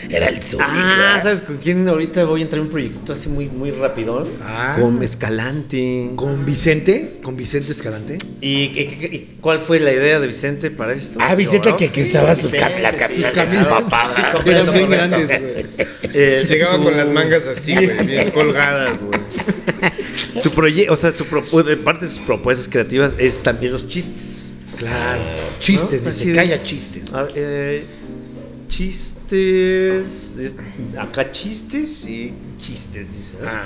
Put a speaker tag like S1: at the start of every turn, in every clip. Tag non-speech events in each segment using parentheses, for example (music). S1: Era el Zúñiga.
S2: Ah, ¿sabes con quién ahorita voy a entrar en un proyecto así muy, muy rápido?
S1: Ah.
S2: Con Escalante.
S1: ¿Con Vicente? ¿Con Vicente Escalante?
S2: ¿Y, y- y cuál fue la idea de Vicente para esto?
S1: Ah, Vicente que- que usaba sus cam- las camisas de
S2: camisas.
S1: su papá.
S2: Sí,
S1: Era
S2: correcto,
S1: bien
S2: correcto.
S1: grande.
S2: Eh,
S3: (laughs) Llegaba
S2: su-
S3: con las mangas así,
S1: (laughs)
S3: güey, bien colgadas, güey.
S2: Su proyecto, o sea, su propu- de parte de sus propuestas creativas es también los chistes.
S1: Claro. Chistes,
S2: ¿No? Así
S1: dice.
S2: de-
S1: Calla chistes.
S2: A- eh, chistes. eh, Acá chistes y chistes, dice.
S3: Ah,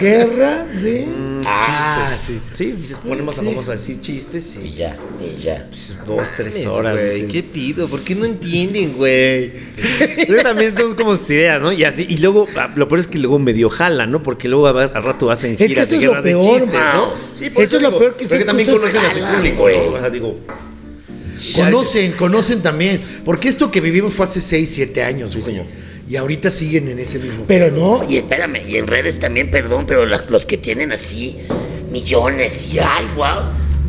S1: Guerra de. Ah,
S2: chistes.
S1: sí.
S2: Sí, dices, ponemos a
S1: Sí.
S2: vamos a decir chistes
S4: Y
S2: y
S4: ya, y ya.
S2: dos, tres horas.
S3: Güey,
S2: dicen.
S3: ¿Qué pido? ¿Por qué no entienden, güey?
S2: Entonces, también son como sus ideas, ¿no? Y así, y luego, ah, lo peor es que luego medio jalan, ¿no? Porque luego a ver, al rato hacen
S1: que
S2: giras
S1: eso
S2: de
S1: es lo
S2: guerras de
S1: peor,
S2: chistes,
S1: Mao.
S2: ¿no? por
S1: Eso
S2: eso
S1: es lo
S2: digo,
S1: peor, que
S2: pero
S1: esas
S2: también
S1: cosas
S2: conocen a su
S1: jalan,
S2: público,
S4: güey.
S2: ¿no? O sea, digo,
S1: Conocen, conocen también. Porque esto que vivimos fue hace 6, 7 años, güey.
S2: señor.
S1: y ahorita siguen en ese mismo.
S4: Pero no, y espérame, y en redes también, perdón, pero la- los que tienen así millones y ay, wow.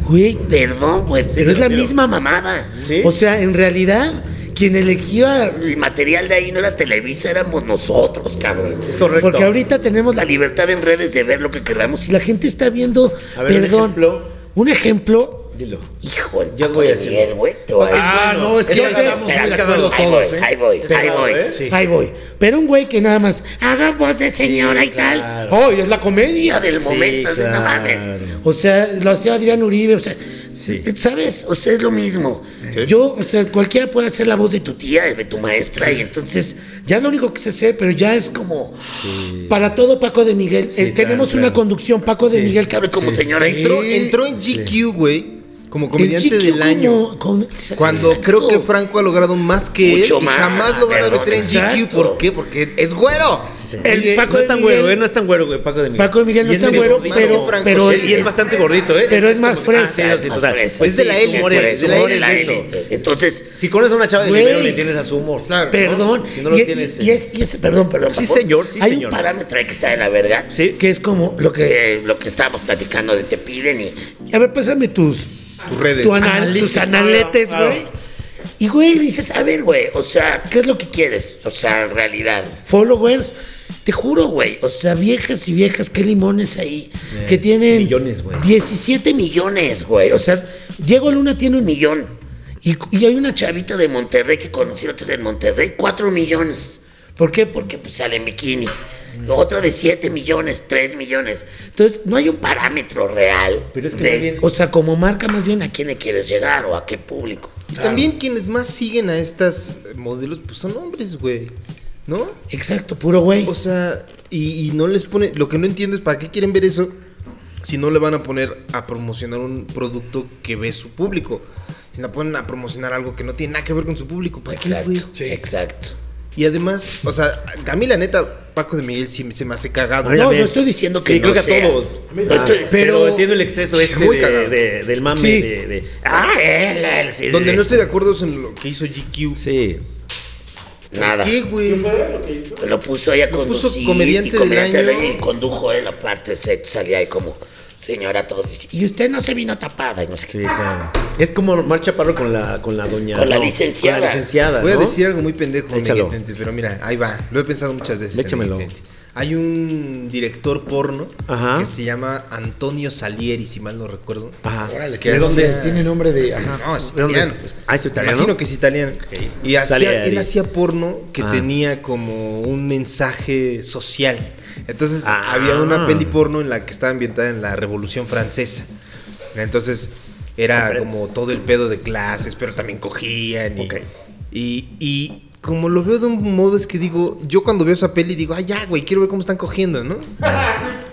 S1: Güey,
S4: Perdón, güey, pero es la
S2: pero-
S4: misma mamada.
S2: ¿Sí?
S1: o sea, en realidad, quien eligió a.
S4: El material de ahí no era Televisa, éramos nosotros, cabrón.
S2: es correcto.
S1: E. Porque ahorita tenemos
S4: La
S1: la.
S4: libertad en redes de ver lo que queramos.
S1: La gente está viendo.
S2: A ver, un
S1: perdón.
S2: ejemplo.
S1: Un ejemplo.
S2: Dilo.
S4: Hijo, el
S2: Yo
S4: taco
S2: voy a
S4: de
S2: decir-
S4: miel, güey, te voy a decir.
S1: Ah, no, es que
S2: Eso
S1: ya
S2: es-
S1: estamos muy
S4: espera,
S1: de
S4: es que
S1: acuerdo
S4: ahí voy,
S1: todos, ¿eh?
S4: ahí voy, ahí
S2: Pegado,
S4: voy.
S2: ¿eh?
S1: Sí.
S4: Ahí voy.
S1: Pero un güey que nada más.
S4: Haga voz de señora y tal.
S2: Claro.
S1: ¡Oh, y es la
S4: Día
S1: comedia!
S4: del
S2: Sí,
S4: momento, es de no
S2: claro.
S4: mames.
S1: O sea, lo hacía Adrián Uribe, o sea.
S2: Sí.
S4: ¿Sabes? O sea, es lo mismo.
S1: Yo, o sea, cualquiera puede hacer la voz de
S4: Tu
S1: tu
S4: tía es de tu maestra y entonces.
S1: Entonces, ya lo único que se sé, pero ya es como para todo Paco de Miguel. Eh,
S2: claro,
S1: tenemos
S2: claro.
S1: una conducción Paco de Miguel que
S4: Cabe
S1: abre
S4: como
S1: como
S4: señora.
S1: Sí.
S3: Entró, entró en GQ, güey, Eh, como comediante
S1: El chiquio
S3: del año.
S1: como- con-
S3: Cuando
S1: Exacto.
S3: creo que Franco ha logrado más que
S4: Mucho
S3: él
S4: más,
S3: y jamás lo van a
S4: perdón,
S3: meter en GQ.
S4: exacto.
S3: ¿Por qué? Porque es güero.
S1: el
S2: Oye,
S1: Paco
S2: no
S1: de
S2: es tan
S1: Miguel-
S2: güero, ¿eh? No es tan güero, güey, Paco de Miguel.
S1: Paco de Miguel no
S2: Y
S1: es tan
S2: medio
S1: güero,
S2: gordito.
S1: pero,
S3: Franco,
S1: pero
S3: sí,
S2: Sí, y es bastante gordito, ¿eh?
S1: pero es más
S2: como- ah,
S1: fresa.
S2: sí, sí,
S4: más
S2: total.
S4: fresa.
S2: Pues
S3: Es de
S2: sí,
S3: la
S2: su
S3: élite,
S2: humor
S3: pues,
S2: es-
S3: es
S2: su
S3: de la
S2: humor
S3: élite.
S2: es eso.
S4: Entonces,
S2: Si conoces a una chava de
S1: Güey.
S2: dinero, le tienes a su humor.
S3: Claro.
S1: Perdón.
S2: Si no lo
S1: y,
S2: tienes,
S1: y- y
S2: eh.
S1: es, y es- perdón, perdón.
S2: Sí,
S1: por favor.
S2: señor, sí,
S1: Hay
S4: hay un
S2: señor.
S4: parámetro ahí que está de la verga.
S2: Sí.
S1: que es como lo que.
S4: Que lo que estábamos platicando de te piden y.
S1: A ver, pásame tus,
S3: Tus redes.
S1: tu anal- tus analetes,
S2: Claro,
S1: güey.
S2: claro.
S4: Y güey, dices, a ver, güey, o sea, ¿qué es lo que quieres? O sea, en realidad.
S1: Followers. Te juro, güey. O sea, viejas y viejas, qué limones ahí. que tienen.
S2: Eh, millones, güey.
S1: 17 millones.
S4: Millones, güey. O sea, Diego Luna tiene un millón. Y, y hay una chavita de Monterrey que conocí antes en Monterrey, cuatro millones.
S1: ¿Por qué?
S4: Porque pues sale en bikini. Otra de siete millones, tres millones. Entonces, no hay un parámetro real.
S2: Pero es que
S4: de
S2: también-
S1: O sea, como marca más bien
S4: ¿A
S1: aquí.
S4: quién le quieres llegar o a qué público?
S3: Y también quienes más siguen a estas eh, modelos, pues son hombres, güey. ¿No?
S1: Exacto, puro güey.
S3: O sea, y, y no les ponen. Lo que no entiendo es para qué quieren ver eso si no le van a poner a promocionar un producto que ve su público. Si la ponen a promocionar algo que no tiene nada que ver con su público, ¿para qué,
S4: Exacto,
S3: güey?
S4: exacto.
S3: Y además, o sea, a mí la neta, Paco de Miguel sí se me hace cagado.
S2: Ay, la
S4: No,
S2: ve.
S4: no estoy diciendo que
S2: Sí, creo
S4: no
S2: que a
S4: sea.
S2: todos.
S4: No estoy-
S2: Ah, pero,
S3: pero-
S2: entiendo el exceso
S3: Sí,
S2: este
S3: muy
S2: de,
S3: cagado.
S2: de- del mame.
S3: Sí.
S2: De, de- ah, él, él, sí,
S3: Donde
S2: sí.
S3: no estoy de acuerdo es en lo que hizo GQ.
S2: Sí.
S4: Nada.
S3: ¿Qué, güey?
S4: Lo puso ella a
S3: Lo puso
S4: conducir. y
S3: comediante del año.
S4: Y condujo eh, él aparte, se salía ahí como, señora, todos dicen, y usted no se vino tapada, y no sé qué.
S2: Sí, claro. Es como Mar Chaparro con la, con la doña.
S4: Con la
S2: no,
S4: licenciada.
S2: Con la licenciada.
S3: Voy a
S2: ¿no?
S3: decir algo muy pendejo, amigo
S2: Échalo.
S3: Tente, pero mira, ahí va. Lo he pensado muchas veces. amigo
S2: Échamelo.
S3: Tente. Hay un director porno
S2: Ajá.
S3: que se llama Antonio Salieri, si mal no recuerdo.
S2: Ajá.
S1: Órale,
S2: ¿De dónde
S3: hacía-
S2: es?
S1: Tiene nombre de. ajá.
S3: No, es
S2: ¿De dónde
S3: italiano.
S2: es? Ah, ¿es italiano?
S3: Imagino que es italiano. Y hacía-
S2: Salieri.
S3: él hacía porno que
S2: Ah.
S3: tenía como un mensaje social. Entonces
S2: Ah.
S3: había una peli porno en la que estaba ambientada en la Revolución Francesa. Entonces era
S2: Comprendo.
S3: como todo el pedo de clases, pero también cogían. Y,
S2: Ok.
S3: y, y como lo veo de un modo es que digo, yo cuando veo esa peli digo, ah, ya, güey, quiero ver cómo están cogiendo, ¿no?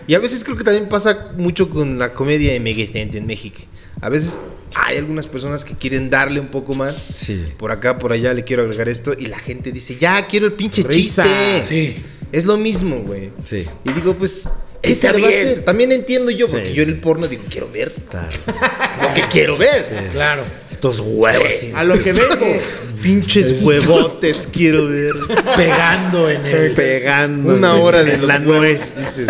S3: Y a veces creo que también pasa mucho con la comedia emergente en México. A veces hay algunas personas que quieren darle un poco más.
S2: Sí.
S3: Por acá, por allá, le quiero agregar esto. Y la gente dice, ya, quiero el pinche
S2: Risa.
S3: chiste.
S1: Sí.
S3: Es lo mismo, güey.
S2: Sí.
S3: Y digo, pues, ¿qué
S4: Está
S3: se le va a
S4: bien.
S3: hacer? También entiendo yo,
S2: Sí,
S3: porque yo en
S2: sí.
S3: el porno digo, quiero ver
S2: Claro.
S3: lo que quiero ver.
S1: Claro.
S2: Estos huevos. sí.
S3: A lo que veo. (laughs) pinches
S2: huevos.
S3: te quiero ver.
S1: Pegando en el.
S2: Pegando.
S3: Una
S2: en-
S3: hora
S2: en
S3: de los
S2: la
S3: huevos,
S2: nuez. dices.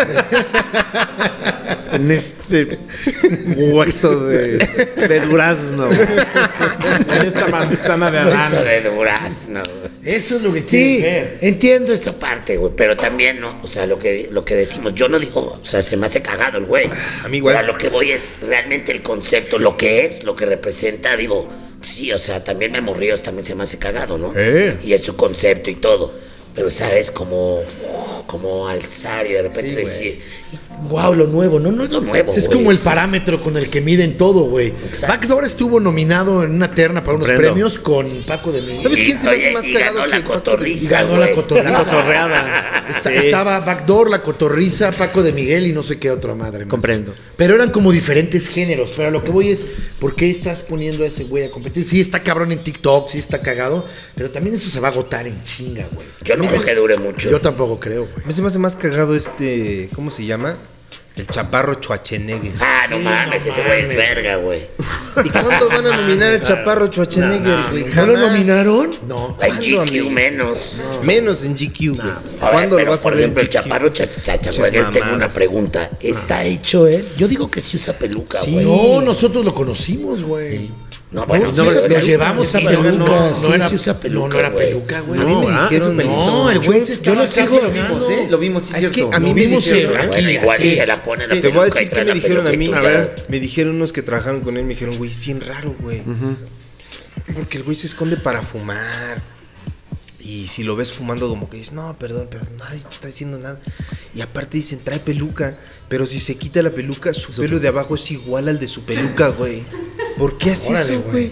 S2: en este hueso de, de durazno.
S5: En esta manzana de
S4: Eso
S3: Pues,
S5: Adán.
S4: de durazno. güey.
S6: Eso es lo que quieres
S4: Sí,
S6: ver.
S4: entiendo esa parte, güey, pero también, ¿no? O sea, lo que, lo que decimos, yo no digo, o sea, se me hace cagado el güey.
S3: A mí igual.
S4: Pero a lo que voy es realmente el concepto, lo que es, lo que representa, digo, sí, o sea, también Memo Ríos también se me hace cagado, ¿no?
S3: Eh.
S4: Y es su concepto y todo. Pero, ¿sabes? Como, como alzar y de repente decir, wow, lo nuevo. No, no es lo nuevo,
S6: Es
S4: güey.
S6: como el parámetro con el que miden todo, güey. Max ahora estuvo nominado en una terna para unos
S2: Comprendo.
S6: premios con Paco de Miguel.
S3: ¿Sabes quién se me hace
S4: Oye,
S3: más
S4: y
S3: cagado
S4: ganó
S3: que
S4: la
S3: Paco de-
S4: cotorriza,
S6: Y ganó la
S4: güey.
S6: cotorriza.
S2: La cotorreada.
S6: Esta-
S2: Sí.
S6: Estaba Backdoor, La Cotorriza, Paco de Miguel y no sé qué otra madre. más.
S2: Comprendo.
S6: Pero eran como diferentes géneros. Pero a lo que voy es, ¿por qué estás poniendo a ese güey a competir? Sí, está cabrón en TikTok, sí está cagado, pero también eso se va a agotar en chinga, güey.
S4: Yo no creo que dure mucho.
S6: Yo tampoco creo, güey.
S3: A mí se me hace más cagado este. ¿Cómo se llama? El chaparro Schwarzenegger.
S4: Ah, no mames, ese güey es verga, güey.
S3: ¿Y cuándo van a
S4: Ah,
S3: nominar al chaparro Schwarzenegger, güey?
S6: ¿No lo
S3: Jamás.
S6: nominaron? No.
S4: Ay,
S3: ¿Cuándo,
S4: GQ
S3: amigo?
S4: menos.
S3: Menos en GQ, güey.
S4: pues, A ver,
S3: ¿Cuándo
S4: pero,
S3: lo vas a
S4: por
S3: ver? en
S4: ejemplo, el
S3: GQ?
S4: chaparro chachacha, güey,
S3: Muchas
S4: tengo una
S3: mamadas.
S4: pregunta. ¿Está hecho él? Yo digo que sí usa peluca, güey.
S6: No, nosotros lo conocimos, güey.
S4: No, bueno,
S6: No,
S4: sí
S6: sí,
S4: usa
S6: lo
S4: peluca,
S6: llevamos a
S4: sí, pero
S6: peluca.
S4: no-
S6: sí,
S4: no era-
S6: sí usa peluca,
S4: no, no era
S6: güey.
S4: peluca, güey.
S6: A mí me
S2: No, ah,
S6: dijeron,
S2: es un
S6: no, el
S2: pelito.
S6: güey se
S2: Yo
S6: estaba
S2: lo sigo,
S6: casi
S2: lo vimos,
S6: ganando.
S2: ¿eh? Lo vimos, sí,
S3: Ah, es que
S2: cierto.
S3: a mí
S6: Lo
S3: me
S6: vimos
S3: dijeron.
S6: en-
S4: Bueno,
S6: Aquí,
S4: igual
S6: así.
S4: y se la pone la
S3: Te voy a
S4: peluca y
S3: decir que
S4: trae
S3: me
S4: la
S3: dijeron a
S4: peluca y
S3: mí.
S4: tú
S3: A
S4: ya-
S3: ver. Me dijeron unos que trabajaron con él, me dijeron, güey, es bien raro, güey. Porque el güey se esconde para fumar. Y si lo ves fumando, como que dices, no, perdón, pero nadie te está diciendo nada. Y aparte dicen, trae peluca. Pero si se quita la peluca, su pelo de abajo es igual al de su peluca, güey. ¿Por qué haces
S6: Órale,
S3: eso,
S6: güey.
S3: güey?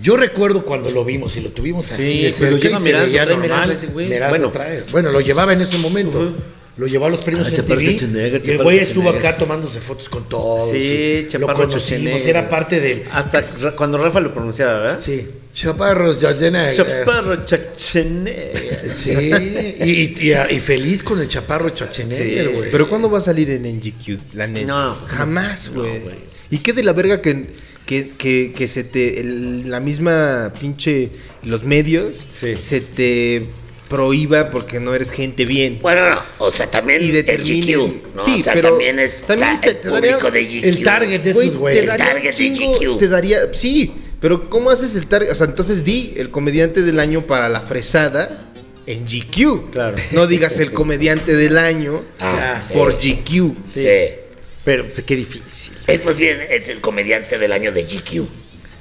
S6: Yo recuerdo cuando lo vimos y lo tuvimos así.
S2: Sí,
S6: de
S2: pero lleva
S6: cerca y se
S2: Merazzo,
S6: veía
S2: trae
S6: normal.
S2: Merazzo ese güey.
S6: Merazzo
S2: Bueno.
S6: trae. Bueno, lo llevaba en ese momento. Lo llevaba a los premios
S2: Ah,
S6: en
S2: Chaparro
S6: TV,
S2: Schwarzenegger,
S6: y el
S2: Chaparro
S6: güey estuvo
S2: Schwarzenegger.
S6: acá tomándose fotos con todos.
S2: "Oh, Sí,
S6: y Lo
S2: Chaparro
S6: conocimos,
S2: Schwarzenegger.
S6: era parte del...
S2: Hasta ra- cuando Rafa lo pronunciaba, ¿verdad?
S6: Sí. eh, Chaparro Schwarzenegger.
S2: Chaparro Schwarzenegger.
S6: Sí. Y, y- y- y feliz con el Chaparro Schwarzenegger,
S2: Sí.
S6: güey.
S3: Pero ¿cuándo va a salir en NGQ? La neta.
S2: No.
S3: Jamás,
S2: No,
S3: güey.
S2: güey.
S3: ¿Y qué de la verga que, que, que, que se te. el- la misma pinche. Los medios.
S2: Sí.
S3: Se te prohíba porque no eres gente bien.
S4: Bueno, no, o sea, también
S3: Y
S4: el
S3: determinen-
S4: GQ, ¿no?
S3: Sí,
S4: o sea,
S3: pero
S4: también es
S3: también
S4: ta-
S3: te-
S4: el
S3: te daría
S4: público de GQ.
S6: el target de
S3: Güey,
S6: esos
S3: te
S6: güey.
S4: da-
S3: daría
S4: target
S3: un
S4: de
S3: chingo,
S4: GQ.
S3: te daría, sí, pero ¿cómo haces el target? O sea, entonces di el comediante del año para la fresada en GQ.
S2: Claro.
S3: No digas el comediante del año
S4: Ah,
S3: por
S4: sí.
S3: GQ.
S4: Sí.
S2: Pero pues, qué difícil.
S4: Es más bien, es el comediante del año de GQ. ¿no?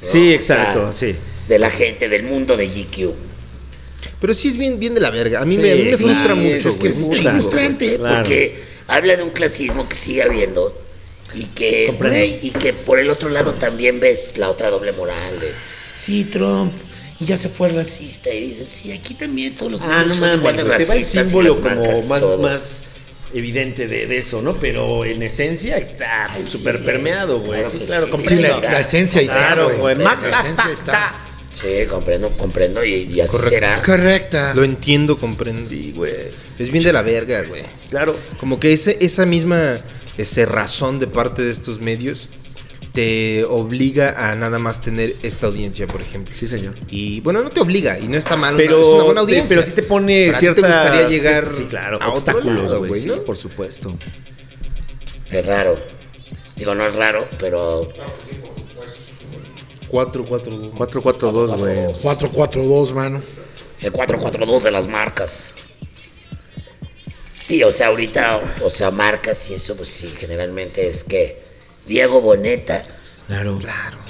S2: Sí,
S4: O sea,
S2: exacto, sí.
S4: De la gente, del mundo de GQ.
S3: Pero sí es bien, bien de la verga. A mí
S2: Sí,
S3: me, a mí me
S2: sí,
S3: frustra
S2: es
S3: mucho,
S4: Es que
S3: güey.
S4: es muy
S2: Claro,
S4: frustrante ¿eh?
S2: claro.
S4: porque habla de un clasismo que sigue habiendo y que,
S2: Comprendo.
S4: güey, y que por el otro lado también ves la otra doble moral. de, sí, Trump. Y ya se fue el racista y dices, sí, aquí también todos los
S2: Ah, no
S4: niños son
S2: mames.
S4: igual de
S2: pues, se va el
S4: racistas y
S2: símbolo
S4: las
S2: como
S4: marcas y
S2: más,
S4: todo".
S2: más evidente de, de eso, ¿no? Pero en esencia está súper permeado, güey.
S4: Claro
S2: sí,
S4: que
S2: claro,
S4: sí.
S6: Sí,
S2: comprendo.
S6: la, la esencia ahí está,
S2: Claro,
S6: güey.
S2: güey.
S6: La
S2: Mac-
S6: esencia está.
S4: Sí, comprendo, comprendo y, y así será.
S6: Correcta.
S3: Lo entiendo, comprendo.
S2: Sí, güey.
S3: Es bien de la verga, güey.
S2: Claro.
S3: Como que ese, esa misma ese razón de parte de estos medios te obliga a nada más tener esta audiencia, por ejemplo.
S2: Sí, señor.
S3: Y bueno, no te obliga y no está mal.
S2: Pero,
S3: es una buena audiencia.
S2: pero sí te pone
S3: Pero a ti
S2: cierta.
S3: te gustaría llegar
S2: sí, claro,
S3: a otro
S2: obstáculos,
S3: lado,
S2: güey. Sí,
S3: ¿no?
S2: por supuesto.
S4: Es raro. Digo, no es raro, pero
S3: 4, 4, 2.
S2: 4-4-2, güey.
S6: 4-4-2, mano.
S4: El 442 de las marcas. Sí, o sea, ahorita, o sea, marcas y eso, pues sí, generalmente es que Diego Boneta,
S2: Claro.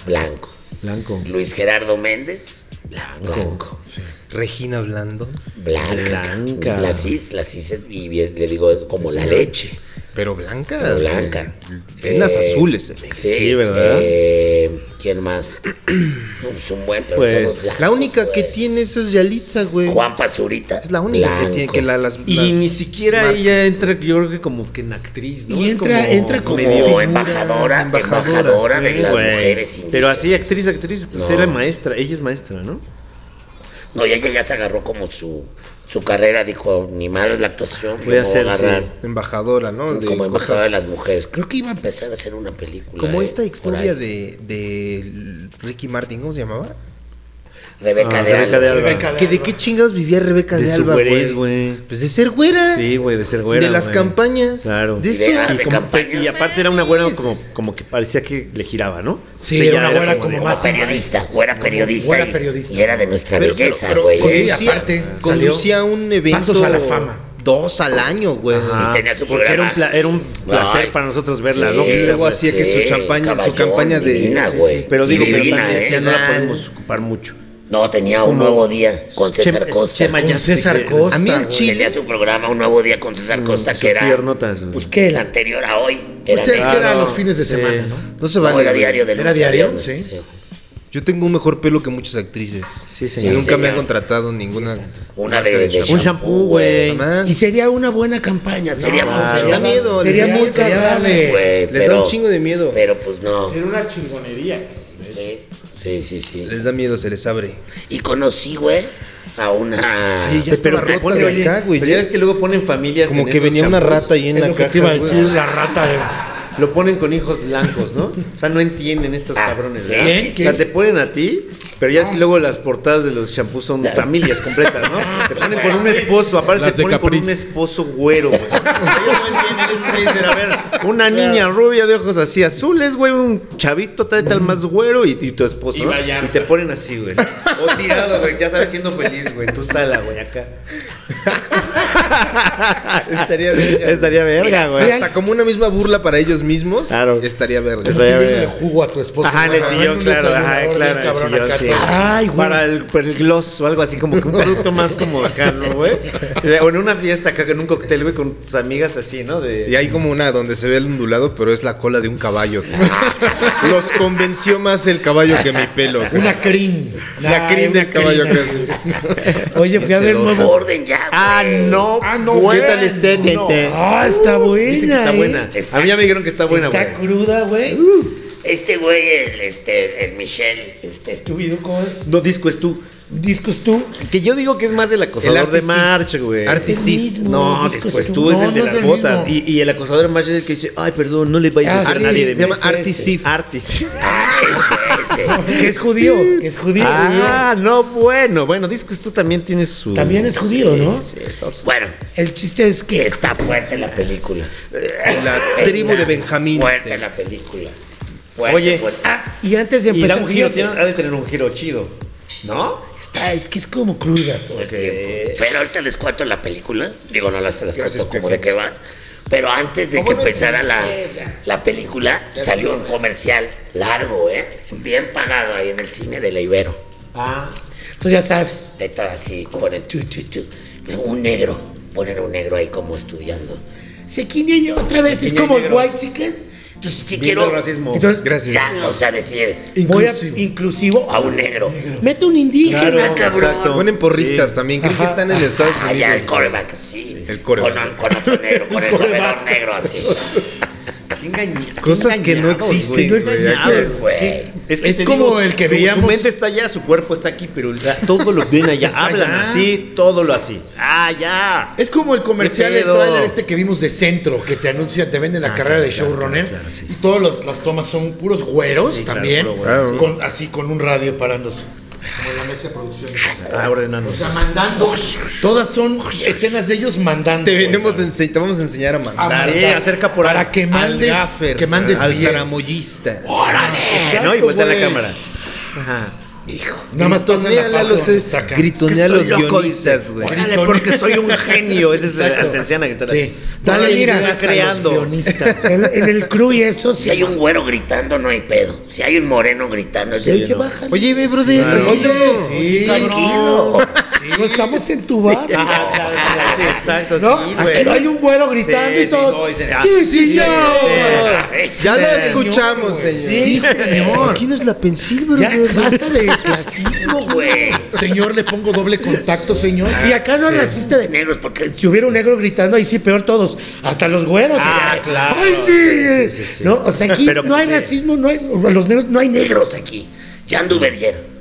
S4: blanco.
S2: Blanco.
S4: Luis Gerardo Méndez, blanco.
S3: Regina Blando.
S4: Blanca.
S2: Blanca.
S4: La cis, la cis es, y es- le digo, es como la leche,
S3: Pero blanca.
S4: pero
S3: güey.
S4: blanca.
S3: Venas
S4: Eh,
S3: azules. eh.
S2: Sí, ¿verdad?
S4: eh, ¿Quién más? No, pues un buen, pero
S2: Pues,
S4: todos blancos,
S3: La única que
S4: güey.
S3: tiene eso es Yalitza, güey.
S4: Juan Pazurita.
S3: Es la única que tiene que la, las,
S2: Y
S3: las
S2: ni siquiera
S3: marcas.
S2: ella entra, yo creo que como que en actriz, ¿no?
S6: Y
S2: Es
S6: entra- entra como-
S2: medio-
S4: Como embajadora,
S3: embajadora.
S4: embajadora, de
S2: Sí,
S4: las
S2: güey.
S4: mujeres indígenas.
S2: Pero así, actriz, actriz, pues
S4: No.
S2: era maestra. Ella es maestra, ¿no?
S4: No, y ella ya se agarró como su, su carrera, dijo, ni malo es la actuación.
S2: Voy a
S4: me
S2: hacer,
S4: agarrar
S2: sí.
S3: Embajadora, ¿no? De
S4: como embajadora
S3: cosas-
S4: de las mujeres. Creo que iba a empezar a hacer una película.
S3: Como
S4: eh,
S3: esta
S4: por
S3: exnovia
S4: ahí.
S3: de, de Ricky Martin, ¿cómo se llamaba?
S4: Rebeca
S2: Ah,
S4: de
S2: Rebeca
S4: Alba.
S2: de Alba.
S6: Rebeca
S3: ¿Que ¿De qué chingados vivía Rebeca de,
S2: De su
S3: Alba,
S2: güerez,
S3: güey?
S2: güey.
S3: Pues de ser güera.
S2: Sí, güey, de ser güera.
S3: De las
S2: güey.
S3: campañas.
S2: Claro.
S3: De
S2: Y
S3: eso.
S4: de- ah,
S2: Y, como-
S4: campañas.
S2: y aparte era una güera como, como que parecía que le giraba, ¿no?
S6: Sí,
S2: Ella
S6: era una güera
S2: de-
S6: como
S4: Como
S6: más
S4: periodista, o era periodista.
S6: Güera
S4: y-
S6: periodista.
S4: Y era de nuestra
S6: Pero-
S4: belleza,
S6: pero-
S4: güey.
S6: pero-
S4: ¿eh?
S6: Sí, aparte,
S3: Conducía
S6: salió
S3: un evento.
S6: Pasos a la fama.
S3: Dos al año, güey.
S2: Ajá,
S4: Y Pues tenía su
S2: porque Ah. era un,
S4: programa.
S2: pla- era un placer
S4: Ay.
S2: para nosotros verla,
S4: Sí,
S2: ¿no? Que
S3: Y
S2: sea,
S3: luego
S2: güey.
S3: hacía que su champaña, su
S4: Caballón,
S3: campaña de.
S4: divina,
S3: sí, sí.
S4: Ah, güey.
S2: Pero digo, pero
S4: Divina,
S2: también
S4: ¿eh?
S2: decía, no la podemos ocupar mucho.
S4: No, tenía un nuevo día con César
S2: Chema-
S4: Costa.
S2: Chema
S6: Con
S2: Yastek,
S6: César
S2: eh,
S6: Costa.
S3: A mí el
S6: güey.
S3: chile-
S4: Tenía su programa Un Nuevo Día con César Costa,
S2: sus
S4: que era.
S2: piernotas, güey.
S4: Pues que el anterior a hoy. Era
S6: Pues es que
S4: negro.
S6: era
S2: Claro,
S6: los fines de
S2: sí.
S6: semana, ¿no?
S3: No se
S4: No,
S3: vale.
S4: era
S3: güey.
S4: diario de
S6: ¿Era
S4: lunes a
S6: diario?
S4: viernes,
S6: Sí.
S3: Yo tengo un mejor pelo que muchas actrices.
S2: Sí, señor.
S3: Y nunca me
S4: señor.
S3: ha contratado ninguna.
S4: Una de, de
S2: Un shampoo, güey.
S3: Jamás.
S6: Y sería una buena campaña.
S4: Sería muy-
S6: muy
S4: da
S3: miedo,
S6: Sería
S3: les da-
S6: muy
S3: sería
S6: cagable.
S4: Güey,
S3: Les da un chingo de miedo.
S4: Pero pues no.
S7: Era una chingonería.
S4: Sí, sí, sí. sí.
S3: Les da miedo, se les abre.
S4: Y conocí, güey, a una.
S6: Sí, ya
S2: Ah, pero
S6: estaba
S2: te
S6: rota
S2: ponen,
S6: de
S2: oye,
S3: acá, güey,
S2: pero
S3: ya.
S2: ya ves que luego ponen familias
S3: Como
S2: en
S3: que
S2: esos
S3: venía una
S2: shampoos,
S3: rata ahí en
S6: Es
S3: la
S6: lo que te iba
S3: caja,
S6: a
S3: güey.
S6: decir, la rata. de-
S2: Lo ponen con hijos blancos, ¿no? O sea, no entienden estos
S4: Ah,
S2: cabrones.
S4: sí,
S2: ¿verdad?
S4: ¿quién?
S2: O sea, te ponen a ti, pero ya es
S7: Ah.
S2: que luego las portadas de los champús son familias completas, (laughs) ¿no? Te ponen con un esposo, aparte
S7: Las de
S2: te ponen con
S7: Capriz.
S2: un esposo güero, güey. O sea, (laughs) Ellos no entienden eso, güey. Dicen, a ver, una niña rubia de ojos así azules, güey, un chavito, tráete al más güero y, y tu esposo,
S7: Y
S2: ¿no?
S7: Vallarta.
S2: Y te ponen así, güey. O tirado, güey, ya sabes, siendo feliz, güey, en tu sala, güey, acá.
S3: Estaría verga.
S2: Estaría verga, güey.
S3: Hasta como una misma burla para ellos mismos.
S2: Claro.
S3: Estaría verga.
S2: Estaría
S6: Viene
S2: verga.
S6: el jugo a tu esposo.
S2: Ajá, en el
S6: Bueno,
S2: sillón,
S6: un
S2: claro,
S6: desayunador
S2: ajá,
S6: bien
S2: claro, en el
S6: cabrón
S2: sillón,
S6: acá,
S2: sí.
S6: todo. Ay, güey.
S2: Para el, para el gloss o algo así, como que un producto más como acá, ¿no, güey? O en una fiesta acá, en un cóctel, güey, con tus amigas así, ¿no? De...
S3: Y hay como una donde se ve el ondulado, pero es la cola de un
S2: (laughs)
S3: caballo. tío. Los convenció más el caballo que mi pelo. güey.
S6: Una crin.
S3: La crin del caballo
S6: que Oye, fui a ver
S3: Sedosa.
S6: nuevo.
S4: Orden ya, güey.
S2: Ah, no.
S6: Ah, no,
S2: güey.
S3: ¿Qué tal este, gente?
S6: Ah, está buena.
S2: Dicen Eh. que está
S6: eh.
S2: buena. A mí ya me dijeron que está buena,
S6: está
S2: güey. Uh.
S6: cruda, güey.
S4: Este güey, el, este, el Michel, este, estuvo.
S6: Tuvido con es?
S2: No disco es tú.
S6: discos tú.
S2: Que yo digo que es más el acosador de
S3: Artisif.
S2: March, güey.
S3: Artisif.
S2: No,
S6: Discos
S2: después tú es
S6: No,
S2: el de
S6: no
S2: las
S6: del
S2: botas.
S6: mismo.
S2: Y, y el acosador de March es el que dice, ay, perdón, no le vayas a
S6: Ah,
S2: hacer
S6: sí,
S2: a nadie de
S3: Se
S2: mí.
S3: llama
S6: Sí, sí,
S3: Artisif.
S2: Artis.
S4: Ah, ese, ese.
S6: Que es judío, que es judío.
S2: Ah, no, bueno, bueno, discos tú también tienes su.
S6: También es judío, ¿no?
S2: Sí, dos.
S4: Bueno,
S6: El chiste es que
S4: está fuerte la película.
S3: La tribu de
S4: Está
S3: Benjamín.
S4: Fuerte la película. Fuerte,
S2: Oye.
S4: fuerte. Ah,
S6: y antes de
S2: Y da
S6: empezar,
S2: un giro,
S6: fíjate,
S2: tiene- ha de tener un giro chido, ¿no?
S6: está, es que es como cruda.
S4: todo el
S2: Ok.
S4: tiempo. Pero ahorita les cuento la película. Digo, no las, las
S3: Gracias,
S4: cuento como de
S3: Pepe.
S4: qué va. Pero antes de que empezara la, la película, salió un comercial largo, ¿eh? Bien pagado ahí en el cine de la Ibero.
S2: Ah,
S6: Entonces ya sabes.
S4: de todo así, ponen tu, tu, tu. Un negro, ponen un negro ahí como estudiando. Se niño otra vez, es
S2: Quiñeño
S4: como el
S2: negro.
S4: white chicken. Entonces, si
S2: viendo
S4: quiero.
S2: el racismo.
S6: Entonces,
S3: Gracias.
S4: Ya, o sea, decir,
S6: voy a
S3: Inclusivo.
S6: inclusivo
S4: a un negro.
S6: Mete un indígena,
S2: Claro,
S6: cabrón.
S2: exacto.
S3: Ponen porristas
S2: Sí.
S3: también. Creen que están en Estados Unidos.
S4: Allá el coreback, sí.
S3: el coreback.
S4: Con, con otro negro, con el corredor negro, así.
S2: qué engaña- qué
S3: Cosas que no
S2: engañados,
S3: existen,
S2: güey.
S3: güey.
S2: Engañados,
S4: Aquí.
S2: güey.
S4: Güey.
S2: Es, que
S6: Es
S2: te
S6: como el que
S2: su-
S6: veíamos.
S2: Su mente está allá, su cuerpo está aquí, pero la- todo lo ven allá.
S6: Está
S2: Hablan
S6: allá.
S2: así, todo lo así. Ah, ya.
S6: Es como el comercial,
S2: Qué
S6: el
S2: pedo. Ah,
S6: tráiler este que vimos de Centro, que te anuncian, te venden la carrera de
S2: claro,
S6: showrunner.
S2: claro, claro, sí,
S6: Y todas las, las tomas son puros güeros
S2: Sí, claro,
S6: también.
S2: puro güero,
S3: sí.
S6: con- así con un radio parándose. Como en la mesa de producción.
S2: Ah, ordenando.
S6: O sea, mandando. Todas son escenas de ellos mandando.
S3: Te,
S6: güey.
S3: venimos a ense- te vamos a enseñar a mandar.
S2: Tarea, acerca por
S6: Para que mandes,
S3: al gaffer,
S6: que mandes
S3: al
S6: bien.
S3: tramoyista.
S2: ¿no? Y
S6: Exacto,
S2: vuelta la
S6: güey.
S2: cámara. Ajá.
S6: Nada más todas en la
S3: Gritoneale a los,
S6: página, saca.
S3: gritonea a
S2: Que
S3: los
S2: estoy loco,
S3: guionistas,
S2: dice.
S3: güey.
S2: Órale, porque soy un genio. Esa es la anciana que te la-
S6: Sí.
S2: No,
S6: Dale
S2: mira,
S6: ideas
S2: creando.
S6: a los guionistas. en, en el crew y eso
S4: Si
S6: sí.
S4: hay un güero gritando, no hay pedo. Si hay un moreno gritando, es
S6: Oye,
S4: el
S6: que
S4: no.
S6: bájale.
S3: Oye, ve, brother, tranquilo.
S6: Sí,
S4: Tranquilo.
S6: No estamos en tu bar.
S2: Ajá, claro, claro, (laughs) sí, exacto,
S6: ¿No?
S2: Ah, sí, güey.
S6: Pero hay un güero gritando
S2: Sí,
S6: y
S2: sí,
S6: todos.
S2: no, dicen, ah,
S6: sí, sí, señor.
S4: Ah,
S3: Ya lo
S4: Sí.
S3: escuchamos, señor.
S6: Pues,
S4: pues,
S6: Sí, señor.
S3: Aquí no es la pensil,
S6: Ya
S3: brother.
S2: (laughs)
S6: basta de clasismo, güey. Señor, le pongo doble contacto, señor.
S4: Y acá no naciste de negros porque
S6: Si hubiera un negro gritando, ahí sí, peor todos. Hasta los güeros.
S2: Ah,
S6: Ya.
S2: claro.
S6: ¡Ay, sí!
S2: Sí, sí, sí.
S6: No, o sea, aquí
S2: Pero,
S6: no hay
S2: sí.
S6: racismo, no hay, los negros no hay negros.
S4: negros aquí. Jan Duverger.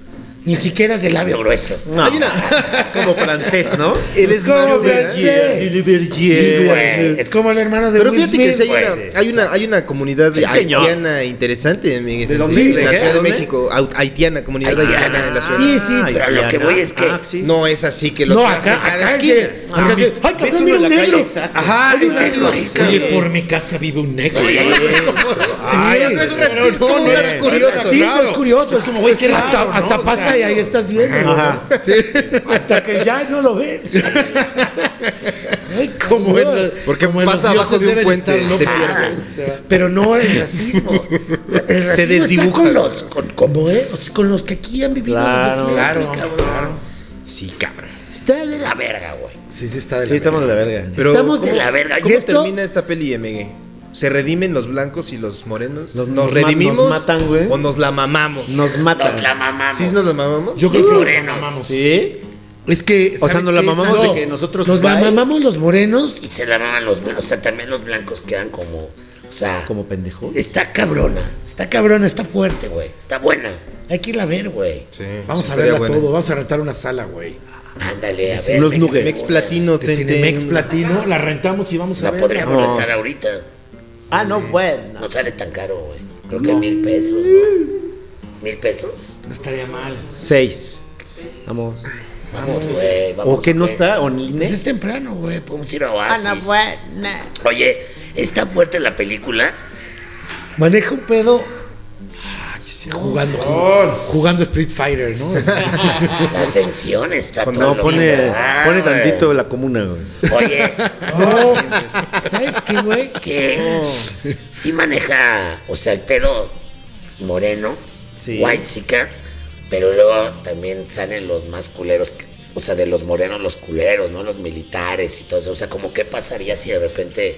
S4: Ni siquiera es de labio grueso.
S2: No.
S3: Hay una-
S2: Es como francés, (laughs) ¿no?
S3: Él es
S4: ¿Cómo
S3: más de-
S4: ves? Sí, güey. Es como el hermano de
S3: Pero
S4: Will
S3: fíjate que
S4: Smith,
S3: sí hay
S4: güey.
S3: una, hay una, hay una comunidad
S2: Sí, señor.
S3: haitiana interesante en Miguel.
S2: ¿De dónde?
S3: Sí,
S2: ¿De
S3: en la
S2: qué?
S3: Ciudad de
S2: ¿Dónde?
S3: México. Au- Haitiana, comunidad
S4: Haitiana.
S3: haitiana en la ciudad.
S4: Sí, sí, pero a lo que voy es que-
S2: No, Ah,
S3: No es así que los
S4: No,
S3: pasan
S4: acá,
S3: cada
S4: acá es
S3: esquina.
S4: de- acá es de- ¡Ay,
S2: Ves
S4: cabrón,
S2: uno
S4: mira
S2: en
S4: un
S2: la calle,
S4: negro!
S2: exacto.
S4: Ajá,
S2: Hay un
S4: exacto.
S2: negro.
S6: Oye, por mi casa vive un negro.
S4: Sí,
S3: Ay, o sea, es una-
S6: Pero
S3: es como
S6: no,
S3: un
S6: no,
S3: dato
S6: no,
S3: curioso.
S4: Sí, no es curioso, es como, güey, que
S6: raro,
S4: hasta,
S6: ¿no?
S4: hasta
S6: O
S4: pasa
S6: sea,
S4: y ahí estás viendo. güey. Hasta que ya no lo ves. (laughs) Ay,
S6: Como
S4: cabrón.
S6: en la-
S3: Porque
S6: como en los
S3: pasa abajo
S6: dioses
S3: de un
S6: deben
S3: puente,
S6: estar
S3: se
S6: locos. Ah,
S3: pierde.
S4: Pero no el racismo. El racismo
S3: desdibuja.
S4: está con los, con, como, eh, o sea, con los que aquí han vivido
S2: Claro,
S4: desde siempre,
S6: claro,
S4: cabrón.
S2: Sí, cabrón.
S4: Está de la verga, güey.
S6: Sí, sí, está de
S2: Sí,
S6: la
S2: estamos de la verga.
S3: Pero,
S4: Estamos de
S3: ¿cómo-
S4: la verga. ¿Y
S3: ¿Cómo
S4: esto?
S3: termina esta peli, Miguel? ¿Se redimen los blancos y los morenos?
S2: Nos-
S3: ¿Nos,
S2: nos ma-
S3: redimimos?
S2: nos matan, güey.
S3: ¿O nos la mamamos?
S2: Nos
S4: Nos la
S2: matan.
S4: mamamos.
S3: ¿Sí nos la mamamos?
S6: Yo creo
S4: Los
S6: que
S4: morenos.
S6: mamamos.
S2: Sí.
S6: Es que.
S2: O sea,
S6: ¿sabes
S2: nos la
S6: qué?
S2: mamamos
S6: ¿Sabes?
S2: de que nosotros.
S4: Nos la
S2: bye,
S4: mamamos los morenos y se la maman los blancos. O sea, también los blancos quedan como. O sea.
S2: Como pendejos.
S4: Está cabrona. Está cabrona, está fuerte, güey. Está buena. Hay que irla a ver, güey.
S3: Sí,
S6: Vamos a
S3: estaría
S6: verla
S3: buena.
S6: todo, vamos a rentar una sala, güey.
S4: Ándale, a ver.
S2: Los
S4: me-
S2: nuggets.
S3: Mex Platino.
S6: De Cinemex Platino, la rentamos y vamos a
S4: La
S6: ver.
S4: podríamos
S2: Vamos.
S4: rentar ahorita.
S2: Ah, no, bueno.
S4: No sale tan caro, güey. Creo que mil pesos, güey. ¿Mil pesos?
S6: No estaría mal.
S2: Seis. Vamos.
S4: Vamos, güey. vamos,
S2: ¿O que no
S4: güey.
S2: está? ¿O ni
S4: Pues
S2: ne-
S4: es temprano, güey. Podemos ir a
S1: Ah,
S4: Oasis. Oye, está fuerte la película. Maneja un pedo.
S6: Jugando. Jugando Street Fighter, ¿no?
S4: La tensión está
S2: Pues No,
S4: todo
S2: pone,
S4: chingada,
S2: pone
S4: güey.
S2: tantito la comuna, güey.
S4: Oye,
S2: (laughs)
S4: no. (laughs) ¿Sabes qué, güey? Que sí maneja, o sea, el pedo moreno,
S2: Sí.
S4: white chica, pero luego también salen los más culeros, que- o sea, de los morenos los culeros, ¿no? Los militares y todo eso. O sea, como qué pasaría si de repente.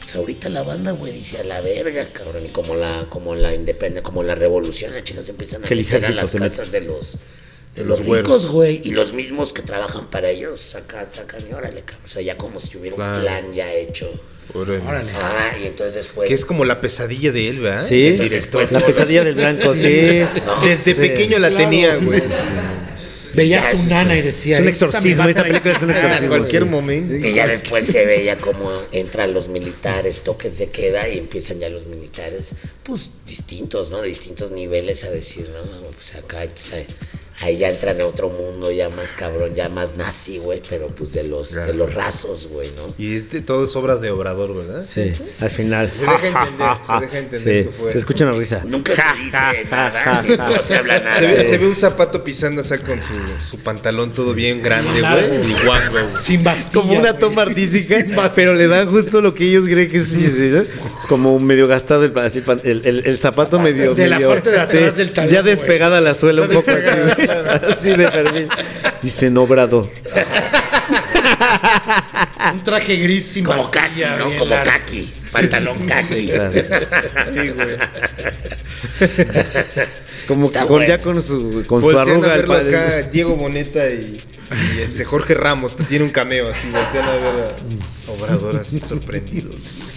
S4: Pues ahorita la banda, güey, dice a la verga, cabrón. Y como la, como la independencia, como la revolución, las chicas empiezan a
S2: Que el
S4: meter a
S2: ejército
S4: las
S2: se mete.
S4: casas de los de
S3: Los
S4: los,
S3: güeros.
S4: ricos, güey. Y los mismos que trabajan para ellos sacan, sacan y órale, cabrón. O sea, ya como si hubiera
S3: Claro.
S4: un plan ya hecho.
S6: Órale.
S4: Ah, y entonces después.
S3: Que es como la pesadilla de él, ¿verdad?
S2: Sí.
S3: El director.
S4: Después-
S2: La pesadilla del blanco, ¿Ah? sí. Sí.
S3: Desde pequeño la tenía, güey.
S6: Veía a su nana y decía.
S2: Es un
S6: "Esta me va a
S2: exorcismo, esta
S6: traer".
S2: película es un
S3: (laughs) En
S2: exorcismo.
S3: cualquier momento.
S4: Y ya después se veía como entran los militares, toques de queda y empiezan ya los militares, pues distintos, ¿no? De distintos niveles a decir, no, no, pues acá, o sea, ahí ya entran a otro mundo, ya más cabrón, ya más nazi, güey, pero pues de los, de los rasos, güey, ¿no?
S3: Y es de- todo es obra de Obrador, ¿verdad?
S2: Sí, al final.
S3: Se deja entender,
S2: (laughs)
S3: se deja entender que fue.
S2: Se escucha una risa.
S4: Nunca se dice nada, ni- (laughs) no se habla nada.
S3: Se ve, se ve un zapato pisando así con su, su pantalón todo bien grande, güey. Y guango, güey.
S6: Sin
S2: (laughs)
S6: bastilla.
S2: Como una
S6: güey.
S2: toma artística, pero le da justo lo que ellos creen que sí, sí, ¿no? Como medio gastado el, pa- así, pan- el, el- el zapato medio.
S6: De la
S2: medio-
S6: parte de atrás del talón,
S2: Ya despegada la suela un poco así,
S3: despegada,
S2: güey. (laughs) así de perfil. Dicen obrado.
S6: Un traje gris sin
S4: Como kaki,
S6: bastilla.
S4: ¿no?
S6: bien
S4: Como
S6: largo.
S4: kaki, pantalón kaki.
S2: Como
S4: Está
S2: que con,
S4: bueno.
S2: ya con su, con su
S3: Voltean a
S2: arruga. el
S3: verlo
S2: padre.
S3: acá, Diego Boneta y, y, este Jorge Ramos, que tiene un cameo así, voltean a ver a Obrador así sorprendido.
S4: (laughs)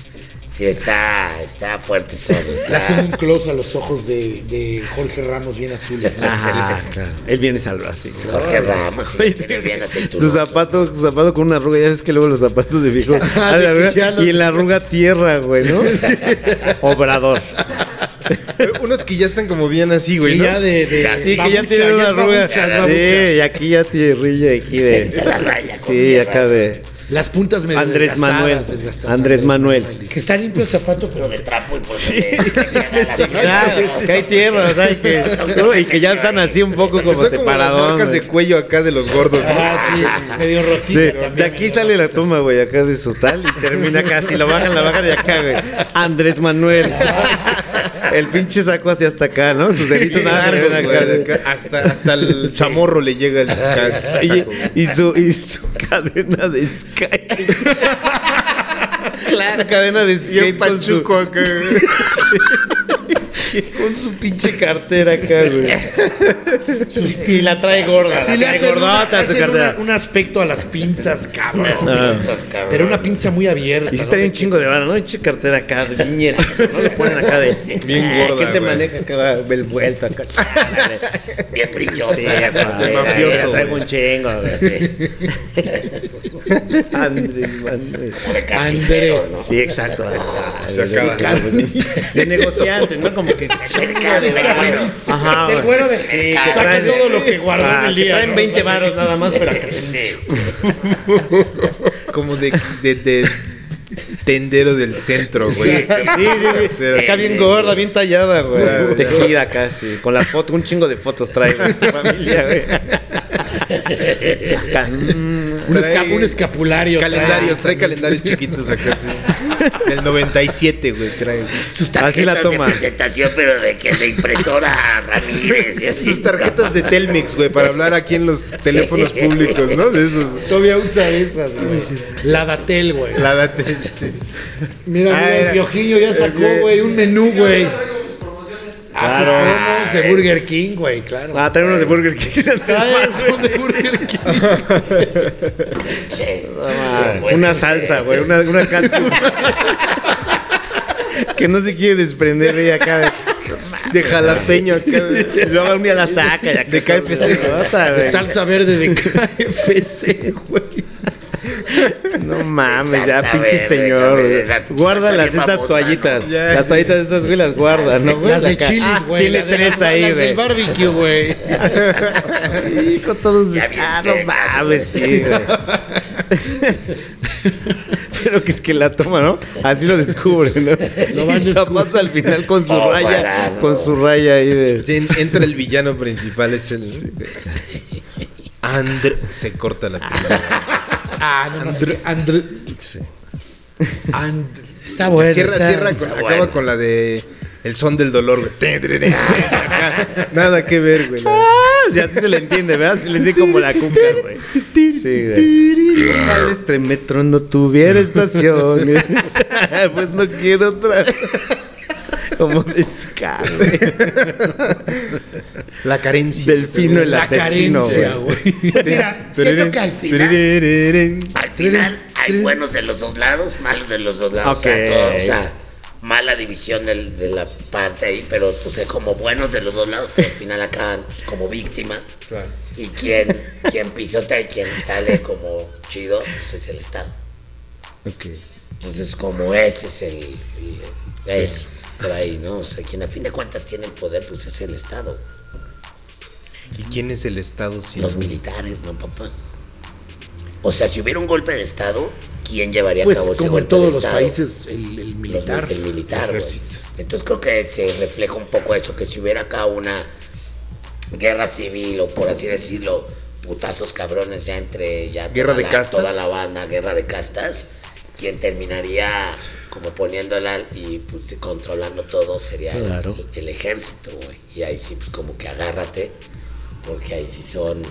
S4: Sí, está, está fuerte. Está,
S6: Le hacen un
S4: está,
S6: close a los ojos de, de Jorge Ramos bien azules. ¿no?
S2: Ajá, claro. Él viene salvo así.
S4: Jorge Ramos, este, sí, tiene bien
S2: Su
S4: aceitunoso.
S2: zapato, su zapato con una arruga, ya ves que luego los zapatos de
S4: (laughs)
S2: viejo.
S6: Ajá,
S4: Ah,
S2: a la
S6: de que
S2: arruga,
S6: ya los-
S2: y en la arruga tierra, güey, ¿no? Obrador.
S3: Pero unos que ya están como bien así, güey,
S6: Sí,
S3: ¿no?
S6: ya de, de-
S4: Ya,
S2: Sí, que
S6: babucha,
S2: ya tiene una
S6: es
S2: arruga.
S6: babucha, es
S2: Sí,
S6: babucha.
S2: y aquí ya tierrilla, aquí
S4: Está (laughs) la
S2: de.
S4: raya con
S2: Sí,
S4: tierra.
S2: acá de.
S6: Las puntas medio
S2: Andrés
S6: desgastadas,
S2: Manuel.
S6: desgastadas.
S2: Andrés Manuel.
S4: Que está limpio el zapato, pero de trapo y por sí.
S2: Claro, que hay tierra, o sea,
S4: (laughs)
S2: y que, ¿no? y que ya están así un poco como
S3: Son como las
S2: separados.
S3: marcas de cuello acá de los gordos. güey. (laughs)
S6: Ah, sí, medio rotita también.
S2: de aquí sale la toma, güey, acá de su tal y termina acá. Si lo bajan, la bajan y acá, güey. Andrés
S6: (laughs)
S2: Manuel. El pinche saco hacia hasta acá, ¿no? Sus deditos nada más se ven
S3: Largos,
S2: acá.
S3: güey, acá, hasta, hasta el chamorro le llega el ca-
S6: Ah,
S2: Y,
S3: saco.
S2: y su, y su cadena de skate. Su cadena de
S3: Y un
S2: skate con su, (laughs)
S3: pachuco acá. güey.
S2: Con su pinche cartera acá,
S6: (laughs)
S2: güey. y la trae gorda.
S6: Sí,
S2: la trae
S6: le hacen, una-
S2: gordota su
S6: hacen
S2: cartera.
S6: una- un aspecto a las pinzas, cabrón.
S4: Pinzas, cabrón.
S6: Pero una pinza muy abierta.
S2: Y si
S6: ¿no?
S2: trae
S6: De
S2: un chingo de vara, ¿no? Pinche cartera acá, de niñera. ¿no? Le ponen acá de.
S7: Bien
S2: Ah,
S7: gorda,
S2: ¿Quién te
S7: güey.
S2: maneja acá? va, El vuelto acá. Ándale.
S4: Ah, Bien brillosa.
S2: Sí, ah, aparte,
S4: güey.
S2: ahí la
S3: mafioso,
S2: traigo un chingo, güey. sí. Andrés Manuel.
S4: De carnicero,
S6: Andrés.
S4: ¿no?
S2: Sí, exacto.
S7: Se acaba.
S2: De negociante, ¿no? Como que. Ajá,
S6: El
S4: Ah,
S2: güey.
S6: güero del-
S2: Sí, que
S4: Saca
S2: traen-
S6: todo lo que guardó en
S2: Ah,
S6: el
S2: que
S6: día,
S2: Traen
S6: ¿no?
S2: 20 varos nada más,
S4: (laughs)
S2: pero acá sí.
S4: Sí.
S3: Como de, de- de tendero del centro, güey.
S2: Sí, sí, sí. Acá bien gorda, bien tallada, güey. Tejida casi. Con la foto, un chingo de fotos trae de su familia, güey. Acá, mm.
S6: Un, esca-
S3: Trae-
S6: un escapulario. trae.
S3: Calendarios, trae calendarios chiquitos acá, (laughs) sí. Del 97, güey, trae.
S4: Sus
S2: Así la
S4: tarjetas
S2: toma.
S4: de presentación, pero de que la impresora Ramírez y así.
S3: Sus tarjetas de Telmex, güey, para hablar aquí en los teléfonos públicos, ¿no? De esos.
S6: Todavía usa esas, güey. La Datel, güey.
S3: La date, sí.
S6: Mira,
S3: Ah,
S6: mira, el
S3: era-
S6: Piojillo ya sacó,
S3: Oye.
S6: güey, un menú, güey. A sus
S2: Claro.
S6: promos de Burger King, güey, claro.
S2: Ah, trae unos de Burger King. (laughs)
S6: Trae son de Burger King.
S4: Sí.
S2: Una salsa, güey. Una, una salsa. (laughs) que no se quiere desprender de acá. güey.
S3: De jalapeño acá, güey.
S2: Y luego un día la saca y acá.
S3: De KFC.
S2: Otra, güey.
S6: Salsa verde (laughs) de KFC, güey.
S2: No mames, ya
S4: Salsa
S2: pinche
S4: verde,
S2: señor.
S4: cabrón,
S2: güey.
S4: esa pinche
S2: Guárdalas
S4: salsa
S2: estas
S4: famosa,
S2: toallitas.
S4: ¿no?
S3: Ya,
S2: Las
S3: sí.
S2: toallitas de estas, güey, las guardas, ¿no, güey?
S6: Las de
S2: Acá.
S6: chilis,
S2: Ah,
S6: güey.
S2: Tiene
S6: las de-
S2: tres ahí,
S6: Las
S2: güey.
S6: del barbecue, güey.
S2: Hijo, todos.
S4: Ya bien
S2: Ah, no
S4: secas,
S2: mames, sí, güey. Pero que es que la toma, ¿no? Así lo descubre, ¿no?
S6: Lo
S2: y
S6: van
S2: zapatos al final con su
S4: Oh,
S2: raya.
S4: varado.
S2: Con su raya ahí de.
S3: Ya en- Entra el villano principal, es el. Andre. Se corta la piel.
S6: Ah, no, no. Andr, Andr,
S3: Sí.
S6: Andr- Está bueno.
S3: Cierra,
S6: está-
S3: cierra con- acaba
S4: bueno.
S3: con la de. El son del dolor, güey. Te, te, te, acá. Nada que ver, güey.
S2: Ah, sí, así se le entiende, ¿verdad? Se le entiende como la cuca, güey. Sí, güey. Al este metro no tuviera estaciones. (laughs) pues no quiero otra. (laughs) Como descargo.
S3: La carencia.
S2: Delfino el
S6: La
S2: asesino,
S6: carencia,
S2: güey.
S6: güey.
S4: Mira, siento que al final, al final hay buenos de los dos lados, malos de los dos lados. O, sea,
S2: Ok.
S4: todo, o sea, mala división del- de la parte ahí, pero pues eh, como buenos de los dos lados, pero al final acaban pues, como víctima.
S6: Claro.
S4: Y quien, quien pisotea y quien sale como chido, pues es el Estado. Entonces, como ese es el. el- es por ahí, ¿no? O sea, quien a fin de cuentas tiene el poder, pues es el Estado.
S3: ¿Y quién es el Estado sin
S4: Los militares, ¿no, papá? O sea, si hubiera un golpe de Estado, ¿quién llevaría
S6: Pues
S4: a cabo ese
S6: como en
S4: golpe
S6: todos
S4: de
S6: los
S4: Estado?
S6: países, el, el
S4: Los-
S6: militar.
S4: el militar,
S6: el
S4: güey.
S6: ejército.
S4: Entonces creo que se refleja un poco eso, que si hubiera acá una guerra civil o por así decirlo, putazos cabrones ya entre ya
S3: Guerra
S4: toda
S3: de
S4: la-
S3: castas.
S4: toda la banda, guerra de castas, quien terminaría como poniéndola y pues controlando todo sería el-
S2: Claro.
S4: el, ejército, güey. Y ahí sí pues como que agárrate, porque ahí sí son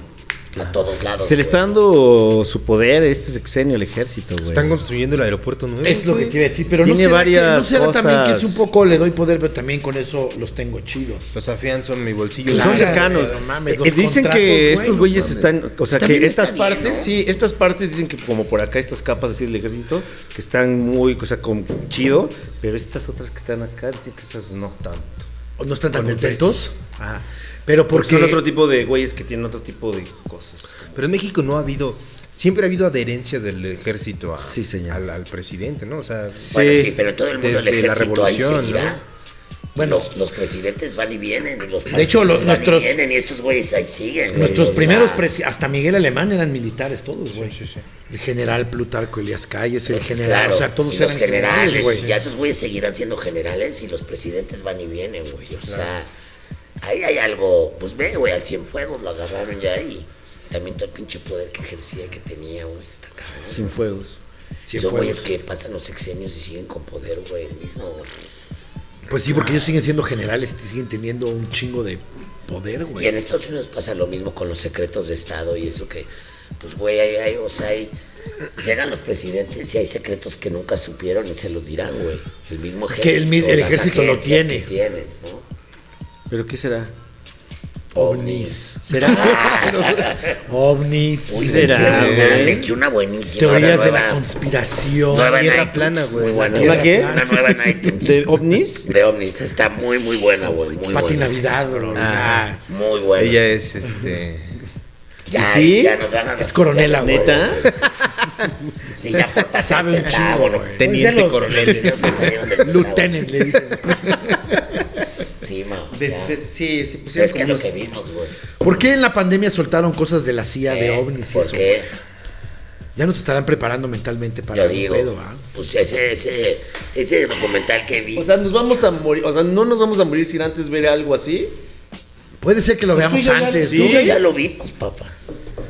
S4: a todos lados.
S2: Se le
S4: güey.
S2: está dando su poder a este sexenio al ejército, güey.
S3: Están construyendo el aeropuerto nuevo.
S6: Es lo que te iba a decir, pero
S2: Tiene
S6: no será,
S2: varias
S6: que, no será también que
S2: cosas.
S6: es un poco le doy poder, pero también con eso los tengo chidos.
S3: Los afianzan mi bolsillo.
S2: Pues
S6: Claro,
S2: Son cercanos.
S6: güey, no mames,
S2: Eh,
S6: los
S2: dicen
S6: contratos,
S2: que
S6: güey,
S2: estos
S6: no
S2: güeyes
S6: mames.
S2: están, o sea,
S4: También
S2: que
S4: está
S2: estas
S4: bien,
S2: partes,
S4: ¿no?
S2: sí, estas partes dicen que como por acá estas capas así del ejército, que están muy, o sea, con chido, pero estas otras que están acá dicen que esas no tanto.
S6: ¿O ¿No están tan
S2: Con el
S6: contentos?
S2: precio. Ajá.
S6: Pero
S2: Porque
S6: porque
S2: son otro tipo de güeyes que tienen otro tipo de cosas.
S3: Pero en México no ha habido. Siempre ha habido adherencia del ejército a-
S2: Sí, señor.
S3: Al, al presidente, ¿no? O sea,
S4: Bueno, sí, pero en todo el mundo
S3: Desde
S4: el
S3: la
S4: ejército
S3: revolución,
S4: ahí seguirá.
S3: ¿no?
S4: Bueno,
S6: Bueno.
S4: los, los presidentes van y vienen y los
S6: De hecho,
S4: partidos
S6: los-
S4: van
S6: nuestros-
S4: y vienen y estos güeyes ahí siguen. güey,
S6: nuestros
S4: o sea,
S6: primeros presi- hasta Miguel Alemán eran militares todos, güey. El general Plutarco Elias Calles, el
S4: pues,
S6: general,
S4: claro,
S6: o sea, todos
S4: y
S6: eran
S4: los generales,
S6: generales, güey.
S4: y ya esos güeyes seguirán siendo generales y los presidentes van y vienen, güey. O sea, ahí hay algo, pues ve, güey, al Cienfuegos lo agarraron ya y también todo el pinche poder que ejercía y que tenía, güey, está cabrón.
S2: Sin fuegos.
S4: Son güeyes
S6: Cienfuegos.
S4: que pasan los sexenios y siguen con poder, güey, el mismo, güey.
S6: Pues sí, porque ellos siguen siendo generales y siguen teniendo un chingo de poder,
S4: Y en
S6: güey.
S4: Estados Unidos pasa lo mismo con los secretos de Estado y eso que, pues, güey, hay, hay- o sea, hay- llegan los presidentes y hay secretos que nunca supieron y se los dirán, güey. El mismo
S6: Que el mi- el
S4: las
S6: ejército lo
S4: agencias que
S6: tiene.
S4: tienen, ¿no?
S2: ¿Pero
S4: (laughs)
S2: qué será?
S6: Ovnis.
S4: ¿Será?
S6: (laughs) Ovnis.
S4: Uy,
S2: Será,
S4: güey,
S2: güey.
S4: que una buenísima.
S6: Teorías
S4: una
S6: de la
S4: nueva-
S6: conspiración.
S4: nueva en
S3: Tierra
S4: iTunes,
S3: plana, güey.
S4: muy buena.
S2: ¿Tierra qué?
S4: Una nueva en iTunes.
S2: ¿De ovnis?
S4: De ovnis. Está muy, muy buena, güey. Muy
S6: Pati
S4: buena.
S6: Navidad, bro.
S2: Ah.
S4: Muy buena.
S2: Ella es este.
S4: ya,
S2: ¿Sí?
S4: ya nos van a
S6: Es coronela, güey.
S2: ¿Neta?
S4: Sí, ya
S6: (laughs)
S4: por Ah,
S6: Sabe un chingo, güey.
S2: Teniente
S4: (laughs)
S6: Pues ya los-
S2: coronel.
S6: Lieutenant, le dicen.
S4: Sí, ma.
S2: De-
S4: ya.
S2: de- sí, sí, pusieron
S4: Es que es
S2: como
S4: lo que
S2: unos-
S4: vimos, güey. Eh,
S6: ¿Por qué en la pandemia soltaron cosas de la CIA, de ovnis y
S4: ¿Por
S6: eso?
S4: qué?
S6: Ya nos estarán preparando mentalmente para
S4: Yo
S6: el
S4: digo.
S6: pedo, ¿ah? ¿va?
S4: pues ese, ese, ese documental que vi.
S2: O sea, nos vamos a morir. O sea, no nos vamos a morir sin antes ver algo así.
S6: Puede ser que lo veamos
S2: ya-
S6: antes,
S2: sí,
S4: tú
S6: ¿no?
S4: ya lo vimos, papá.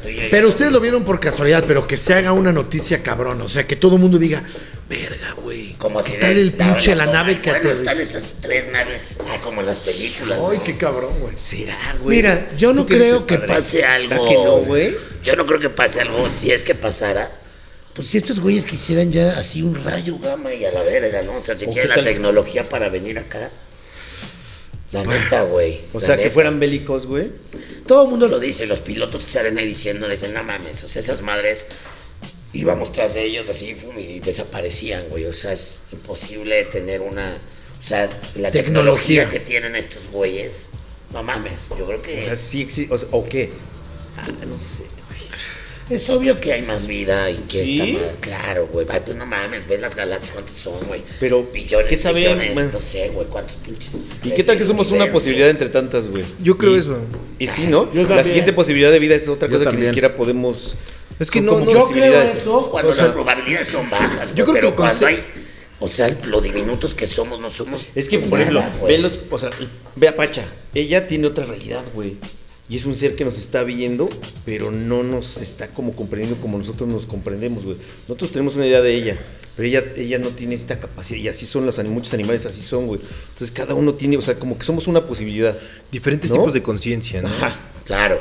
S4: Tú ya-
S6: Pero ustedes lo vieron por casualidad, pero que se haga una noticia cabrón. O sea, que todo el mundo diga, verga, güey.
S4: Como
S6: ¿Qué
S4: así
S6: tal
S4: de-
S6: el pinche la
S4: bueno,
S6: nave que
S4: bueno, están
S6: aterrizó?
S4: esas tres naves, ah, como en las películas.
S6: Ay,
S4: ¿no?
S6: qué cabrón, güey.
S2: Será, güey.
S1: Mira, yo no
S2: ¿Tú qué dices,
S1: creo que
S2: padre?
S4: pase algo.
S2: ¿A que no, güey?
S4: Yo no creo que pase algo. Si es que pasara, pues si estos güeyes quisieran ya así un rayo gamma y a la verga, ¿no? O sea, si
S6: ¿O
S4: quieren
S6: qué
S4: la
S6: tal?
S4: tecnología para venir acá. La neta, güey.
S2: O
S4: la
S2: sea, que
S4: neta.
S2: fueran bélicos, güey.
S4: Todo el mundo lo dice, los pilotos que salen ahí diciendo, dicen, no mames, o sea, esas madres íbamos tras de ellos así fum, y desaparecían, güey. O sea, es imposible tener una. O sea, la
S6: Tecnología.
S4: tecnología, que tienen estos güeyes. No mames, yo creo que.
S2: O sea, sí existe. O, sea, ¿o qué? Ah, no sé, güey.
S4: Es obvio que hay más vida y que
S2: ¿Sí?
S4: está más. Claro, güey. Ay, pues no mames, ves las galaxias, cuántas son, güey.
S2: Pero,
S4: billones,
S2: ¿qué saben?
S4: billones,
S2: Bueno.
S4: no sé, güey, cuántos pinches.
S2: ¿Y qué tal que somos una
S4: universo?
S2: posibilidad entre tantas, güey?
S3: Yo creo
S2: Y-
S3: eso.
S2: Y sí, ¿no?
S1: Yo
S2: La
S1: también.
S2: siguiente posibilidad de vida es otra Yo cosa que ni también. siquiera podemos.
S3: Es que
S2: son
S3: no,
S2: como
S3: no.
S1: Yo creo
S2: posibilidades.
S1: eso.
S4: Cuando
S1: o sea,
S4: las probabilidades son bajas,
S3: yo
S4: yo
S3: creo
S4: creo
S3: que
S4: pero
S3: el
S4: cuando
S3: conce-
S4: hay. O sea, lo diminutos que somos, no somos.
S2: Es que, por
S4: nada,
S2: ejemplo,
S4: güey.
S2: ve los. O sea, ve a Pacha. Ella tiene otra realidad, güey. Y es un ser que nos está viendo, pero no nos está como comprendiendo como nosotros nos comprendemos, güey. Nosotros tenemos una idea de ella, pero ella, ella no tiene esta capacidad. Y así son los anim- muchos animales, así son, güey. Entonces cada uno tiene, o sea, como que somos una posibilidad.
S3: Diferentes
S2: ¿No?
S3: tipos de conciencia, ¿no?
S2: Ajá.
S4: Claro.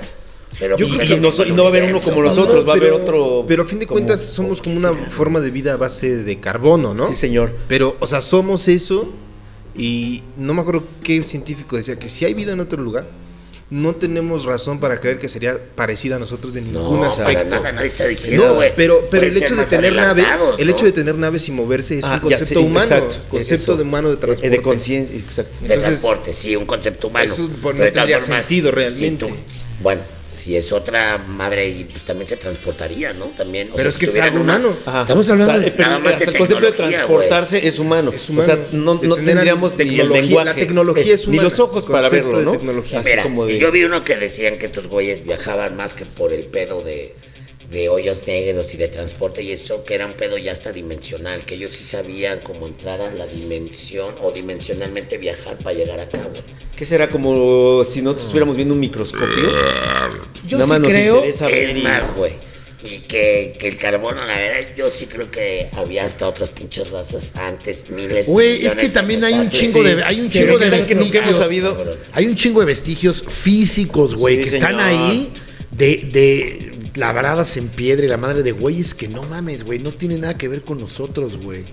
S4: Pero
S2: Yo
S4: pues,
S2: creo
S4: es
S2: que
S4: lo
S2: no
S4: mismo
S2: soy-
S4: el
S2: no va a haber uno
S4: universo,
S2: como
S4: ¿no?
S2: nosotros. va a haber
S3: pero-
S2: otro-
S3: Pero a fin de
S2: como-
S3: cuentas somos como una forma de vida a base de carbono, ¿no?
S2: Sí, señor.
S3: Pero, o sea, somos eso y no me acuerdo qué científico decía que si hay vida en otro lugar, no tenemos razón para creer que sería parecida a nosotros de
S4: No,
S3: ningún
S4: para
S3: aspecto.
S4: nada, nadie está diciendo,
S3: No,
S4: güey.
S3: pero, pero el
S4: Pueden ser
S3: hecho de
S4: más
S3: tener naves,
S4: adelantados,
S3: el
S4: ¿no?
S3: hecho de tener naves y moverse es un
S2: Ah, ya
S3: concepto
S2: sé,
S3: humano,
S2: exacto,
S3: concepto
S2: eso.
S3: de humano de transporte.
S2: Eh, De conciencia, exacto.
S4: De
S3: Entonces-
S4: transporte, sí, un concepto humano.
S3: Eso, pues, no
S4: Pero de todas
S3: tendría
S4: formas,
S3: sentido
S4: si
S3: realmente.
S4: tú- bueno, si es otra madre, y, pues también se transportaría, ¿no? También, o
S3: Pero es
S4: si
S3: que es
S4: tuvieran
S3: algo
S4: una-
S3: humano.
S2: Ajá.
S6: Estamos hablando de-
S2: eh, pero
S4: nada más
S2: hasta
S4: de
S2: el concepto de
S4: tecnología,
S2: transportarse es humano.
S3: Es humano.
S2: O sea, no,
S3: De
S2: no
S3: tener
S2: tendríamos ni el
S3: tecnología.
S2: lenguaje.
S3: La tecnología es humana.
S2: Ni los ojos para
S3: Concepto
S2: verlo,
S3: de
S2: ¿no?
S3: tecnología.
S2: Así
S4: Mira,
S2: como de...
S4: yo vi uno que decían que estos güeyes viajaban más que por el pedo de, de hoyos negros y de transporte y eso, que era un pedo ya hasta dimensional, que ellos sí sabían cómo entrar a la dimensión o dimensionalmente viajar para llegar acá, güey.
S2: ¿Qué será? Como si nosotros estuviéramos viendo un microscopio.
S1: Yo
S2: Nada
S1: sí
S2: más nos
S1: creo
S2: interesa
S4: ¿Qué
S2: ver
S4: es
S2: y-
S4: más, güey? Y que, que el carbono, la verdad, yo sí creo que había hasta otras pinches razas antes, miles.
S6: Güey, es
S4: millones
S6: que también
S4: de
S6: hay un
S4: años.
S6: chingo
S2: Sí.
S6: de hay un
S2: Pero
S6: chingo
S2: ¿qué
S6: de
S2: tal que nunca hemos
S6: vestigios.
S2: sabido?
S6: Hay un chingo de vestigios físicos, güey,
S2: Sí,
S6: que están
S2: señor.
S6: ahí de, de labradas en piedra y la madre de güeyes que no mames, güey, no tiene nada que ver con nosotros, güey.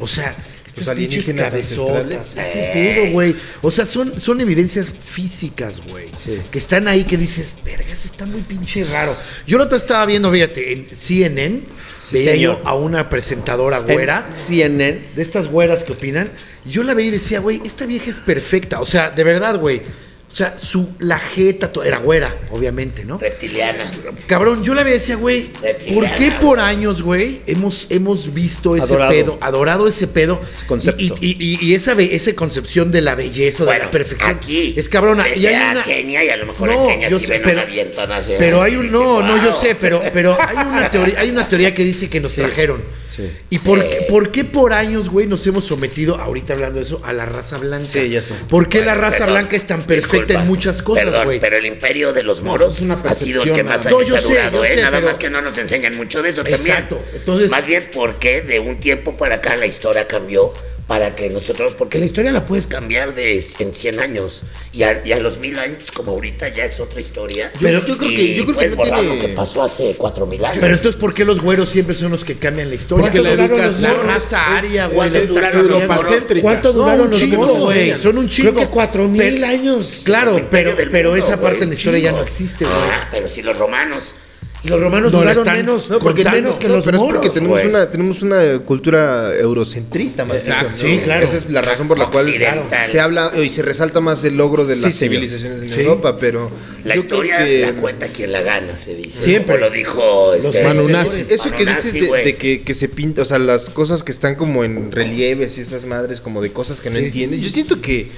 S6: O sea, estos
S3: Los
S6: pinches
S3: alienígenas
S6: cabezotas,
S3: ancestrales.
S6: ese pedo, güey. O sea, son, son evidencias físicas, güey.
S2: Sí.
S6: Que están ahí que dices, verga, eso está muy pinche raro. Yo lo estaba viendo, fíjate, en CNN,
S2: Sí,
S6: veía
S2: señor.
S6: yo a una presentadora güera.
S2: En CNN.
S6: De estas güeras que opinan. y Yo la veía y decía, güey, esta vieja es perfecta. O sea, de verdad, güey. O sea, su, la jeta to- era güera, obviamente, ¿no?
S4: Reptiliana.
S6: Cabrón, yo la veía y decía, güey, ¿por qué por años, güey, hemos, hemos visto ese
S2: Adorado.
S6: pedo, adorado ese pedo?
S2: Ese concepto.
S6: Y, y- y- y esa, be- esa concepción de la belleza, o de la
S4: Bueno,
S6: perfección.
S4: Aquí.
S6: es cabrona.
S4: vete
S6: Y hay
S4: a
S6: una.
S4: Kenia y a lo mejor en Kenia
S6: yo
S4: sí
S6: sé,
S4: ven
S6: pero,
S4: una dientona así,
S6: pero hay un.
S4: y
S6: No,
S4: dicen,
S6: no, yo
S4: "Wow".
S6: sé, pero,
S4: (laughs)
S6: pero hay, una teoría, hay una teoría que dice que nos trajeron.
S2: sí.
S6: ¿Y por,
S4: Sí.
S6: qué, por qué por años, güey, nos hemos sometido, ahorita hablando de eso, a la raza blanca?
S2: Sí, ya sé.
S6: ¿Por qué la
S4: Bueno,
S6: raza
S4: perdón,
S6: blanca es tan perfecta
S4: disculpa,
S6: en muchas cosas,
S4: perdón,
S6: güey?
S4: Pero el imperio de los moros
S1: es una
S4: ha sido el
S1: percepción,
S4: que más ha
S6: nada más. No, yo sé,
S4: durado,
S6: yo
S4: ¿eh?
S6: sé,
S4: Nada
S6: pero-
S4: más que no nos enseñan mucho de eso
S6: Exacto,
S4: también.
S6: entonces-
S4: Más bien porque de un tiempo para acá la historia cambió
S1: para que nosotros, porque la historia la puedes cambiar de c- en 100 años y a, y a los 1000 años, como ahorita, ya es otra historia.
S6: Yo- yo creo que-
S1: Y
S6: yo creo que
S1: puedes
S6: no
S1: borrar
S6: tiene-
S1: lo que pasó hace 4000 años.
S6: Pero entonces, ¿por qué los güeros siempre son los que cambian la historia?
S7: Porque la
S6: ¿Cuánto duraron
S7: educación
S6: los moros?
S7: es-
S6: La aria, güey.
S1: ¿Cuánto
S6: la educación-
S1: duraron los moros?
S7: europacéntrica.
S6: ¿Cuánto
S7: No,
S6: duraron
S7: un
S6: los
S7: chingo,
S6: moros, güey?
S7: güey.
S6: Son un chingo.
S1: Creo que 4000
S6: Pero-
S1: años.
S6: Claro,
S1: del imperio
S6: pero-
S1: del
S6: pero
S1: mundo,
S6: esa parte
S1: güey,
S6: de la historia ya
S1: chingo.
S6: no existe, güey.
S1: Ah, pero si los romanos.
S6: Y los romanos No, la duraron están- menos, no, porque con menos menos que que
S3: No,
S6: los
S3: pero es porque
S6: moros,
S3: tenemos
S6: güey.
S3: una, tenemos una cultura eurocentrista más
S6: Exacto,
S3: que
S6: sí, claro.
S3: Esa es la razón por la cual
S1: Occidental.
S3: claro, se habla eh, y se resalta más el logro de
S6: Sí,
S3: las
S6: señor.
S3: civilizaciones en
S6: Sí.
S3: Europa, pero
S1: La
S3: yo
S1: historia
S3: creo que-
S1: la cuenta quien la gana, se dice.
S6: Siempre.
S1: Como lo dijo este,
S6: manonazis.
S1: los
S3: Eso que
S1: manonazis,
S3: dices de,
S1: güey.
S3: de que, que se pinta, o sea, las cosas que están como en relieves y esas madres como de cosas que no entiendes. Yo siento que yo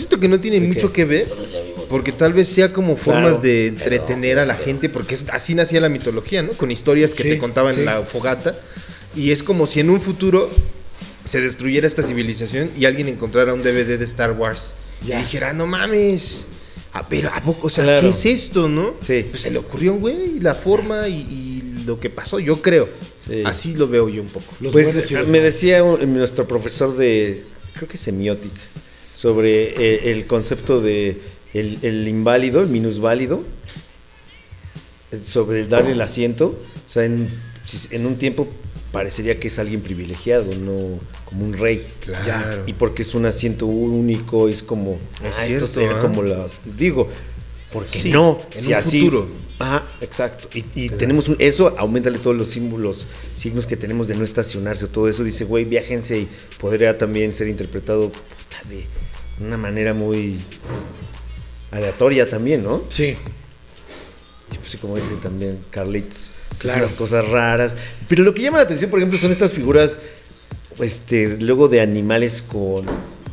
S3: siento que no tiene mucho que ver, porque tal vez sea como formas de entretener a la gente, porque es- así nacía la mitología, ¿no? Con historias que
S6: Sí,
S3: te contaban
S6: sí.
S3: en la fogata y es como si en un futuro se destruyera esta civilización y alguien encontrara un DVD de Star Wars
S6: Ya.
S3: y dijera, "No mames, a pero a poco, o sea,
S2: Claro.
S3: ¿qué es esto, no?"
S2: Sí.
S3: Pues se le ocurrió, güey, la forma y, y lo que pasó, yo creo.
S2: Sí.
S3: Así lo veo yo un poco.
S6: Los buenos
S2: pues
S6: y los
S2: me
S6: malos.
S2: decía un- nuestro profesor de, creo que semiótica, sobre eh, el concepto de el, el inválido, el minusválido, eh, sobre el darle el asiento. O sea, en, si- en un tiempo parecería que es alguien privilegiado, no como un rey.
S6: Claro.
S2: Y porque es un asiento único, es como,
S3: Es
S2: ah, esto
S3: cierto,
S2: sería
S3: ¿ah?
S2: como las... Digo, porque
S3: Sí,
S2: no,
S3: en
S2: si
S3: un
S2: así...
S3: futuro.
S2: Ajá, exacto. Y, y tenemos un- eso, aumentale todos los símbolos, signos que tenemos de no estacionarse o todo eso. Dice, güey, viajense y podría también ser interpretado puta, de una manera muy aleatoria también, ¿no?
S6: Sí.
S2: Y pues, sí, como dice también Carlitos,
S6: Claro.
S2: claro. las cosas raras. Pero lo que llama la atención, por ejemplo, son estas figuras, este, luego de animales con,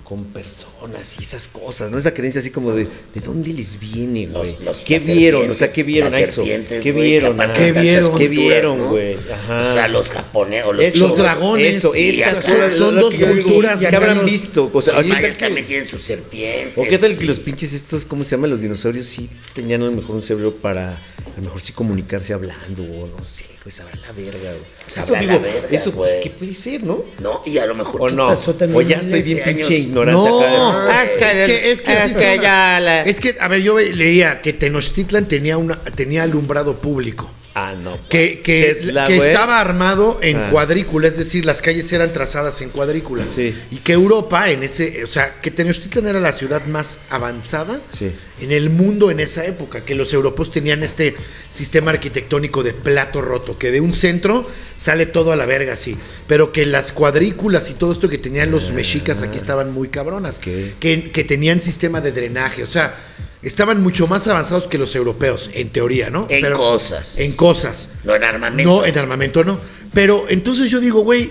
S2: con personas y esas cosas, ¿no? Esa creencia así como de, ¿de dónde les viene, güey?
S1: Los- los-
S2: ¿Qué
S1: las
S2: vieron? O sea,
S1: serpientes,
S2: ¿qué vieron a
S1: las
S2: eso?
S1: serpientes,
S2: ¿Qué
S1: güey,
S2: vieron?
S1: aparte
S2: ah?
S6: ¿Qué
S1: de tantas
S6: vieron?
S1: culturas,
S2: ¿Qué vieron,
S1: ¿no?
S2: güey? Ajá.
S1: O sea, los japoneses o los
S2: Eso,
S6: Los dragones,
S2: Eso,
S6: sí,
S2: esas
S6: son-
S2: cosas.
S6: son
S2: lo
S6: dos
S2: que yo digo,
S6: culturas,
S2: que habrán
S6: cabrón.
S2: visto. O sea,
S1: Los
S2: ahorita
S1: mayas
S2: que-
S1: también tienen sus serpientes.
S2: ¿O qué tal que
S1: sí.
S2: los pinches estos, cómo se llaman los dinosaurios? Sí tenían a lo mejor un cerebro para, a lo mejor sí comunicarse hablando, o no sé, güey, sabrá la verga, güey. Eso
S1: Sabrá la
S2: digo,
S1: verga,
S2: eso pues,
S1: güey.
S2: ¿qué puede ser, no?
S1: No, y a lo mejor.
S2: O
S1: ¿qué
S2: no,
S1: pasó también
S2: o ya
S1: miles
S2: estoy bien
S1: de
S2: pinche
S1: años?
S2: ignorante
S6: No,
S2: acá. de-
S6: es que, es que,
S7: es
S6: sí
S7: que
S6: son-
S7: ya la-
S6: es que, a ver, yo ve- leía que Tenochtitlan tenía una, tenía alumbrado público.
S2: Ah, no.
S6: Que, que,
S2: Tesla,
S6: que
S2: güey.
S6: estaba armado en
S2: Ah.
S6: cuadrícula, es decir, las calles eran trazadas en cuadrícula.
S2: Sí.
S6: Y que Europa, en ese, o sea, que Tenochtitlan era la ciudad más avanzada
S2: Sí.
S6: en el mundo en esa época, que los europeos tenían este sistema arquitectónico de plato roto, que de un centro sale todo a la verga así, pero que las cuadrículas y todo esto que tenían
S2: Ah.
S6: los mexicas aquí estaban muy cabronas, que, que tenían sistema de drenaje, o sea, estaban mucho más avanzados que los europeos, en teoría, ¿no?
S1: En cosas.
S6: En cosas.
S1: No en armamento.
S6: No, en armamento no. Pero entonces yo digo, güey,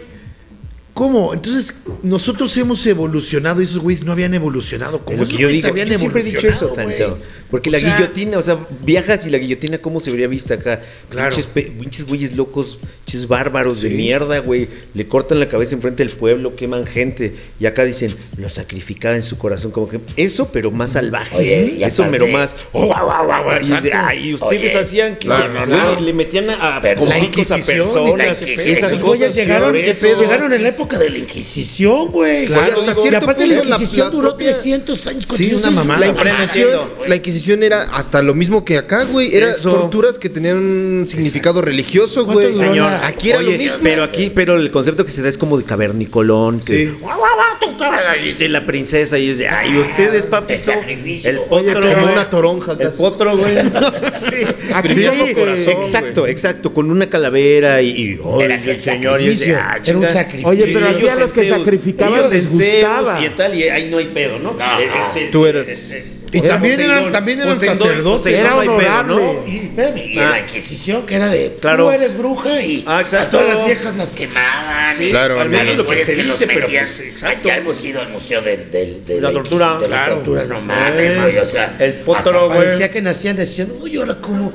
S6: ¿cómo? Entonces nosotros hemos evolucionado y esos güeyes no habían evolucionado.
S2: Es
S6: ¿Cómo
S2: lo que yo digo. Yo siempre he dicho eso, tanto.
S6: tanto.
S2: Porque la guillotina, o sea, viajas y la guillotina, ¿cómo se vería vista acá?
S6: Claro.
S2: Pinches, pe- pinches güeyes locos, pinches bárbaros de mierda, güey. Le cortan la cabeza enfrente del pueblo, queman gente. Y acá dicen, lo sacrificaba en su corazón. Como que eso, pero más salvaje.
S1: Oye, y
S2: eso,
S1: aparte-
S2: pero más. oh, guau, guau, guau, guau. Y, dice, "Ay, y ustedes
S1: Oye,
S2: hacían que
S1: claro, no,
S2: güey,
S1: no.
S2: le metían a, a
S1: Pero
S2: como
S6: la
S2: chicos a
S6: Inquisición y la
S2: personas.
S1: Inquisición.
S2: Esas
S1: Los
S2: cosas.
S1: llegaron,
S2: por
S1: ¿qué
S2: eso.
S1: pedo? Llegaron en la época de la Inquisición, güey.
S6: Claro,
S3: hasta
S6: digo,
S3: cierto
S6: y aparte la
S3: punto la-
S6: Inquisición
S3: la
S6: duró
S3: propia-
S6: 300 años.
S3: Sí, una mamada. La Inquisición, la Inquisición era hasta lo mismo que acá, güey. Era
S2: Eso.
S3: torturas que tenían un significado religioso, güey.
S6: ¿Cuánto duró la-
S3: Aquí era
S2: Oye,
S3: lo mismo.
S2: pero aquí, pero el concepto que se da es como de cavernicolón, que
S6: Sí.
S2: guau, guau, guau, tu cara de- de la princesa y es de, ay, ustedes, papito,
S1: El sacrificio.
S2: el potro,
S3: Oye, como
S2: güey,
S3: una toronja,
S2: el
S3: casi.
S2: potro, güey, sí,
S3: Exprimía
S2: Sí,
S3: su corazón,
S2: exacto, exacto, con una calavera y, y, oh,
S1: Era
S2: el
S1: el
S2: señor y es de, ah,
S1: sacrificio. Era un
S2: chinga.
S1: sacrificio.
S7: Oye, pero
S2: Sí,
S7: aquí a
S2: ellos
S7: los que
S2: en Zeus,
S7: sacrificaban
S2: ellos
S7: les
S2: en Zeus
S7: gustaba.
S2: y en tal, y ahí no hay pedo, ¿no?
S1: No.
S2: Este,
S3: Tú eres-
S6: Y también
S2: Poseidón.
S6: eran, también eran
S2: Poseidón,
S6: sacerdotes.
S2: Poseidón,
S7: Era
S2: no hay pedo,
S7: honorable.
S2: ¿no?
S1: Y, espérame, y en
S2: Ah.
S1: la Inquisición, que era de.
S2: Claro.
S1: Tú eres bruja y
S2: Ah, exacto.
S1: a todas las viejas las quemaban.
S2: Sí,
S1: y-
S3: claro,
S2: al
S1: Al menos lo que
S2: se dice, pero
S1: metían.
S2: pues, exacto.
S1: Ya hemos ido al museo del- del- de,
S2: La tortura.
S1: Inquisición, De la
S2: Claro.
S1: tortura, no mames,
S2: Eh,
S1: güey, O sea,
S2: el potro,
S1: hasta
S2: güey.
S1: Parecía que nacían, decían, uy, ahora cómo.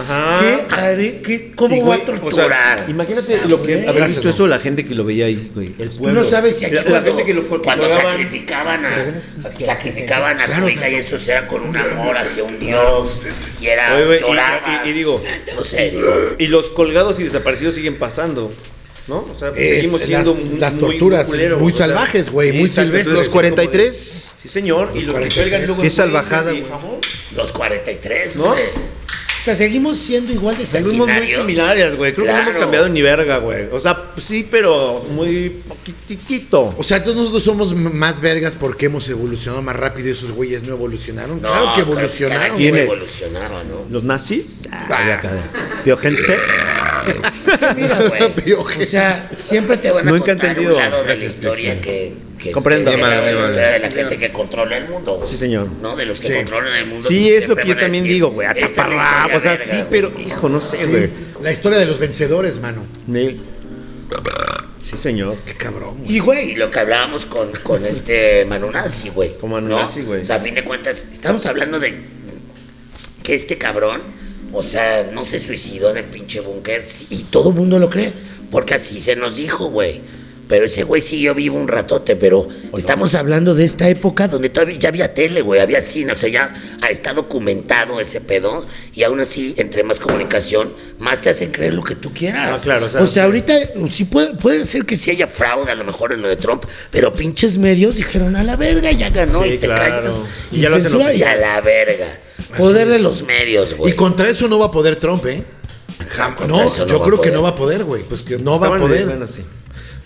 S2: Ajá.
S1: ¿Qué haré? ¿Qué, ¿Cómo
S2: Y,
S1: voy a
S2: güey, o
S1: torturar?
S2: sea, imagínate
S1: O sea,
S2: lo que
S1: güey.
S2: habrá visto eso la gente que lo veía ahí, güey. El
S1: Tú
S2: pueblo.
S1: no sabes si aquí
S2: la, la
S1: cuando,
S2: gente que lo que
S1: cuando
S2: colgaban-
S1: sacrificaban a, sacrificaban a Cuica y eso era con un amor hacia un dios y era
S2: Oye, güey, y-
S1: llorabas.
S2: y- y digo-
S1: no sé, digo,
S2: Y los colgados y desaparecidos siguen pasando. ¿No? O sea, pues,
S6: Es-
S2: seguimos siendo
S6: las,
S2: muy-
S6: las
S2: muy-
S6: torturas muy,
S2: culero, o sea,
S6: salvajes, güey,
S2: sí,
S6: muy
S2: exacto,
S6: silvestres.
S2: entonces
S3: Los
S2: es como de-
S3: 43.
S2: Sí, señor. Y los que
S6: 43.
S2: cuelgan luego.
S3: Sí, es
S2: en cuelgas
S3: salvajada,
S2: y-
S3: güey.
S2: Ajá.
S4: Los 43,
S2: ¿No?
S4: ¿no? O sea, seguimos siendo igual de
S2: Salimos muy
S4: sanguinarios.
S2: criminales, güey. Creo que no
S4: Claro.
S2: hemos cambiado ni verga, güey. O sea, pues sí, pero muy poquitito.
S6: O sea, entonces nosotros somos m- más vergas porque hemos evolucionado más rápido y esos güeyes no evolucionaron.
S4: No,
S6: claro que
S4: cada-
S6: evolucionaron,
S4: cada quien
S6: güey.
S4: evolucionaba,
S2: (laughs)
S4: ¿no?
S2: ¿Los nazis? Ah, ya, cabrón. Biogense.
S4: Mira, güey.
S6: Pioje.
S4: O sea, siempre te van a
S2: Nunca he
S4: contar
S2: entendido.
S4: un lado de la historia que... que
S2: Comprendo.
S4: que
S2: Sí,
S4: la-
S2: vale,
S4: de la,
S2: vale.
S4: de la gente que controla el mundo. güey.
S2: Sí, señor.
S4: ¿No? De los que
S6: Sí.
S4: controlan el mundo.
S2: Sí, es lo
S4: siempre
S2: que yo
S4: van a
S2: también
S4: decir,
S2: digo, güey.
S4: "Esta es la
S2: Ataparrabos. O sea,
S4: historia
S2: sí,
S4: verga,
S2: pero,
S4: güey".
S2: hijo, no sé,
S6: Sí,
S2: güey.
S6: La historia de los vencedores, mano.
S2: Me- Sí, señor.
S6: Qué cabrón, güey.
S4: Y, güey, lo que hablábamos con, con este Manu Nazi, güey.
S2: Con Manu Nazi, güey.
S4: O sea, a fin de cuentas, estamos hablando de que este cabrón, o sea, no se suicidó en el pinche búnker. sí, Y todo el mundo lo cree, porque así se nos dijo, güey. Pero ese güey siguió vivo un ratote, pero estamos hablando de esta época donde todavía ya había tele, güey, había cine, o sea, ya ha- está documentado ese pedo y aún así, entre más comunicación, más te hacen creer lo que tú quieras.
S2: Ah, claro, o
S4: o
S2: sea,
S4: sea, ahorita sí puede, puede ser que sí haya fraude a lo mejor en lo de Trump, pero pinches medios dijeron a la verga, ya ganó
S2: Sí,
S4: y te
S2: claro.
S4: callas.
S2: Y ya lo hacen
S4: censura, y
S2: oficial.
S4: a la verga. Poder de los medios, güey.
S6: Y contra eso no va a poder Trump, ¿eh? Jam-
S4: contra
S6: No,
S4: eso no
S6: yo
S4: va a
S6: creo que
S4: poder.
S6: no va a poder, güey. Pues que no va a
S2: Estaban-
S6: poder.
S2: Bueno, sí.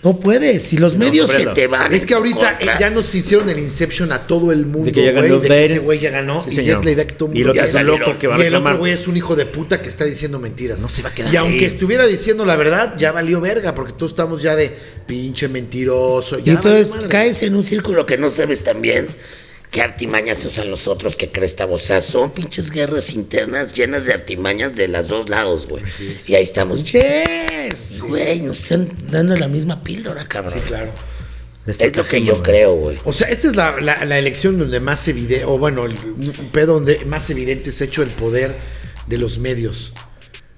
S4: No puedes, si los medios se
S2: comprendo.
S4: te van.
S6: Es que
S4: en
S6: ahorita eh,
S4: contra.
S6: ya nos hicieron el Inception a todo el mundo,
S2: De que ya ganó
S6: güey, de que
S2: Biden.
S6: ese güey ya ganó
S2: Sí,
S6: y
S2: señor.
S6: es la idea que todo el
S2: Y
S6: mundo
S2: lo que
S4: ya
S2: es un
S4: salió.
S2: loco que va a
S6: y el otro
S2: reclamar.
S6: güey es un hijo de puta que está diciendo mentiras. No
S2: se va a quedar
S6: Y
S2: ahí.
S6: aunque estuviera diciendo la verdad, ya valió verga, porque todos estamos ya de pinche mentiroso.
S4: Y
S6: Ya
S4: entonces
S6: valió madre.
S4: caes en un círculo que no sabes también qué artimañas usan los otros que cresta O sea, son pinches guerras internas llenas de artimañas de los dos lados, güey. Y ahí estamos. ¡Yes! Güey, nos están dando la misma píldora, cabrón.
S6: Sí, claro.
S4: Es lo que yo creo, güey.
S6: O sea, esta es la, la- la elección donde más evidente, o bueno, el pedo donde más evidente es hecho el poder de los medios.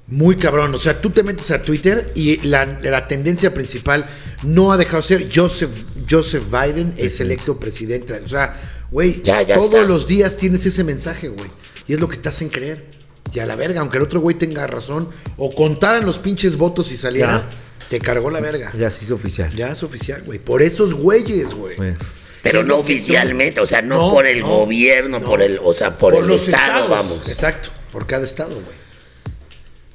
S6: Muy cabrón. O sea, tú te metes a Twitter y la, la tendencia principal no ha dejado ser Joseph, Joseph Biden es electo presidente. O sea, güey,
S4: Ya, ya
S6: todos
S4: está.
S6: los días tienes ese mensaje, güey. Y es lo que te hacen creer. Y a la verga, aunque el otro güey tenga razón o contaran los pinches votos y saliera, te cargó la verga.
S2: Ya se hizo oficial.
S6: Ya es oficial, güey. Por esos güeyes, güey.
S2: Bueno.
S4: Pero
S6: Es
S4: no
S6: lo que
S4: oficialmente,
S6: son-
S4: o sea, no,
S6: No,
S4: por el
S6: no,
S4: gobierno,
S6: no.
S4: por el, o sea, por, el estado, vamos.
S6: Exacto, por cada estado, güey.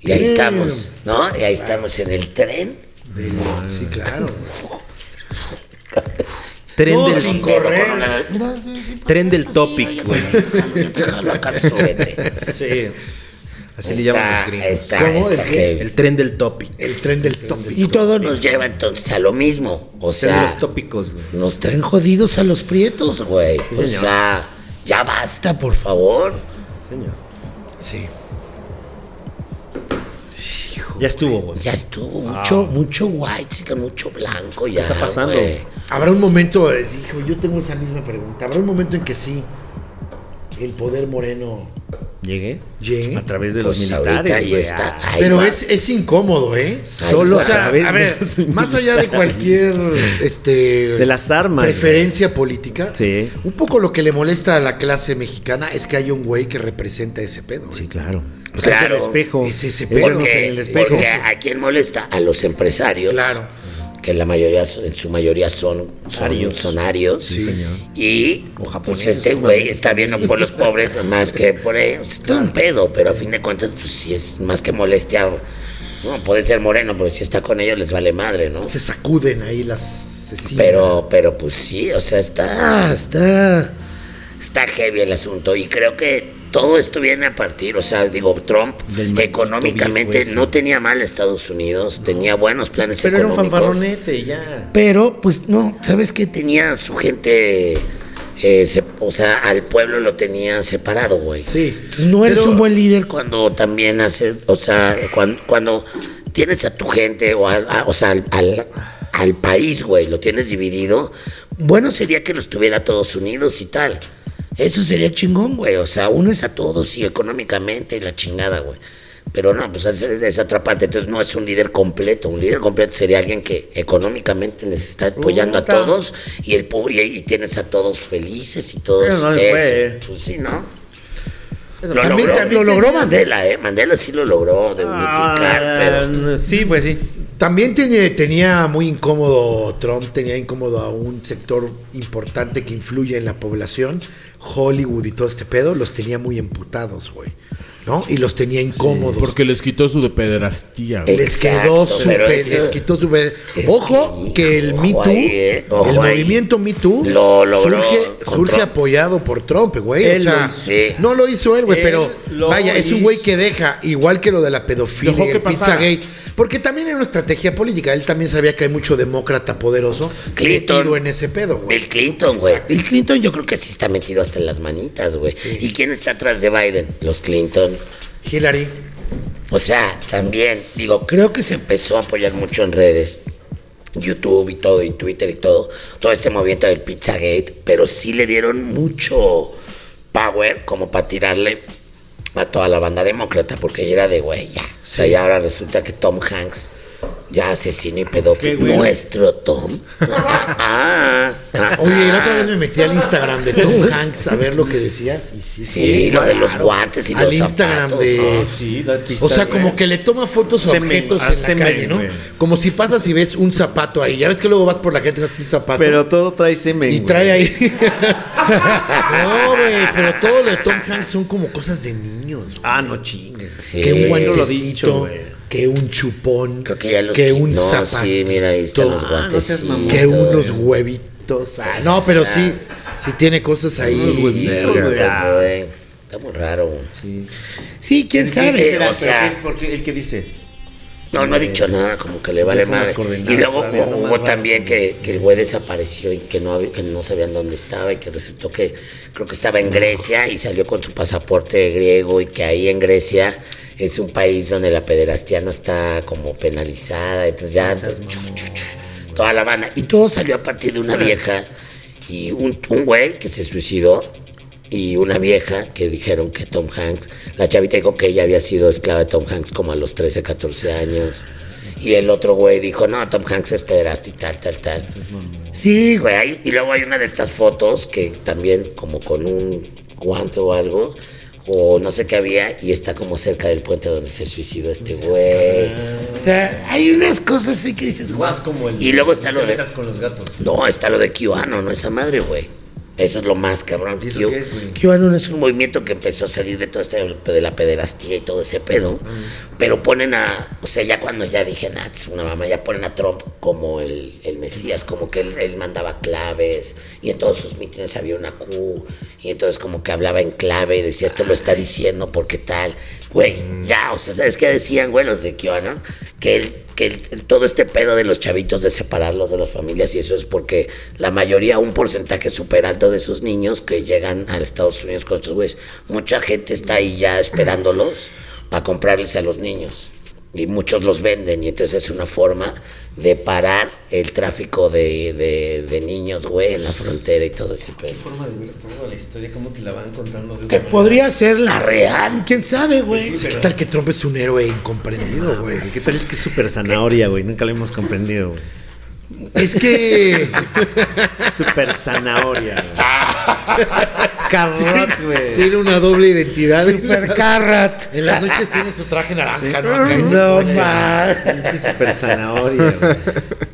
S4: Y ahí
S6: Damn.
S4: estamos, ¿no? Y ahí estamos en el tren.
S6: De- Sí, claro. güey. (laughs)
S2: Tren,
S6: No,
S2: del,
S6: sí. Sin
S4: Pero con
S6: correr.
S4: una- (laughs) Mira, sí, sí,
S2: tren del
S4: sí, oye,
S2: topic, güey.
S4: yo te jalo acá el sobrete.
S2: (laughs) Sí. Así le
S4: Está-
S2: llaman los gringos.
S4: está-
S6: ¿Cómo? ¿El
S4: está
S6: qué?
S4: heavy.
S2: El tren del topic.
S6: El tren del topic.
S4: Y todo nos lleva entonces a lo mismo. O
S2: El tren de
S4: sea,
S2: los tópicos, güey.
S4: nos traen jodidos a los prietos, güey. O
S2: señor.
S4: sea, ya basta, por favor.
S2: Señor.
S6: Sí.
S2: Ya estuvo, güey.
S4: Ya estuvo mucho, mucho white, chica, mucho blanco ya.
S2: está pasando?
S4: güey.
S6: Habrá un momento, eh, hijo, yo tengo esa misma pregunta. Habrá un momento en que sí, el poder moreno.
S2: Llegué.
S6: Llegué.
S2: A través de
S4: Pues
S2: los
S4: ahorita
S2: militares,
S4: ahí
S2: güey.
S4: está.
S2: Ah,
S4: Ahí
S6: Pero
S4: va.
S6: es, es incómodo, ¿eh?
S2: Solo
S4: va.
S2: a
S6: O (laughs) sea,
S2: través
S6: a ver,
S2: de los
S6: más allá de (laughs) cualquier este
S2: De las armas,
S6: preferencia política,
S2: Sí.
S6: un poco lo que le molesta a la clase mexicana es que hay un güey que representa ese pedo.
S2: Sí,
S6: güey.
S2: claro. Pues
S4: Claro.
S2: Es el espejo.
S6: Es ese
S2: vernos
S6: pedo.
S2: en el
S4: Porque,
S2: espejo.
S4: porque a quién molesta a los empresarios,
S6: Claro.
S4: que la mayoría, en su mayoría son son-
S2: Arios.
S4: son arios.
S2: Sí, señor.
S4: Y
S2: O japoneses,
S4: pues este
S2: ¿no?
S4: güey está viendo por los
S2: (laughs)
S4: pobres más que por ellos. Es todo un pedo, pero a fin de cuentas, pues si es más que molestia, no, puede ser moreno, pero si está con ellos les vale madre, ¿no?
S6: Se sacuden ahí las. se simbran.
S4: Pero, pero pues sí, o sea, está, está, está heavy el asunto y creo que todo esto viene a partir, o sea, digo, Trump
S2: Del maldito
S4: económicamente
S2: viejo ese.
S4: no tenía mal Estados Unidos, tenía buenos planes
S2: Pero era un
S4: económicos.
S2: fanfarronete, ya.
S4: Pero, pues no, ¿sabes qué? Tenía su gente, eh, se- o sea, al pueblo lo tenía separado, güey.
S6: Sí.
S4: Entonces, no eres
S6: Pero-
S4: un buen líder cuando también haces, o sea, cuan- cuando, tienes a tu gente, o, a- a- o sea, al, al- al país, güey, lo tienes dividido, bueno sería que los tuviera todos unidos y tal. Eso sería chingón, güey. O sea, unes a todos y económicamente y la chingada, güey. Pero no, pues es, es otra parte. Entonces no es un líder completo. Un líder completo sería alguien que económicamente les está apoyando
S2: Puta.
S4: a todos y el pu- y, y tienes a todos felices y todos.
S2: Pero no se
S4: eso.
S2: puede.
S4: Pues sí, ¿no?
S2: Eso
S4: Lo
S2: también-
S4: logró,
S6: también
S4: lo logró
S6: tenía-
S4: Mandela, ¿eh? Mandela sí lo logró de unificar,
S2: Ah,
S4: pero
S2: Sí, pues sí.
S6: También tenía, tenía muy incómodo Trump, tenía incómodo a un sector importante que influye en la población, Hollywood y todo este pedo, los tenía muy emputados, güey. ¿No? Y los tenía incómodos.
S7: Porque les quitó su de pederastía, güey.
S6: les quedó
S4: Exacto,
S6: su
S4: pero
S6: pe-
S4: eso-
S6: les quitó su pe-
S4: Es
S6: Ojo
S4: que,
S6: que el
S4: ojo
S6: Me Too,
S4: ahí, eh, ojo
S6: el
S4: ahí.
S6: movimiento Me Too
S4: Lo logró
S6: surge,
S4: con
S6: surge
S4: Trump.
S6: apoyado por Trump, güey. O
S2: Él
S6: sea,
S2: lo
S4: hizo.
S6: no lo hizo él, güey,
S7: Él
S6: pero
S7: lo
S6: vaya, es un
S7: hizo.
S6: güey que deja, igual que lo de la pedofilia
S7: Dejó
S6: y
S7: que
S6: el
S7: pasara.
S6: Pizzagate. Porque también era una estrategia política. Él también sabía que hay mucho demócrata poderoso
S4: Clinton.
S6: metido en ese pedo,
S4: Bill
S6: güey.
S4: Clinton, güey. Bill Clinton yo creo que sí está metido hasta en las manitas, güey. ¿Y quién está atrás de Biden? Los Clinton.
S6: Hillary.
S4: O sea, también, digo, creo que se empezó a apoyar mucho en redes. YouTube y todo, y Twitter y todo. Todo este movimiento del Pizzagate. Pero sí le dieron mucho power como para tirarle a toda la banda demócrata. Porque ya era de, güey, ya. O sea, ya ahora resulta que Tom Hanks... Ya asesino y pedófilo. Nuestro Tom. Ah, ah,
S6: Oye, y la otra vez me metí al Instagram de
S4: (laughs)
S6: Tom Hanks a ver lo que decías. Y sí,
S4: Sí, lo de los guantes y
S6: Al
S4: los
S6: Instagram
S4: zapatos,
S6: de.
S4: ¿no?
S2: Oh, Sí, da
S6: O sea,
S2: pistas,
S6: como
S2: güey.
S6: que le toma fotos a
S2: Semen,
S6: objetos
S2: ah,
S6: en la
S2: semen,
S6: calle, ¿no?
S2: güey.
S6: Como si pasas y ves un zapato ahí. Ya ves que luego vas por la gente y ves un zapato.
S2: Pero todo trae semen.
S6: y
S2: güey.
S6: trae ahí. (laughs) no, güey, pero todo lo de Tom Hanks son como cosas de niños. güey.
S2: Ah, no chingues.
S4: Sí.
S6: que un
S2: no lo he
S6: guantecito,
S2: dicho, güey.
S6: que un chupón,
S4: Creo que ya los quit-
S6: un
S4: no,
S6: zapato,
S4: sí, mira, ahí están los eh. guantes.
S2: seas mamón.
S6: que unos huevitos. Ah, no, pero sí, sí tiene cosas ahí.
S2: Unos
S4: Sí,
S2: verga,
S4: güey,
S2: güey.
S4: güey. Está muy raro. güey.
S2: Sí.
S4: Sí, quién
S2: ¿Qué
S4: sabe.
S2: será?
S4: O
S2: ¿Pero qué-
S4: sea,
S2: por qué- el que dice.
S4: no, no ha dicho nada, como que le vale
S2: Dejo las
S4: más.
S2: coordenadas
S4: Y luego
S2: todavía, no
S4: hubo
S2: más
S4: también que, que el güey desapareció y que no, hab- que no sabían dónde estaba y que resultó que creo que estaba en Grecia y salió con su pasaporte griego y que ahí en Grecia es un país donde la pederastía no está como penalizada. Entonces ya pues, chu, chu, chu, toda la banda. Y todo salió a partir de una vieja y un, un güey que se suicidó y una vieja que dijeron que Tom Hanks, la chavita dijo que ella había sido esclava de Tom Hanks como a los 13, 14 años. Y el otro güey dijo, no, Tom Hanks es pederasta y tal, tal, tal. Sí, güey. hay- Y luego hay una de estas fotos que también como con un guante o algo, o no sé qué había, y está como cerca del puente donde se suicidó este güey. O sea, hay unas cosas así que dices, guau.
S2: Más como el.
S4: Y luego está lo de...
S2: Peleas con los gatos.
S4: No, está lo de QAnon, no esa madre, güey. Eso es lo más cabrón.
S2: ¿Y eso
S4: Q-
S2: qué es, güey?
S4: QAnon es un movimiento que empezó a salir de todo este de la pederastía y todo ese pedo. Pero ponen a, o sea, ya cuando ya dije, ah, es una mamá, ya ponen a Trump como el, el Mesías, como que él, él mandaba claves y en todos sus mítines había una Q y entonces como que hablaba en clave y decía, esto lo está diciendo porque tal. Güey, ya, o sea, ¿sabes qué decían, güey, los de QAnon? Que él que el- el- todo este pedo de los chavitos de separarlos de las familias y eso es porque la mayoría, un porcentaje súper alto de esos niños que llegan a Estados Unidos con estos güeyes, mucha gente está ahí ya esperándolos para comprarles a los niños y muchos los venden y entonces es una forma de parar el tráfico de, de- de niños, güey, en la frontera y todo ese pedo.
S2: forma de ver toda la historia, cómo te la van contando.
S4: Que podría ser la real, quién sabe, güey.
S6: ¿Qué tal que Trump es un héroe incomprendido, güey?
S2: ¿Qué tal es que es súper zanahoria, güey? Nunca lo hemos comprendido, güey.
S4: (laughs)
S6: Es que
S2: Súper zanahoria, güey. (laughs) Carrot, güey.
S6: tiene una doble identidad.
S4: Supercarrat.
S6: En las noches tiene su traje naranja, ¿no? Acá y se
S4: No,
S6: pone-
S4: man.
S2: ¿eh? Pinche Súper zanahoria, güey.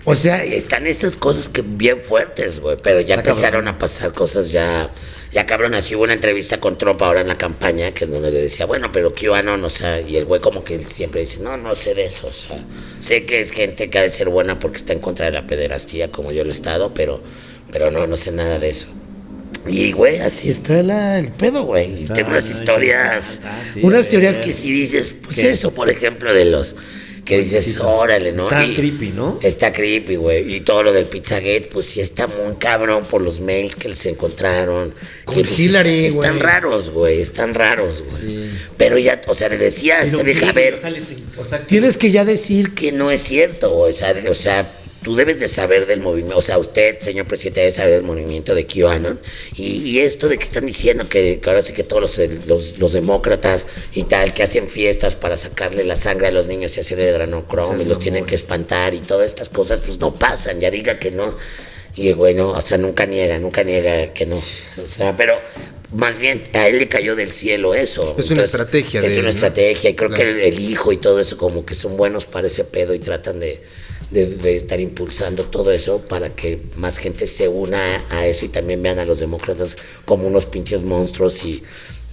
S4: O sea, están estas cosas que bien fuertes, güey, pero ya
S2: cabrón.
S4: empezaron a pasar cosas ya, ya cabrón, así hubo una entrevista con Trump ahora en la campaña, que donde le decía, bueno, pero QAnon, o sea, y el güey como que él siempre dice, no, no sé de eso, o sea, sé que es gente que ha de ser buena porque está en contra de la pederastía, como yo lo he estado, pero, pero no, no sé nada de eso. Y, güey, así está la- el pedo, güey. Y
S2: Está,
S4: Tengo unas
S2: ¿no?
S4: historias,
S2: Ah, sí,
S4: unas
S2: a
S4: teorías
S2: ver.
S4: que si dices, pues
S2: ¿Qué?
S4: eso, por ejemplo, de los... Que dices,
S2: Pobrecitos.
S4: órale, ¿no?
S2: Está
S4: Y-
S2: creepy, ¿no?
S4: Está creepy, güey. Y todo lo del Pizzagate, pues sí está muy cabrón por los mails que les encontraron.
S6: Con
S4: que, pues,
S6: Hillary,
S4: est- Están
S6: güey.
S4: raros, güey. Están raros, güey. Pero ya, o sea, le decía a esta
S2: Pero
S4: vieja, a
S2: creepy,
S4: ver,
S2: o sea, les- o sea,
S4: tienes que ya decir que no es cierto, güey. O sea, de- o sea, tú debes de saber del movimiento. O sea, usted, señor presidente, debe saber del movimiento de QAnon. Y, y esto de que están diciendo que, que ahora sí que todos los, los, los demócratas y tal, que hacen fiestas para sacarle la sangre a los niños y hacerle
S2: Ese
S4: dranocrom
S2: es
S4: y los tienen que espantar y todas estas cosas, pues no pasan. Ya diga que no. Y bueno, o sea, nunca niega, nunca niega que no. O sea, pero Más bien, a él le cayó del cielo eso.
S3: Es una estrategia
S4: Es
S3: de-
S4: una estrategia. Y creo
S3: Claro.
S4: que el, el hijo y todo eso como que son buenos para ese pedo y tratan de, de- de estar impulsando todo eso para que más gente se una a eso y también vean a los demócratas como unos pinches monstruos y,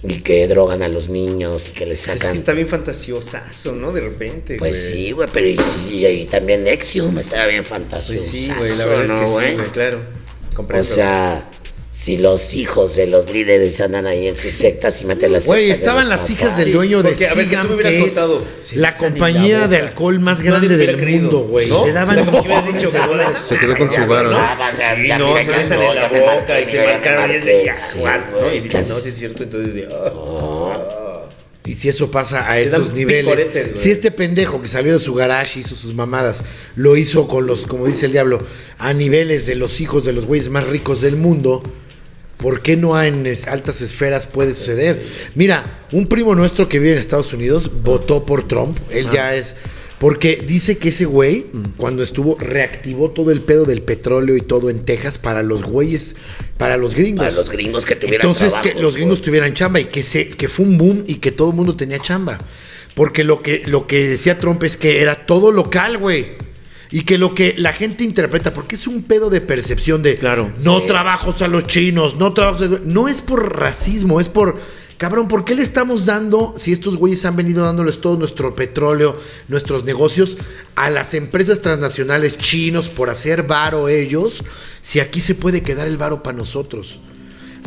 S4: y que drogan a los niños y que les
S2: Es que
S4: sacan...
S2: está bien fantasiosazo, ¿no? De repente, güey.
S4: Pues sí, güey, pero y, sí, y, y también Nexium estaba bien fantástico.
S2: Pues sí, güey, la verdad es que sí, güey, claro.
S4: eh? O
S2: Comprendo.
S4: sea, si los hijos de los líderes andan ahí en sus sectas y meten las
S6: Güey,
S4: sectas de
S6: estaban
S4: los
S6: las hijas
S4: papás.
S6: del dueño de
S2: porque, a ver, ¿qué tú
S6: Sigam,
S2: me hubieras
S6: que es
S2: contado? Se
S6: la
S2: besan en la
S6: compañía de
S2: boca.
S6: alcohol más
S2: Nadie
S6: grande
S2: hubiera
S6: del
S2: creído,
S6: mundo, güey.
S2: ¿no?
S6: Le daban
S2: Como que hubieras dicho, güey.
S3: Se quedó con
S4: Ya
S3: su
S4: me
S3: varo, ¿no?
S4: hablaban, ya-
S2: Sí,
S4: ya
S2: no,
S4: mira,
S2: se
S4: ya
S2: besan
S4: no,
S2: en la
S4: ya me
S2: boca
S4: marqué,
S2: y se
S4: ya me
S2: marcaron y es de
S4: marqué,
S2: ya,
S4: sí,
S2: what, ¿no? Y
S4: güey,
S2: dices,
S4: ya-
S2: no, sí es cierto, entonces de, ah.
S6: Y si eso pasa a
S2: Se dan
S6: esos niveles,
S2: picoretes, güey.
S6: si este pendejo que salió de su garage hizo sus mamadas, lo hizo con los, como dice el diablo, a niveles de los hijos de los güeyes más ricos del mundo, ¿por qué no en es- altas esferas puede suceder? Mira, un primo nuestro que vive en Estados Unidos votó por Trump, él ya es... Porque dice que ese güey, cuando estuvo, reactivó todo el pedo del petróleo y todo en Texas para los güeyes, para los gringos.
S4: Para los gringos que tuvieran
S6: Entonces
S4: trabajo,
S6: que los gringos
S4: güey.
S6: tuvieran chamba y que se que fue un boom y que todo el mundo tenía chamba. Porque lo que lo que decía Trump es que era todo local, güey. Y que lo que la gente interpreta, porque es un pedo de percepción de
S2: Claro.
S6: no trabajos a los chinos, no trabajos a- no es por racismo, es por cabrón, ¿por qué le estamos dando si estos güeyes han venido dándoles todo nuestro petróleo, nuestros negocios a las empresas transnacionales chinos por hacer varo ellos, si aquí se puede quedar el varo para nosotros?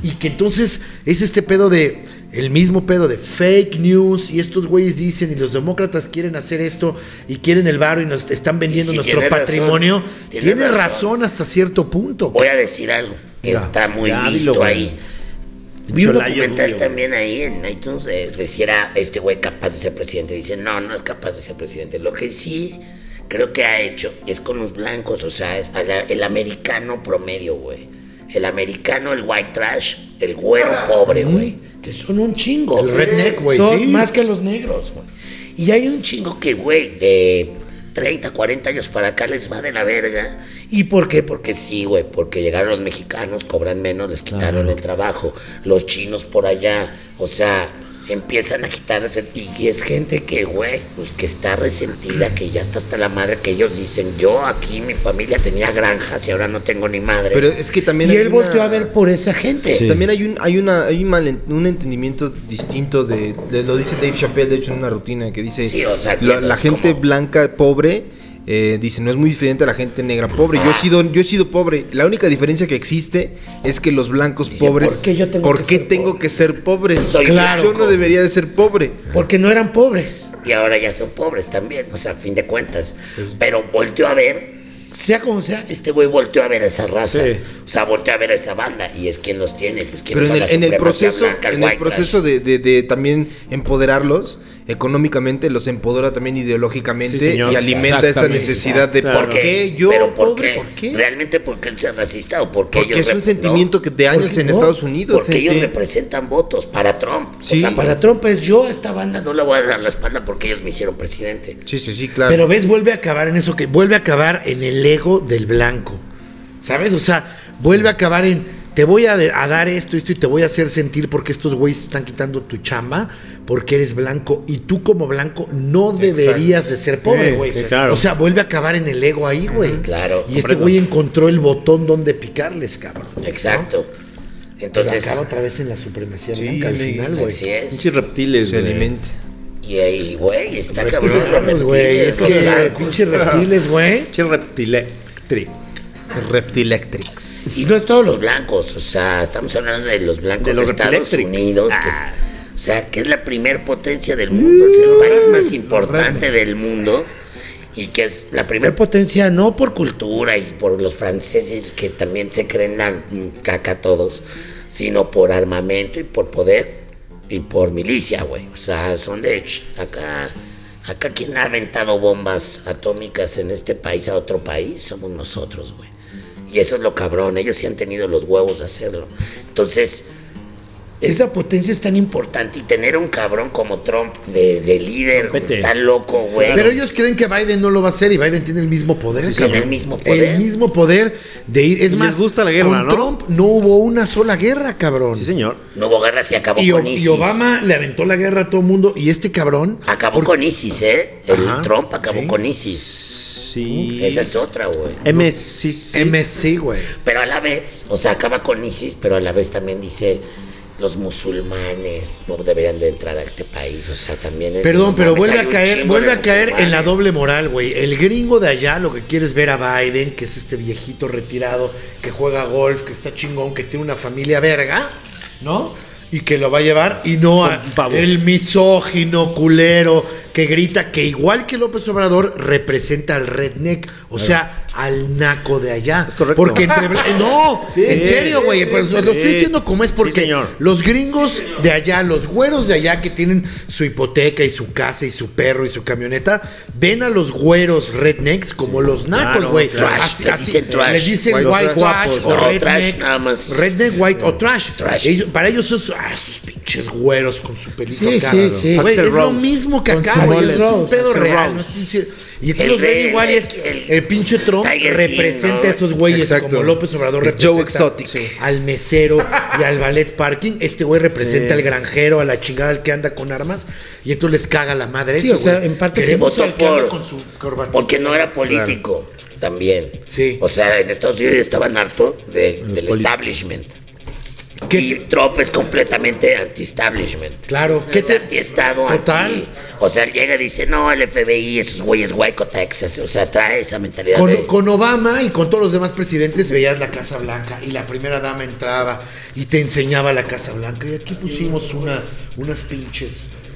S6: Y que entonces es este pedo de. El mismo pedo de fake news y estos güeyes dicen y los demócratas quieren hacer esto y quieren el varo y nos están vendiendo
S4: Y si
S6: nuestro
S4: tiene razón,
S6: patrimonio. tiene
S4: tiene
S6: razón.
S4: razón.
S6: hasta cierto punto.
S4: Voy a decir algo que
S6: Ya,
S4: está muy
S2: ya,
S4: visto
S2: dilo, güey.
S4: ahí. Vi un
S2: Cholayo
S4: documental
S2: rubio,
S4: también ahí en iTunes eh, de si era este güey capaz de ser presidente. Dice, no, no es capaz de ser presidente. Lo que sí creo que ha hecho es con los blancos, o sea, es a la- el americano promedio, güey. El americano, el white trash, el güero pobre, güey. Que son un chingo.
S6: El redneck, güey,
S4: Son
S6: sí.
S4: más que los negros, güey. Y hay un chingo que, güey, de 30, 40 años para acá les va de la verga. ¿Y por qué? Porque sí, güey, porque llegaron los mexicanos, cobran menos, les quitaron el trabajo. Los chinos por allá, o sea, empiezan a quitarse. Y y es gente que, güey, pues que está resentida, que ya está hasta la madre, que ellos dicen, yo aquí mi familia tenía granjas y ahora no tengo ni madre.
S3: Pero es que también
S4: y
S3: hay
S4: él
S3: una-
S4: volteó a ver por esa gente.
S3: También hay un hay una hay un, mal- un entendimiento distinto de, de- lo dice Dave Chappelle de hecho en una rutina que dice
S4: Sí, o sea,
S3: la,
S4: que
S3: la
S4: es
S3: gente
S4: como-
S3: blanca pobre eh, dice no es muy diferente a la gente negra pobre yo he sido yo he sido pobre la única diferencia que existe es que los blancos
S4: Dice,
S3: pobres
S4: ¿por qué yo tengo
S3: ¿por
S4: que
S3: qué
S4: ser
S3: tengo
S4: pobre?
S3: que ser pobre
S4: Soy
S3: claro yo
S4: blanco.
S3: no debería de ser pobre
S4: Porque no eran pobres. Y ahora ya son pobres también, o sea, a fin de cuentas.
S3: Pues
S4: Pero volteó a ver, sea como sea, este güey volteó a ver a esa raza.
S2: Sí.
S4: O sea, volteó a ver a esa banda. Y es quien los tiene, pues quien
S3: Pero en
S4: son
S3: el,
S4: la
S3: en el
S4: supremacía
S3: proceso,
S4: blanca, el
S3: en el
S4: white trash.
S3: proceso de, de- de también empoderarlos económicamente, los empodera también ideológicamente
S2: Sí, señor.
S3: y alimenta esa
S8: Exactamente.
S3: necesidad de
S2: Claro.
S3: por qué yo
S4: ¿Pero por
S3: pobre,
S4: qué?
S3: por qué?
S4: ¿Realmente porque él sea racista o porque
S3: Porque
S4: ellos
S3: es un
S4: rep-
S3: sentimiento que de años
S4: Porque
S3: en Estados Unidos,
S4: Porque
S3: gente.
S4: ellos representan votos para Trump.
S3: Sí.
S4: O sea, para Trump es yo a esta banda no le voy a dar la espalda porque ellos me hicieron presidente.
S3: Sí, sí, sí, claro.
S6: Pero ves, vuelve a acabar en eso que vuelve a acabar en el ego del blanco. ¿Sabes? O sea, vuelve a acabar en te voy a, de- a dar esto, esto y te voy a hacer sentir porque estos güeyes están quitando tu chamba porque eres blanco y tú como blanco no deberías de ser pobre,
S2: Sí,
S6: güey.
S2: sí, claro.
S6: O sea, vuelve a acabar en el ego ahí, güey.
S4: claro.
S6: Y este
S4: Comprendo.
S6: güey encontró el botón donde picarles, cabrón.
S4: Exacto.
S6: Pero
S4: Entonces,
S6: acaba otra vez en la supremacía
S2: Sí,
S6: blanca al
S2: güey.
S6: final, güey.
S4: así es.
S2: Pinches reptiles,
S3: se
S2: güey.
S3: alimenta.
S4: Y ahí, güey, está cabrón. los
S6: Reptiles, güey.
S4: reptiles,
S6: Es
S4: los
S6: que
S4: blancos.
S6: pinche reptiles, güey.
S2: Pinche reptilectric.
S3: Reptilectrix.
S4: Y no es todos los blancos, o sea, estamos hablando de los blancos
S2: De
S4: de,
S2: los
S4: Estados
S2: reptiléctricos.
S4: Unidos. que es-
S2: Ah. Mm.
S4: o sea, que es la primer potencia del mundo, es el país más importante del mundo. Y que es la primer potencia no por cultura y por los franceses que también se creen la mm, caca todos, sino por armamento y por poder y por milicia, güey. O sea, son de ch- acá. Acá quien ha aventado bombas atómicas en este país a otro país somos nosotros, güey. Y eso es lo cabrón, ellos sí han tenido los huevos de hacerlo. Entonces, Esa potencia es tan importante y tener un cabrón como Trump de, de líder güey,
S2: Vete.
S4: está loco, güey.
S6: Pero ellos creen que Biden no lo va a hacer y Biden tiene el mismo poder.
S4: Sí,
S6: cabrón.
S4: tiene el mismo poder.
S6: El mismo poder de ir. Es
S2: Y les
S6: más,
S2: gusta la guerra,
S6: con
S2: ¿no?
S6: Trump no hubo una sola guerra, cabrón.
S2: Sí, señor.
S4: No hubo guerra, se acabó
S6: Y, O-
S4: con
S6: y
S4: ISIS.
S6: Obama le aventó la guerra a todo el mundo y este cabrón.
S4: Acabó con ISIS, ¿eh? El
S6: Ajá,
S4: Trump acabó
S6: sí.
S4: con ISIS.
S2: Sí.
S4: Esa es otra, güey.
S2: M, sí, sí.
S6: MSC, güey.
S4: Pero a la vez, o sea, acaba con ISIS, pero a la vez también dice los musulmanes no deberían de entrar a este país, o sea, también es...
S6: Perdón,
S4: no
S6: pero
S4: mames, este hay
S6: vuelve a
S4: un
S6: caer,
S4: chingo
S6: vuelve
S4: de
S6: a caer en la
S4: musulmanes.
S6: doble moral, güey. El gringo de allá lo que quiere es ver a Biden, que es este viejito retirado, que juega golf, que está chingón, que tiene una familia verga, ¿no? Y que lo va a llevar y no a
S2: Un pavo.
S6: el misógino culero que grita que igual que López Obrador representa al redneck, o sea, al naco de allá.
S2: Es correcto.
S6: Porque entre
S2: (laughs)
S6: bla- no, en serio, güey, pero
S2: sí,
S6: lo estoy
S2: sí.
S6: diciendo como es
S2: Sí,
S6: porque
S2: señor.
S6: los gringos de allá, los güeros de allá que tienen su hipoteca y su casa y su perro y su camioneta, ven a los güeros rednecks como los nacos,
S2: Claro,
S6: güey.
S4: claro.
S6: Así-
S4: Les
S6: así-
S4: dicen trash.
S6: Les dicen
S2: Los
S6: white trash
S2: guapos,
S6: o
S4: no,
S6: redneck.
S4: trash nada más.
S6: Redneck, white o trash.
S4: Trash.
S6: Ellos- para ellos es ah, esos pinches güeros con su pelito
S3: Sí,
S6: acá.
S3: sí, sí.
S6: Güey,
S2: Axl
S6: es lo
S2: Rose.
S6: mismo que
S3: Con
S6: acá, güey.
S3: su
S6: Es
S3: mullet.
S6: un pedo
S2: Axl
S6: real.
S2: Rose.
S6: no estoy- Y entonces
S4: El
S6: los ven
S4: redneck,
S6: igual y es
S4: el-
S6: el pinche Trump
S4: Tiger King,
S6: representa
S4: ¿no?
S6: a esos güeyes
S2: Exacto.
S6: como López Obrador
S2: Es Joe
S6: representa
S2: Exotic.
S6: Sí. al mesero y al ballet parking. Este güey representa al granjero, a la chingada, al que anda con armas. Y entonces les caga la madre
S3: Sí,
S6: eso,
S3: o sea,
S6: güey.
S3: en parte sí
S6: Queremos
S4: votó
S6: al que anda
S4: por-
S6: con su corbatita.
S4: Porque no era político también.
S6: Sí.
S4: O sea, en Estados Unidos estaban harto de- del establishment.
S6: ¿Qué-
S4: Y Trump es completamente anti-establishment.
S6: Claro,
S4: que
S6: ¿qué te-
S4: anti-estado,
S6: Total.
S4: anti- o sea, él llega y dice, no, el FBI, esos güeyes Waco, Texas. O sea, trae esa mentalidad
S6: Con,
S4: de...
S6: con Obama y con todos los demás presidentes veías la Casa Blanca y la primera dama entraba y te enseñaba la Casa Blanca. Y aquí pusimos una, unas pinches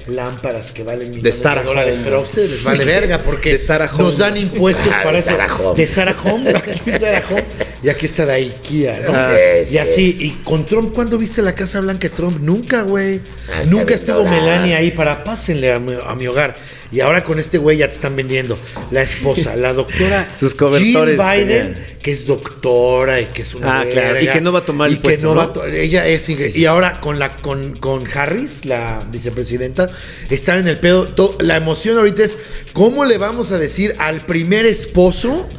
S6: lámparas que valen millones de,
S2: Sarah
S6: dólares,
S2: Home.
S6: pero a ustedes les vale verga
S2: (laughs)
S6: porque
S2: De Sarah Home.
S6: nos dan impuestos
S4: Ah, de
S6: para eso.
S4: Sarah Home.
S6: De Sarah Home, (laughs) aquí es Sarah Home, y aquí está la IKEA, ¿no?
S4: Ah,
S6: y
S4: sí, sí.
S6: así, y con Trump, ¿cuándo viste la Casa Blanca de Trump? Nunca, güey.
S4: Ah, está
S6: Nunca
S4: bien
S6: estuvo
S4: dorada.
S6: Melania ahí para pásenle a mi, a mi hogar. Y ahora con este güey ya te están vendiendo la esposa, la doctora
S2: (laughs) Sus
S6: Jill
S2: cobertores
S6: Biden,
S2: tenían.
S6: que es doctora y que es una
S2: Ah, claro,
S6: verga,
S2: y que no va a tomar
S6: y
S2: el
S6: que
S2: puesto,
S6: no
S2: ¿no?
S6: va a to- ella es ingre-
S2: sí,
S6: y
S2: sí.
S6: ahora con la con, con Harris, la vicepresidenta, están en el pedo. To- la emoción ahorita es cómo le vamos a decir al primer esposo,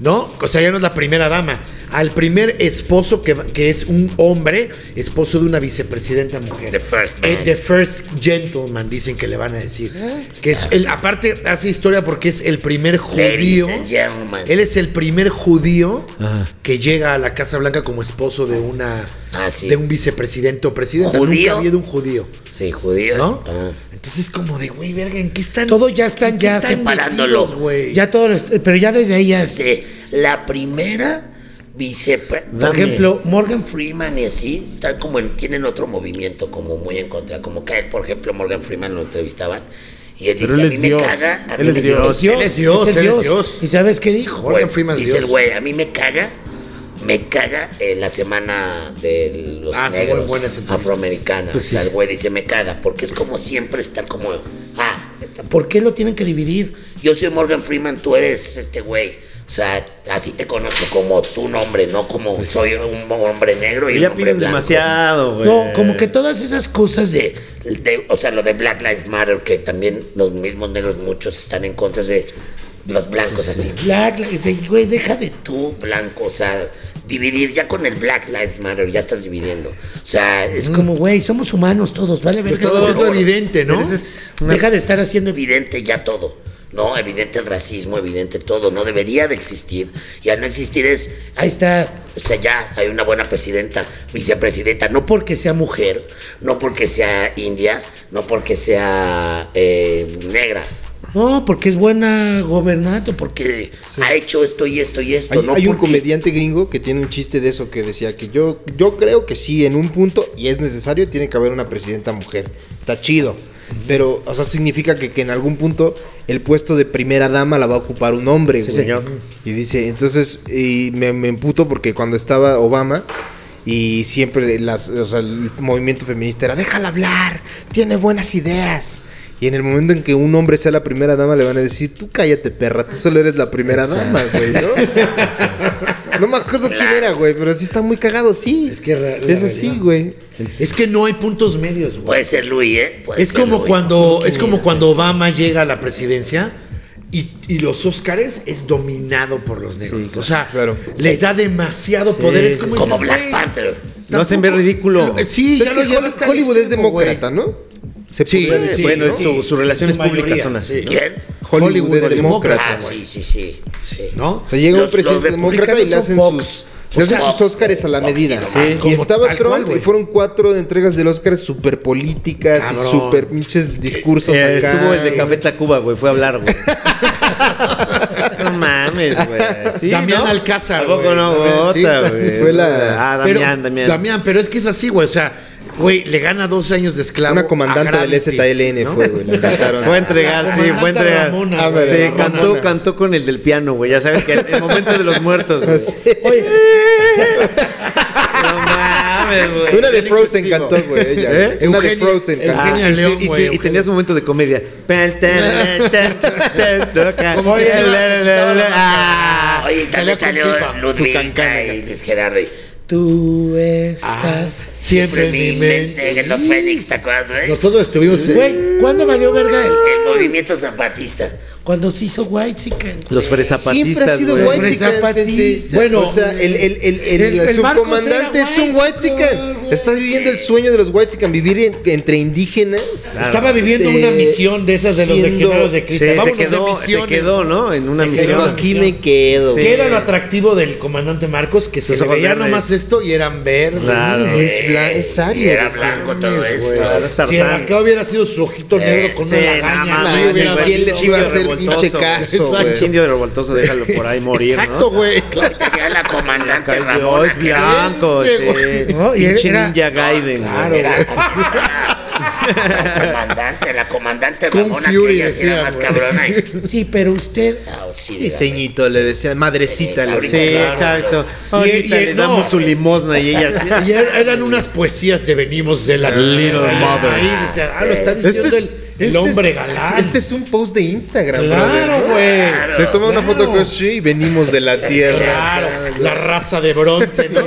S6: ¿no? O sea, ya no es la primera dama. Al primer esposo que, va- que es un hombre, esposo de una vicepresidenta mujer.
S4: The first
S6: Eh,
S4: man.
S6: the first gentleman, dicen que le van a decir. Que es el, aparte hace historia porque es el primer
S4: Ladies
S6: judío.
S4: and gentlemen.
S6: Él es el primer judío que llega a la Casa Blanca como esposo de una
S4: Ah, sí.
S6: de un vicepresidente o presidente.
S4: ¿Judío?
S6: Nunca había de un judío,
S4: Sí, judíos.
S6: ¿no?
S4: Ah.
S6: Entonces como de güey, verga, ¿en qué están?
S3: Todo ya están,
S6: en qué
S3: ya
S6: están
S4: separándolo.
S6: metidos, güey?
S3: Ya todo, lo est- pero ya desde ahí ya es-
S4: Este, la primera vicepresidenta. Por
S2: Dame.
S4: ejemplo, Morgan Freeman y así, están como en- tienen otro movimiento como muy en contra. Como que, por ejemplo, Morgan Freeman lo entrevistaban y él
S7: Pero
S4: dice,
S7: él
S4: a
S7: es
S4: mí me
S7: Dios.
S4: caga. A
S2: Él
S4: mí
S2: es
S4: me
S2: Dios.
S6: Él es Dios, él
S3: es
S6: es
S3: Dios.
S6: Dios.
S3: ¿Y sabes qué dijo?
S6: Morgan
S4: Güey,
S6: Freeman es
S4: dice el
S6: Dios.
S4: güey, a mí me caga, me caga eh, la semana de los
S6: Ah, sí, muy
S4: negros
S6: buena esa entrevista.
S4: afroamericanos.
S2: Pues
S4: O sea,
S2: sí.
S4: el güey dice, me caga, porque es como siempre estar como, ah, ¿por qué lo tienen que dividir? Yo soy Morgan Freeman, tú eres este güey. O sea, así te conozco como tu nombre, no como
S6: Pues
S4: soy un hombre negro y un
S2: Ya
S4: hombre
S2: piden
S4: blanco.
S2: demasiado, güey.
S6: Pues
S4: No, como que todas esas cosas de, de- o sea, lo de Black Lives Matter, que también los mismos negros muchos están en contra de los blancos
S6: Pues
S4: así. Black Lives, Ay, güey, deja de tú, blanco, o sea, dividir ya con el Black Lives Matter, ya estás dividiendo. O sea, es
S6: Mm.
S4: como, güey, somos humanos todos, vale,
S6: Lo
S4: verga,
S6: está
S4: por
S6: haciendo
S4: favor.
S6: evidente, ¿no?
S2: Pero ese es una-
S4: Deja de estar haciendo evidente ya todo. No, evidente el racismo, evidente todo. No debería de existir. Y al no existir es, ahí está. O sea, ya hay una buena presidenta, vicepresidenta. No porque sea mujer, no porque sea india, no porque sea eh, negra. No, porque es buena gobernante, porque ha hecho esto y esto y esto.
S9: Hay,
S4: no
S9: hay un
S4: porque-
S9: comediante gringo que tiene un chiste de eso que decía que yo, yo creo que sí, en un punto, y es necesario, tiene que haber una presidenta mujer. Está chido. Pero, o sea, significa que, que en algún punto el puesto de primera dama la va a ocupar un hombre.
S2: Sí,
S9: güey.
S2: señor.
S9: Y dice, entonces, y me, me emputo porque cuando estaba Obama y siempre las, o sea, el movimiento feminista era, déjala hablar, tiene buenas ideas. Y
S3: Y en el momento en que un hombre sea la primera dama, le van a decir, tú cállate, perra, tú solo eres la primera dama, güey, ¿no? No me acuerdo quién era, güey, pero sí está muy cagado, sí.
S6: Es que la- la
S3: es así,
S6: realidad.
S3: güey.
S6: Es que no hay puntos medios, güey.
S4: Puede ser Luis, ¿eh? Puede
S6: Es
S4: ser
S6: como
S4: Louis.
S6: cuando, es como cuando Obama llega a la presidencia y, y los Óscares es dominado por los negros. o sea,
S3: claro.
S6: les da demasiado poder. Es como,
S4: Como
S6: dices,
S4: Black
S6: güey,
S4: Panther.
S2: Lo hacen ver ridículo.
S6: Eh, Sí,
S3: es
S6: ya lo-
S3: que
S6: ya lo
S3: Hol-
S6: está
S3: Hollywood es
S6: listo, güey.
S3: demócrata, ¿no? Se
S6: Sí,
S3: puede decir,
S2: bueno,
S3: ¿no?
S2: es su- sus relaciones
S6: Su
S2: públicas
S6: mayoría,
S2: son así.
S6: sí.
S2: ¿no?
S4: ¿Quién?
S3: Hollywood,
S6: Hollywood
S3: es
S6: es
S3: demócrata,
S4: Ah,
S6: demócrata,
S4: sí,
S3: güey.
S4: sí, sí. sí.
S6: ¿no?
S3: O sea, llega
S4: Los-
S3: un presidente
S4: los
S3: demócrata y le hacen
S6: republicanos son
S3: sus, le hacen
S4: Fox.
S3: sus Óscares a la
S4: Fox,
S3: medida.
S4: sí,
S2: no
S3: Y
S6: mames.
S3: estaba
S6: Tal cual,
S3: Trump
S6: güey.
S3: y fueron cuatro entregas del Óscar súper políticas
S6: Cabrón.
S3: y súper pinches discursos
S2: Eh,
S3: acá.
S2: estuvo el de Café Tacuba, güey, fue a hablar, güey. no mames, güey. Sí,
S6: Damián
S2: ¿no?
S6: Alcázar,
S2: ¿A poco
S6: güey.
S2: no,
S6: Damián, sí,
S2: Bota,
S3: también
S2: güey?
S3: fue la-
S2: Ah,
S6: Pero-
S2: Damián, Damián.
S6: pero es que es así, güey. O sea, güey, le gana dos años de esclavo.
S3: Una
S6: a
S3: comandante del
S6: Gravity,
S3: STLN
S6: ¿no?
S3: fue, güey. La mataron.
S2: Fue a entregar, sí, fue a entregar.
S6: Ramona,
S2: Ah,
S3: güey,
S2: sí,
S3: Ramona.
S2: cantó, cantó con el del piano, güey. Ya sabes que el, el momento de los muertos,
S3: (laughs)
S2: güey.
S3: Oye,
S2: No mames, güey.
S3: una de Frozen cantó, güey. ella, güey.
S2: ¿Eh?
S3: Una de
S6: Eugenia-
S3: Frozen
S6: Eugenia
S3: cantó.
S6: Eugenia
S2: y sí,
S6: León,
S2: y, sí,
S6: güey,
S2: y tenías un momento de comedia. Pan, tan, tan, tan, toca.
S6: Como que se quitaba la
S2: Ah,
S4: Oye,
S6: Salió
S4: también
S6: con
S4: salió
S6: pipa,
S4: Ludwig
S3: su cancana,
S4: y
S3: la-
S4: Luis Gerardo. y
S6: Tú estás siempre en mi mente.
S4: que los Fénix, ¿te acuerdas, güey?
S6: Nosotros estuvimos.
S1: Güey, ¿cuándo valió verga él?
S4: El movimiento zapatista.
S1: Cuando se hizo White Chicken.
S2: Los
S3: Siempre ha
S2: fresapatistas,
S3: sido
S2: güey.
S3: white chicken.
S6: zapatista.
S3: Bueno, o sea, el, el, el, el-
S1: El- el Marcos
S3: subcomandante es
S1: era
S3: un white
S1: white
S3: chicken. Estás viviendo el sueño de los white chicken, vivir en- entre indígenas.
S1: Estaba viviendo
S3: Eh,
S1: una misión de esas de los
S3: siendo-
S1: legionarios de
S2: Sí,
S1: Cristo.
S2: se
S1: Vámonos de
S2: quedó, se
S1: misiones.
S2: quedó, ¿no? En una
S1: quedó.
S2: misión.
S1: aquí me
S3: quedo.
S2: Sí.
S1: ¿Qué era lo atractivo del comandante Marcos? Que se
S2: Sus
S1: le
S2: ojos
S1: veía
S2: verdes.
S1: nomás
S6: nomás esto y eran verdes.
S2: Claro.
S6: güey.
S3: Es bla- es ario,
S4: Y era
S3: no
S4: blanco todo
S6: mames,
S4: eso.
S6: güey.
S2: Ahora es
S1: Si
S2: Tarzán. Eh,
S1: acá hubiera sido su ojito negro con
S2: Sí,
S1: una
S2: nada
S1: lagaña.
S2: más,
S1: güey,
S3: güey,
S1: hubiera
S3: güey,
S1: valido.
S3: ¿quién les iba a hacer
S2: Revoltoso,
S3: pinche
S2: güey.
S3: caso,
S2: Exacto.
S3: güey?
S2: Indio revoltoso, déjalo por ahí morir,
S6: Exacto,
S2: ¿no?
S6: güey.
S4: Ahí Tenía la comandante
S2: Acá es de,
S4: Ramona.
S2: "Oh, es
S4: que era-
S2: blanco, sí.
S6: güey.
S1: No, y
S2: Pinche
S1: era-
S2: Ninja Gaiden,
S6: Claro,
S2: güey.
S6: güey.
S4: La comandante, la comandante
S6: Con
S4: Ramona,
S6: Fury
S4: que ella sí era
S6: decían,
S4: más
S6: güey.
S4: cabrona.
S6: (laughs)
S4: y-
S1: Sí, pero usted.
S4: Ah, sí,
S3: Sí,
S4: era-
S3: ceñito, le decía, madrecita, le
S4: Ahorita
S2: Sí,
S3: decía.
S2: exacto.
S6: Y-
S2: Ahorita
S6: y-
S2: le
S6: no.
S2: damos su limosna y ella sí.
S6: Y er- eran unas poesías de venimos de la Little Mother. Ahí decía, ah, lo está diciendo el, el hombre
S3: Este es,
S6: galán.
S3: este es un post de Instagram, brother,
S6: claro,
S3: ¿no?
S6: güey.
S4: Claro.
S3: Te toma una
S6: Claro.
S3: foto con Shi y venimos de la tierra.
S6: Claro, la raza de bronce, ¿no?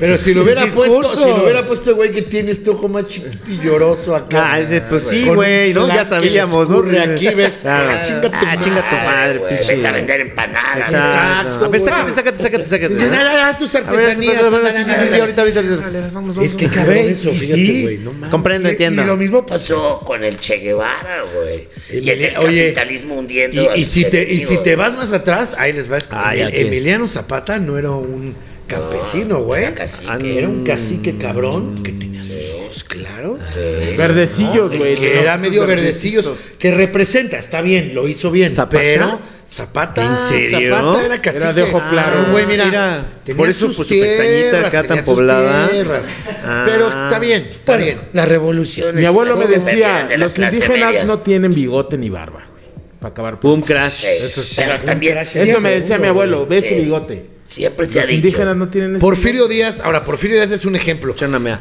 S6: Pero si lo hubiera
S1: Discursos.
S6: puesto, si lo hubiera puesto el güey que tiene este ojo más chiquito y lloroso acá.
S2: Ah, ese, pues sí,
S6: Con un
S2: güey, ¿no?
S6: slack
S2: Ya
S6: que
S2: sabíamos,
S6: le
S2: ¿no?
S6: escurre aquí, ves.
S2: Claro.
S6: Ah, chinga tu
S2: Ah, chinga tu madre,
S4: güey,
S2: pinche.
S4: Vete a vender empanadas.
S2: Exacto. A ver,
S6: güey.
S2: sácate, sácate, sácate, sácate.
S6: Dices, "Ah, ah, ah, tus
S2: A ver,
S6: artesanías.
S2: espera, espera,
S6: ah,
S2: sí,
S6: ah,
S2: sí, sí,
S6: ah".
S2: sí, ahorita, ahorita, ahorita.
S6: Es que cabrón
S1: Güey,
S6: eso,
S1: y
S6: fíjate,
S1: sí.
S6: güey, no mames.
S2: Comprendo,
S1: y-
S2: entiendo.
S1: Y lo mismo
S4: ¿Qué
S1: pasó.
S4: pasó Pues con el Che Guevara, güey?
S6: Emili-
S4: Y es el
S6: oye,
S4: capitalismo hundiendo
S6: Y,
S4: a
S6: y
S4: sus
S6: si te, y si te
S4: enemigos.
S6: vas más atrás, ahí les va esto.
S2: Ay,
S6: Emil-
S2: ¿a quién?
S6: Emiliano Zapata no era un campesino, güey.
S4: Era cacique.
S6: Ah, no. Era un
S2: Mm.
S6: cacique cabrón que tenía sus ojos claros.
S2: Ah,
S1: Verdecillos, güey.
S6: Que
S1: los
S6: era
S1: ojos
S6: medio verdecillos. Que representa, está bien, lo hizo bien.
S2: ¿Zapata?
S6: Pero Zapata,
S2: ¿En serio?
S6: Zapata era cacique.
S1: Era de ojo claro.
S6: Ah, Güey, mira,
S2: mira.
S6: tenía
S2: Por eso,
S6: sus
S2: pues, su pestañita
S6: tierras,
S2: acá tan
S6: tenía sus
S2: poblada.
S6: tierras.
S2: Ah.
S6: Pero está bien, está
S1: Bueno,
S6: bien.
S1: La revolución.
S4: Las
S1: es- Mi
S4: abuelo
S1: abuelo.
S4: me decía, de la los clase indígenas media. no
S10: tienen bigote ni barba, güey. Para acabar.
S2: Boom, crash.
S4: Eh, pero también
S10: Eso me decía mi abuelo, ve
S4: Sí.
S10: ese bigote.
S4: siempre se ha
S10: Los
S4: dicho.
S10: indígenas no tienen ese
S6: Porfirio Díaz, ahora, Porfirio Díaz es un ejemplo.
S2: Echa una mea.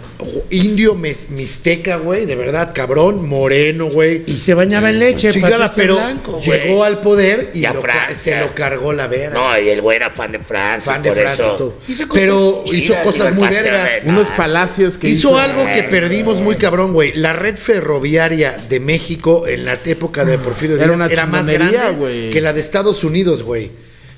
S6: Indio mes- mixteca, güey, de verdad, cabrón, moreno, güey.
S1: Y se bañaba en leche. para
S6: Chingada,
S1: hacerse
S6: pero
S1: blanco, güey.
S6: llegó al poder y,
S4: Y a
S6: lo ca-
S4: Francia.
S6: se lo cargó la vera.
S4: No, y el güey era fan de Francia.
S6: fan de
S4: por
S6: Francia
S4: eso.
S6: y todo. Pero hizo
S4: chidas,
S6: cosas
S4: iba
S6: muy
S4: a pasear
S6: vergas.
S4: de-
S10: Unos
S4: Ah,
S10: palacios que
S6: Hizo
S10: hizo
S6: algo que perdimos muy cabrón, güey. La red ferroviaria de México en la época de Porfirio
S10: Ah, Era
S6: Díaz
S10: una
S6: era más
S10: chingonería,
S6: grande
S10: güey.
S6: que la de Estados Unidos, güey.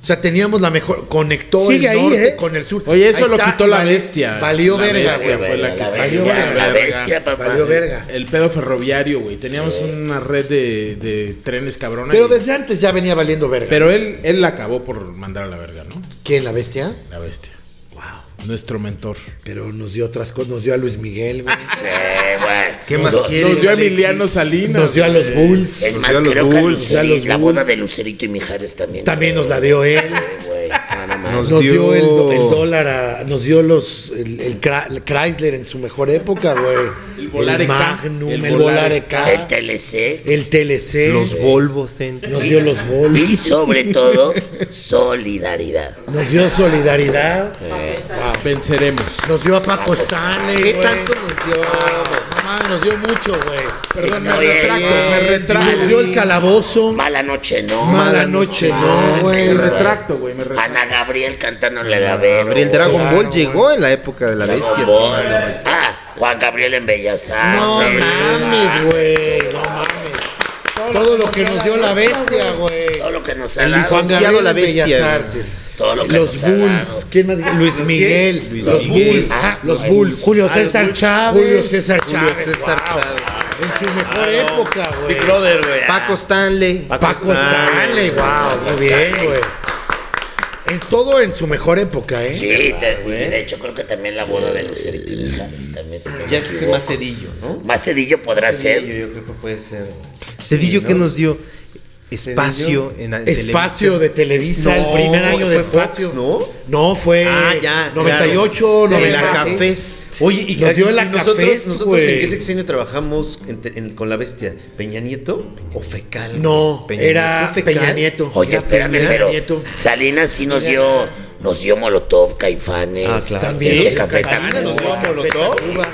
S6: O sea, teníamos la mejor. Conectó
S1: Sigue
S6: el
S1: ahí,
S6: norte
S1: ¿eh?
S6: con el sur.
S10: Oye, eso
S6: Ahí
S10: lo
S6: está,
S10: quitó
S6: y
S10: la
S6: vale-
S10: bestia.
S6: Valió
S10: La
S6: verga,
S10: bestia,
S6: güey.
S10: güey,
S6: Fue la
S10: la
S6: que
S10: bestia,
S6: salió.
S10: la
S6: verga.
S4: bestia, papá.
S6: Valió verga.
S10: El pedo ferroviario, güey. Teníamos una red de, de trenes cabrona.
S6: Pero
S10: y-
S6: desde antes ya venía valiendo verga.
S10: Pero él, él la acabó por mandar a la verga, ¿no?
S6: ¿Quién, la bestia?
S10: La bestia. Wow. Nuestro mentor.
S6: Pero nos dio otras cosas. Nos dio a Luis Miguel, güey.
S4: Eh, güey.
S3: ¿Qué más
S4: No,
S3: quieres?
S10: Nos dio a
S3: Alexis?
S10: Emiliano Salinas.
S6: Nos dio a los Bulls.
S4: Es más,
S3: ya los
S4: creo que a
S3: Bulls,
S4: Lucerito-
S6: ya los
S4: la boda
S6: Bulls.
S4: de Lucerito y Mijares también.
S6: También nos la dio él.
S4: Güey, nada más.
S3: Nos
S6: Nos dio,
S3: dio-
S6: el, do- el dólar, a- nos dio los el, el Cra- el Chrysler en su mejor época, güey. El
S10: Volare K,
S6: Magnum,
S10: el
S6: el, Volare
S4: El
S6: K,
S4: TLC.
S6: el TLC.
S3: Los Volvo Center.
S6: nos dio los bolos.
S4: Y sobre todo, solidaridad.
S6: Nos dio solidaridad.
S10: Venceremos.
S6: Nos dio a Paco Stanley.
S3: ¿Qué
S6: güey.
S3: tanto nos dio?
S6: madre, nos dio mucho, güey.
S10: Perdón, me
S4: Está bien.
S10: retracto, me retracto.
S6: Nos dio el calabozo.
S4: Mala noche, no.
S6: Mala noche, no, güey.
S10: Me retracto, güey, me retracto.
S4: Ana Gabriel cantándole la verga.
S9: Gabriel Dragon Ball llegó en la época de la
S4: Dragon
S9: bestia.
S4: Ball.
S9: sí, mano.
S4: Ah, Juan Gabriel en Bellas Artes.
S6: No mames, güey. No mames. Todo lo que nos dio la bestia, güey.
S4: Todo lo que nos ha
S9: Luis
S4: dado.
S9: Juan Gabriel la bestia.
S6: Bellas Artes.
S4: Todo lo que
S6: Los
S4: nos ha dado.
S6: Bulls. ¿Quién más? Luis Miguel. Los Bulls.
S4: Ajá.
S6: Los Bulls.
S11: Julio César Chávez.
S6: Julio César
S9: Julio
S6: Chávez.
S9: César
S6: wow.
S9: Chávez.
S6: En su mejor época, güey.
S2: Brother, güey.
S9: Paco Stanley.
S6: Paco Stanley, wow. Muy bien, güey. En todo en su mejor época, ¿eh?
S4: Sí, te- de hecho creo que también la boda de Lucerito y Mijares también. si no me
S2: Ya creo que
S4: equivoco.
S2: más cerillo, ¿no?
S4: Más cedillo podrá
S2: Cedillo,
S4: ser.
S2: yo creo que puede ser.
S9: Cedillo
S2: Sí,
S9: que
S2: ¿no?
S9: nos dio espacio en en
S6: Espacio de Televisa,
S2: No,
S6: el primer año de
S2: fue Fox,
S6: Espacio.
S2: ¿no?
S6: No, fue
S2: Ah, ya,
S6: 98,
S9: claro.
S6: 96.
S9: la café.
S2: Oye, y
S6: Nos dio
S2: y
S6: la
S2: nosotros,
S6: cafés,
S2: nosotros
S6: güey.
S2: en qué sexenio trabajamos en te- en- con la bestia, Peña Nieto o Fecal.
S6: No,
S2: Peña
S6: era
S2: Nieto, Fecal.
S6: Peña Nieto.
S4: Oye,
S6: Era
S4: espérame,
S6: Peña
S4: pero
S6: Nieto.
S4: Salinas sí nos dio, nos dio Molotov, Caifanes.
S2: Ah, claro.
S6: También.
S4: Este
S6: Sí,
S4: Café
S6: Café
S4: Tacuba.
S6: Tacuba,
S2: dio
S6: Café
S2: Molotov.
S6: Tacuba.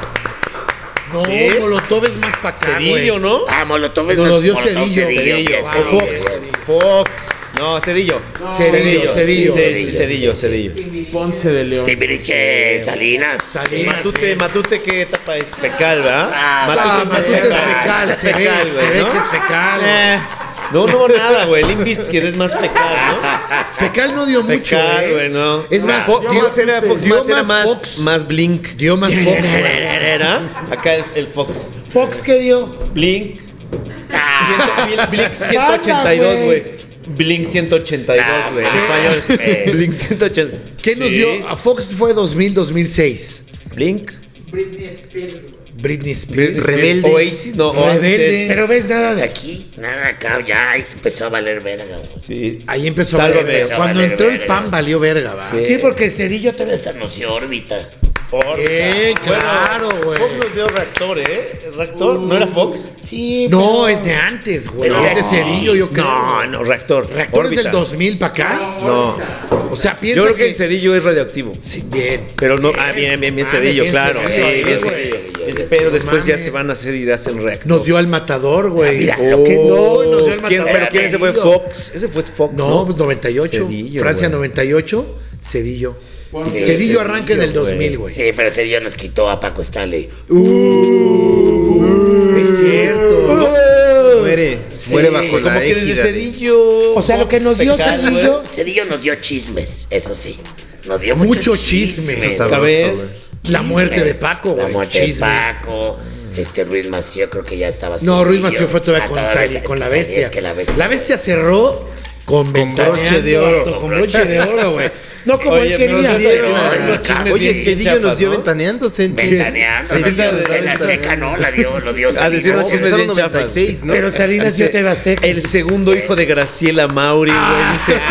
S6: No,
S2: ¿Sí?
S6: Molotov es más pa' acá,
S2: Cedillo,
S6: güey.
S2: ¿no?
S4: Ah, Molotov es
S6: Nos lo dio
S4: Molotov,
S6: Cedillo. Cedillo,
S4: bien,
S6: wow,
S2: O
S4: Cedillo,
S2: Fox.
S4: bien.
S2: Fox. No, Cedillo.
S6: Cedillo, Cedillo.
S2: Sí, sí, Cedillo, Cedillo.
S10: Ponce de León.
S4: Timbiriche, Salinas.
S6: Salinas,
S2: Matute,
S6: güey.
S2: Matute, ¿qué etapa es? Fecal,
S4: Ah,
S2: ¿verdad?
S6: Ah, Matute es
S4: fecal.
S6: fecal, se ve,
S2: Fecal,
S6: se
S2: güey,
S6: ve
S2: ¿no?
S6: que es fecal.
S2: Eh, No, no, nada, güey. Limbis, que es más fecal, ¿no?
S6: Fecal no dio (laughs) mucho,
S2: Fecal,
S6: eh.
S2: güey, no.
S6: Es más,
S2: Fo-
S6: dio-
S2: Fox era, Fox,
S6: dio
S2: más, era más,
S6: Fox.
S2: más Blink.
S6: Dio
S2: (laughs)
S6: más Fox, güey.
S2: Era, Acá el, el Fox.
S6: ¿Fox qué dio?
S2: Blink.
S6: Ah.
S2: Ciento- Blink 182, güey. Blink 182, güey. En español.
S4: mames.
S2: Blink 180.
S6: Ah, pues. ¿Qué nos
S2: Sí.
S6: dio? A Fox fue 2000, 2006.
S2: Blink.
S6: Britney Spears.
S9: Rebelde.
S2: Oasis, no. Oasis
S6: Rebelde.
S2: es-
S4: Pero ves nada de aquí, nada acá, ya ay, empezó a valer verga. güey.
S2: Sí.
S6: Ahí empezó a
S2: Sálvame.
S6: valer verga. Cuando
S4: Valer
S6: entró el
S4: verga.
S6: pan valió verga, va.
S4: Sí, porque Cedillo todavía hasta no se órbita.
S6: Eh, claro, güey.
S2: Fox nos dio reactor, ¿eh? Reactor. ¿No era Fox?
S4: Sí,
S6: No, es de antes, güey.
S4: Pero-
S6: es de Este Cedillo, yo creo.
S2: No, no, reactor.
S6: Reactor es
S2: Órbita.
S6: del 2000 para acá.
S2: No.
S6: O sea, piensa
S2: Yo creo que
S6: que.
S2: el cedillo es radioactivo.
S6: Sí, bien.
S2: Pero no, ah, bien, bien, bien
S6: Ah,
S2: cedillo,
S6: bien
S2: claro.
S6: Cedillo,
S2: sí,
S6: bien
S2: bien
S6: Cedillo.
S2: Cedillo. Ese- Pero después ya
S6: mames.
S2: se van a hacer y hacen reactor.
S6: Nos dio al matador, güey.
S4: Mira,
S2: Oh,
S4: lo que no,
S6: nos dio el
S2: ¿quién,
S6: matador.
S2: pero ¿quién ese fue?
S6: Cedillo.
S2: Fox. Ese fue Fox.
S6: No, pues 98.
S2: Cedillo,
S6: Francia
S2: güey.
S6: 98, Cedillo. Cedillo,
S4: Cedillo,
S6: arranca en el 2000, güey.
S4: Pues Sí, pero Cedillo nos quitó a Paco Stanley.
S6: Es cierto.
S9: Muere, muere bajo
S2: ¿Cómo
S9: la
S2: quieres de
S9: égida de-
S2: cedillo?
S11: O sea, lo que nos dio Cedillo-
S4: Cedillo nos dio chismes, eso sí. Nos dio
S6: Mucho
S4: mucho,
S6: chisme.
S9: Sabroso,
S2: Cabez.
S9: güey.
S6: La muerte de Paco,
S4: La
S6: güey.
S4: muerte
S6: Chisme.
S4: de Paco. Este Ruiz Mació creo que ya estaba
S6: No,
S4: sin
S6: Ruiz
S4: brillo.
S6: Mació fue todavía
S4: Ah,
S6: con, Sally-
S4: es
S6: con
S4: que
S6: la,
S4: sabías
S6: bestia.
S4: que la bestia.
S6: cerró con,
S9: broche de
S6: ventaneando,
S9: oro.
S6: vato, Con broche de oro, güey.
S11: No como él
S2: Oye, pero
S11: quería.
S2: nos dieron
S4: Ay,
S2: unos
S4: no,
S2: chismes
S9: Oye,
S2: bien
S9: Cedillo
S2: chafas,
S9: nos dio
S2: ¿no?
S9: ventaneando, Centi.
S4: Ventaneando.
S2: Sí,
S4: nos
S2: esa-
S4: dio-
S2: esa-
S4: en la
S2: esa-
S4: seca, ¿no? La dio, lo dio.
S2: Ah, decían
S4: Cedillo.
S2: los chismes bien
S9: Empezaron
S2: chafas.
S9: 96, ¿no?
S11: Pero Salinas yo te va a hacer.
S2: El segundo hijo de Graciela Mauri, güey. dice,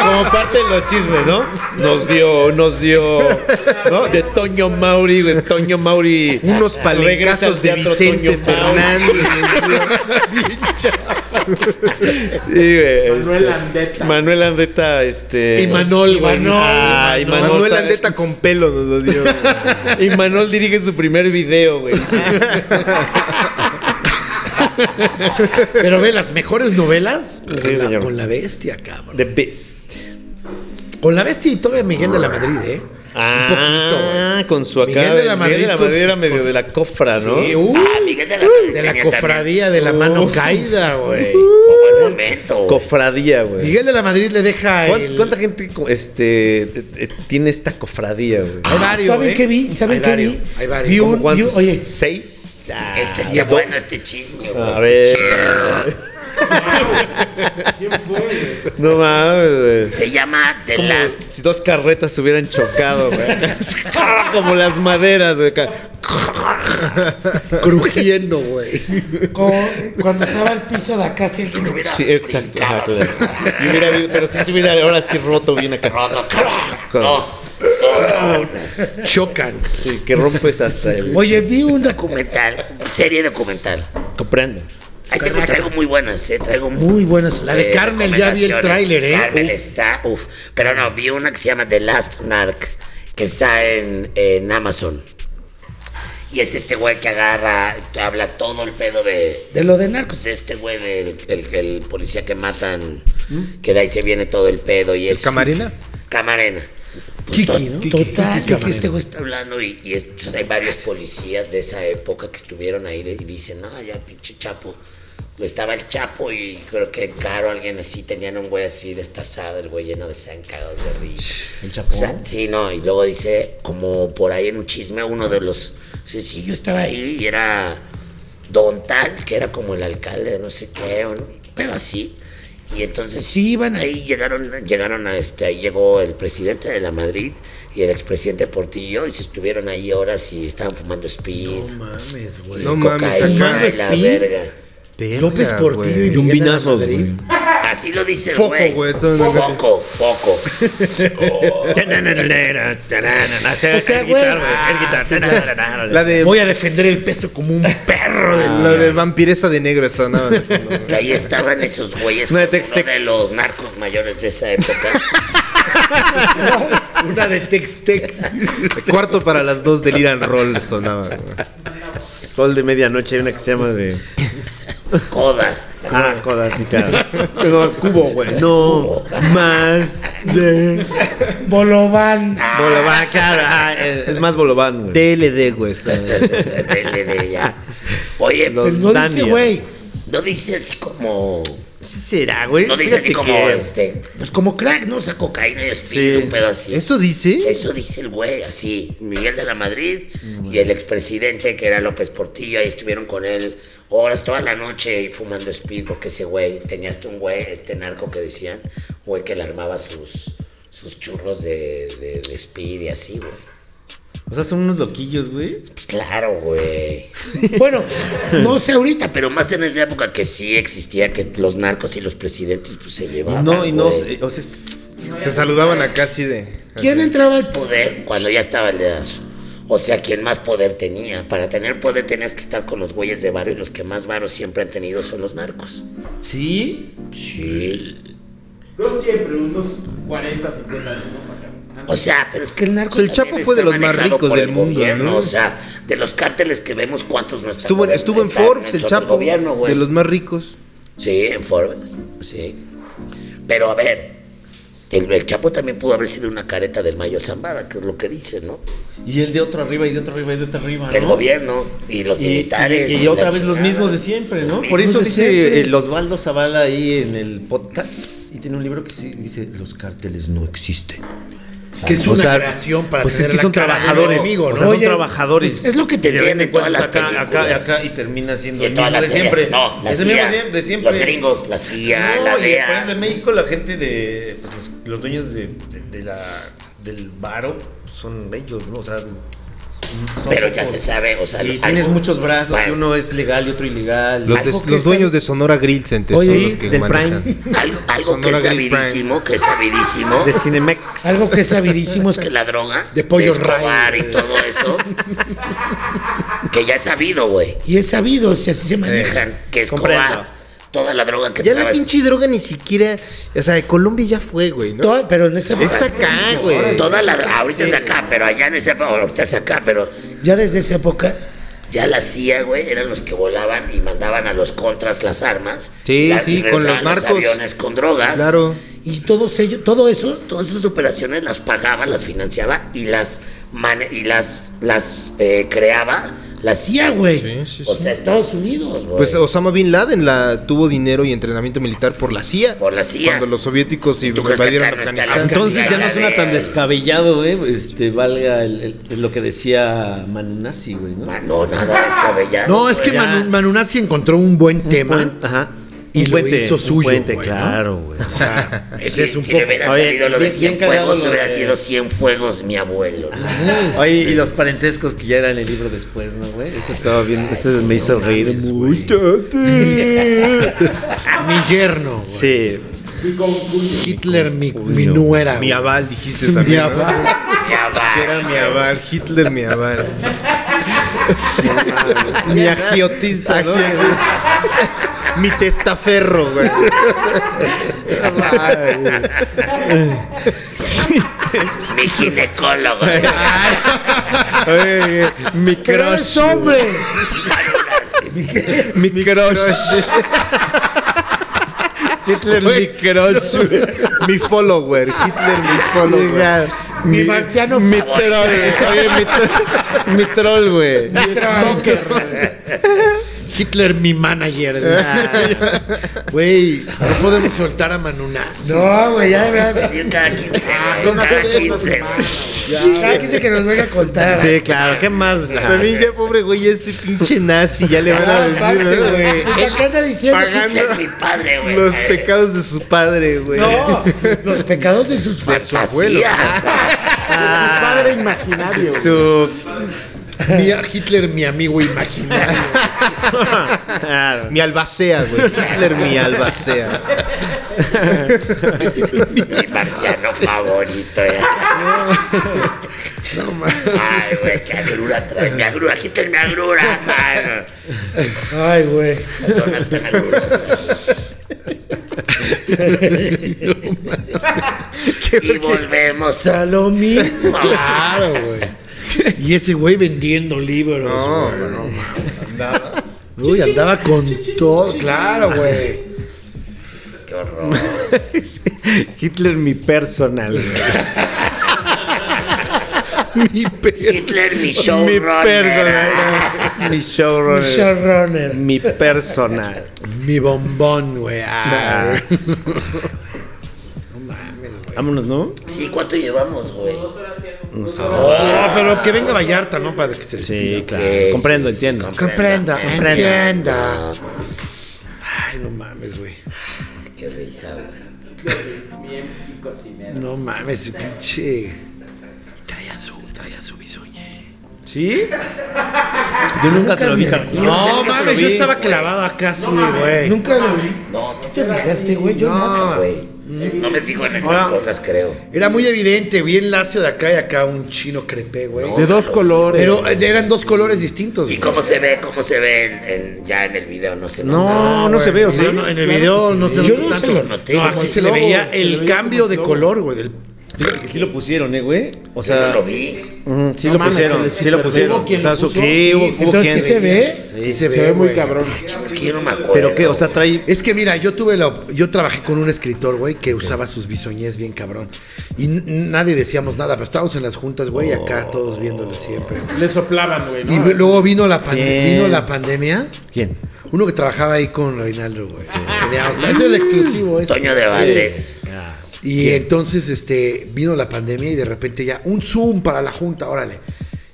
S2: Como parte de los chismes, ¿no? Nos dio, nos dio, ¿no? De Toño Mauri, güey. Toño Mauri.
S9: Unos
S2: Regresa al
S9: palencazos de
S2: teatro
S9: Vicente
S2: Toño Mauri.
S9: Fernández.
S2: Sí, güey,
S10: Manuel
S2: este,
S10: Andeta.
S2: Manuel Andeta, este.
S6: Y Manol, güey.
S2: Ah, y Manol,
S9: Manuel
S2: sabe-
S9: Andeta con pelo nos lo dio.
S2: Y Manol dirige su primer video, güey.
S6: Pero ve, las mejores novelas con,
S2: Sí,
S6: la,
S2: señor.
S6: con la bestia, cabrón.
S2: The Best.
S6: Con la bestia y todavía Miguel de la Madrid, ¿eh?
S2: Ah,
S6: güey.
S2: con su acá.
S6: Miguel de la Madrid. con su-
S2: era medio de la cofra, ¿no?
S6: Sí, uh,
S4: Ah, Miguel de la Madrid
S6: de la
S4: tenía
S6: cofradía de la mano caída, güey.
S4: también un buen momento, güey.
S2: Cofradía, güey.
S6: Miguel de la Madrid le deja.
S2: ¿Cuán-
S6: el-
S2: ¿Cuánta gente co- este, eh, eh, tiene esta cofradía, güey?
S6: Hay varios.
S11: ¿Saben
S6: ¿eh?
S11: qué vi? ¿Saben
S6: Hay
S11: qué
S6: varios,
S11: vi?
S6: Hay varios.
S11: Vi
S2: ¿Cómo
S11: un-
S2: cuántos?
S11: yo- oye. Ah,
S2: ¿Seis? Este, Ah,
S4: Este está bueno este chisme, güey.
S2: A ver. (laughs) No mames, güey.
S4: Se llama The
S2: Como
S4: Last.
S2: si dos carretas se hubieran chocado, güey. (laughs) Como las maderas, güey.
S6: (laughs) Crujiendo, güey.
S11: Como cuando estaba al piso de acá, sí.
S2: Sí, exacto.
S4: brincado.
S2: ajá, claro. Y hubiera habido- pero sí se hubiera ahora sí roto bien acá.
S4: Roto, dos, dos,
S6: Chocan.
S2: Sí, que rompes hasta el.
S11: Oye, vi una.
S4: documental, serie documental.
S2: Comprendo.
S4: Ahí tengo, traigo muy buenas, eh, traigo
S11: Muy
S4: muy eh,
S11: buenas.
S6: La de Carmel, ya vi el
S4: recomendaciones.
S6: tráiler, ¿eh?
S4: Carmel
S6: Uf.
S4: está, uff. Pero no, vi una que se llama The Last Narc, que está en, en Amazon. Y es este güey que agarra, habla todo el pedo de, de lo de narcos. de Este güey, del el, el policía que matan, que de ahí se viene todo el pedo. y es
S3: Camarena.
S4: Camarena. Pues
S6: Kiki,
S4: to-
S6: ¿no?
S4: Total,
S6: Kiki
S4: que este güey está hablando y, y estos- hay varios policías de esa época que estuvieron ahí y dicen, no, ya pinche Chapo. Estaba el Chapo y creo que Caro, alguien así, tenían un güey así destazado, el güey lleno de sangre, cagados de risa.
S7: El Chapo.
S4: O sea, sí, no, y luego dice, como por ahí en un chisme, uno de los... Sí, sí, yo estaba ahí y era Don Tal, que era como el alcalde de no sé qué, o no, pero así. Y entonces sí iban ahí, llegaron, llegaron a este, ahí llegó el presidente de la Madrid y el expresidente Portillo y se estuvieron ahí horas y estaban fumando speed.
S6: No mames, güey.
S3: No
S4: y
S3: mames,
S4: cocaína y
S6: acá.
S4: la
S6: ¿Fumando speed?
S4: verga.
S6: López Portillo y
S7: un
S6: Miguel de la
S7: vinazos,
S6: Madrid.
S7: güey.
S4: Así lo dice el
S3: Foco,
S4: güey.
S3: güey, esto es una-
S4: Foco, foco.
S2: (laughs)
S11: O sea, güey. Ah,
S3: La de,
S6: Voy a defender el peso como un perro. de-
S3: la de vampiresa de negro está nada. más.
S4: Que ahí estaban esos güeyes,
S2: No,
S4: como
S2: de
S4: uno
S2: Tex-Tex.
S4: de los narcos mayores de esa época.
S6: Una de Tex-Tex.
S3: Cuarto para las dos del Iran Roll sonaba.
S2: Sol de medianoche, hay una que se llama de.
S4: Coda.
S2: Ah, coda, sí, claro. Pero cubo, güey. No más de.
S11: Bolobán.
S2: Bolobán, claro. ah, eh, es más Bolobán, güey.
S3: TLD, güey, está.
S4: Dele de ya. Oye,
S2: Los
S4: pues,
S11: No dice,
S2: Daniels.
S11: güey.
S4: no dice así como.
S2: Sí será, güey?
S4: No dice así
S2: Fíjate
S4: como
S2: que-
S4: este. Pues como crack, ¿no? O sea, cocaína y speed,
S2: Sí.
S4: un pedo así.
S3: ¿Eso dice?
S4: Eso dice el güey, así. Miguel de la Madrid y el expresidente, que era López Portillo, ahí estuvieron con él horas toda la noche y fumando speed, porque ese güey, tenía hasta un güey, este narco que decían, güey que le armaba sus, sus churros de, de, de speed y así, güey.
S2: O sea, son unos loquillos, güey.
S4: Pues claro, güey.
S11: Bueno,
S4: No sé ahorita, pero más en esa época que sí existía que los narcos y los presidentes pues se
S2: Y
S4: llevaban.
S2: no, y no.
S4: güey.
S2: eh, O sea, es-
S3: Se saludaban acá así de.
S4: ¿Quién entraba al poder cuando ya estaba el dedazo? O sea, ¿quién más poder tenía? Para tener poder tenías que estar con los güeyes de varo y los que más varo siempre han tenido son los narcos.
S2: ¿Sí?
S4: Sí.
S10: No siempre, unos 40, 50 años.
S4: O sea, pero es que el narco.
S3: O sea, el
S4: también
S3: Chapo fue de
S4: está
S3: los más
S4: manejado
S3: ricos
S4: por
S3: del
S4: el
S3: mundo,
S4: gobierno,
S3: ¿no?
S4: O sea, de los cárteles que vemos, ¿cuántos no están?
S3: Estuvo en,
S4: gobernados?
S3: estuvo en
S4: Están
S3: Forbes, el
S4: dentro del
S3: Chapo.
S4: gobierno, güey.
S3: de los más ricos.
S4: Sí, en Forbes, sí. Pero a ver, el, el Chapo también pudo haber sido una careta del Mayo Zambada, que es lo que dice, ¿no?
S10: Y el de otro arriba, y de otro arriba, y de otro arriba,
S4: El
S10: ¿no?
S4: gobierno y los
S10: Y-
S4: militares.
S10: y- y otra
S4: la
S10: vez los
S4: chingada.
S10: mismos de siempre, ¿no?
S4: Los
S2: Por eso
S10: Mismos de
S2: dice
S10: siempre.
S2: el Osvaldo Zavala ahí en el podcast. Y tiene un libro que sí dice: Los cárteles no existen.
S6: Que es
S2: O
S6: una
S2: sea,
S6: creación para
S2: Pues es
S6: tener
S2: que
S6: la
S2: son
S6: cara del
S2: trabajadores.
S6: enemigo,
S2: o
S6: ¿no?
S2: sea, son
S6: Oye, pues,
S2: trabajadores.
S4: es lo que te
S2: Y de
S4: tienen
S2: cuentas
S4: todas las
S2: acá, acá,
S4: películas.
S2: acá y termina siendo
S4: Y
S2: el
S4: en todas
S2: mismo
S4: las
S2: de
S4: series,
S2: siempre.
S4: No, la
S2: es el
S4: CIA,
S2: mismo sie- de siempre.
S4: Los gringos, la CIA, la
S2: No, y, por ejemplo,
S4: DEA.
S2: en México la gente de pues, los, los dueños de, de- de la del varo pues, son ellos, ¿no? O sea, son
S4: Pero ya
S2: pocos.
S4: se sabe, o sea,
S2: y
S4: algo-
S2: tienes muchos brazos,
S4: Bueno.
S2: y uno es legal y otro ilegal.
S3: Los, de-
S2: Algo que
S3: los
S2: sea-
S3: dueños de Sonora Grill Center
S2: Oye,
S3: son los que
S2: del
S3: manejan.
S2: Prime.
S4: Algo, algo que
S3: Sonora
S4: es
S3: Grill Prime.
S4: sabidísimo, que es sabidísimo.
S2: de Cinemex.
S11: algo que es sabidísimo
S4: Es que la droga
S6: De pollo
S4: Escobar
S6: Ray,
S4: y todo eso que ya es sabido, güey.
S11: y es sabido, si así se maneja.
S4: Manejan que
S2: comprendo.
S4: Escobar toda Eh, la droga que
S3: Ya la
S4: trabas-
S3: pinche droga ni siquiera. O sea, de Colombia ya fue, güey, ¿no?
S11: Toda- pero en esa
S3: Es acá, güey.
S4: Toda la ahorita es acá, pero allá en ese ahorita es acá, pero
S11: ya desde esa época,
S4: ya la CIA, güey, eran los que volaban y mandaban a los contras las armas.
S3: Sí,
S4: La-
S3: sí,
S4: y
S3: con los
S4: regresaban
S3: narcos.
S4: aviones con drogas.
S3: Claro.
S4: Y todos ellos, todo eso, todas esas operaciones las pagaba, las financiaba y las mane- y las las eh, creaba la CIA, güey.
S3: sí,
S4: o sea, Estados Unidos, güey.
S3: Pues Osama Bin Laden la tuvo dinero y entrenamiento militar por la CIA.
S4: Por la CIA.
S3: Cuando los soviéticos
S4: ¿Tú crees que
S3: invadieron
S4: acá no está la
S3: Afganistán.
S4: CIA?
S2: Entonces ya no suena tan
S4: Cagadero.
S2: descabellado, ¿eh? Este, valga el- el- lo que decía Manunasi, güey, ¿no?
S4: Ah, No, nada, descabellado.
S6: No, es
S4: güey.
S6: que Manu- Manunasi encontró un buen tema.
S2: Puen- ajá. un
S6: Y lo
S2: puente,
S6: hizo
S2: un
S6: suyo,
S2: puente,
S6: güey, ¿no?
S2: claro, güey. O sea,
S6: Ese es
S4: Si-
S6: un
S4: si
S6: poco-
S4: le hubiera
S2: Oye,
S4: salido lo de
S2: bien- bien
S4: 100
S2: cagado
S4: fuegos,
S2: lo
S4: hubiera
S2: de- Ah.
S4: sido 100 fuegos mi abuelo. ¿no?
S2: (laughs) Oye, y los parentescos que ya eran el libro después, ¿no, güey? Eso estaba bien, eso me hizo reír mucho.
S6: Mi yerno, güey.
S2: Sí.
S6: Hitler, mi, mi
S2: (laughs)
S6: nuera.
S3: Mi
S6: güey.
S3: aval, dijiste
S6: Mi
S3: también. ¿no?
S6: abuela.
S4: Ya va.
S3: Que Era mi aval, Hitler mi aval. mi agiotista, ¿no? mi (laughs) testaferro, güey.
S4: Mi ginecólogo.
S2: Oye, mi
S11: Pero
S2: crush.
S11: es hombre.
S2: Mi crush. Hitler, mi crush. güey.
S9: mi follower, Hitler, mi follower.
S2: Mi,
S11: marciano
S2: Mi
S4: favorito.
S2: troll. Oye, mi, tro- mi troll, güey.
S6: Hitler, mi manager. (laughs) Güey, no podemos soltar a Manunaz.
S11: No, güey, ya, ya.
S4: Yo cada 15, güey, cada 15, güey.
S11: Cada quien que nos venga a contar.
S2: Sí, claro, ¿qué más?
S9: También ya, pobre güey, ese pinche nazi, ya le van a
S11: Ah,
S9: decir,
S11: aparte,
S9: ¿no?
S2: ¿eh?
S11: güey. ¿Por qué anda diciendo
S4: Hitler
S9: Pagando
S4: es mi padre, güey.
S9: los pecados de su padre, güey.
S11: No, los pecados de
S2: (laughs)
S11: sus
S4: de
S11: padres.
S4: su abuelo.
S12: padre imaginario.
S2: Su.
S6: Mi- Hitler, mi amigo imaginario.
S9: Mi albacea, güey. Hitler, mi albacea.
S4: Mi marciano favorito, eh. Ay, güey, qué agrura trae. Mi agrura, quítale mi agrura, mano.
S11: Ay, güey.
S4: Esas zonas están agrurosas. y volvemos a lo mismo.
S6: Claro, güey. Y ese güey vendiendo libros.
S9: No,
S6: güey, no mames. Uy, andaba con todo. Claro, güey.
S4: Qué horror.
S2: Hitler, mi personal. güey.
S6: Mi perro.
S4: Hitler, mi
S2: Mi
S4: showrunner.
S2: personal. Mi showrunner. Mi
S11: Showrunner.
S2: personal.
S6: Mi bombón, güey. Ah, güey.
S2: Vámonos, ¿no?
S4: Sí, ¿cuánto llevamos, güey?
S6: Oh, pero que venga Vallarta, ¿no? Para que se despida.
S2: Sí, claro. Comprendo, entiendo.
S6: Comprenda,
S4: Comprenda.
S6: entienda. Ay, no mames, güey.
S4: Qué risa, güey.
S6: No mames, pinche. Traía su, traía su bisoñé.
S2: ¿Sí? Yo nunca se lo dije.
S6: No mames, yo estaba clavado acá, sí, güey.
S11: Nunca lo vi.
S4: No, no
S11: ¿Te fijaste, güey? Yo no.
S4: Ah, güey. No me fijo en esas
S6: Ahora-
S4: cosas, creo.
S6: Era muy evidente, vi el lacio de acá y acá un chino crepé, güey.
S4: No.
S12: De dos colores.
S6: Pero eh, eran dos colores distintos.
S4: ¿Y
S6: güey.
S4: cómo se ve? ¿Cómo se ve en, en- ya en el video? No sé.
S2: No, no se ve, ¿o sí?
S6: No, no, en el video no se
S4: Yo
S6: notó
S4: no se
S6: tanto.
S4: lo noté,
S6: no,
S4: como
S6: aquí
S4: el
S6: se le
S12: logo,
S6: veía
S12: se le
S6: el
S12: veía
S6: cambio
S12: como
S6: de
S12: el logo.
S6: color, güey. del-
S2: Fíjate que sí lo pusieron, ¿eh, güey? O
S4: Yo
S2: sea,
S4: no lo vi.
S2: ujú, sí
S12: No
S2: lo
S12: mames,
S2: pusieron,
S12: se le
S2: sí lo
S12: superó.
S2: pusieron.
S12: Hubo quien
S2: O sea,
S12: lo
S2: su
S12: puso,
S2: sí, hubo,
S12: sí.
S2: hubo
S11: Entonces,
S2: quien-
S11: ¿sí se ve?
S6: Sí se
S11: se
S6: ve,
S11: ve muy
S6: güey.
S11: cabrón.
S4: Es que yo no me acuerdo.
S2: Pero qué, o sea, trae...
S6: Es que mira, yo tuve la, yo trabajé con un escritor, güey, que usaba sus bisoñés bien cabrón. Y n- nadie decíamos nada, pero estábamos en las juntas, güey, y acá
S2: Oh.
S6: todos viéndolo siempre. güey.
S10: Le soplaban, güey. ¿no?
S6: Y luego vino la, pande-
S2: Bien.
S6: vino la pandemia.
S2: ¿Quién?
S6: Uno que trabajaba ahí con Reinaldo, güey. Tenía- o sea, es el exclusivo, es.
S4: Toño de Valdés.
S6: Y entonces este, vino la pandemia y de repente ya un Zoom para la junta, órale.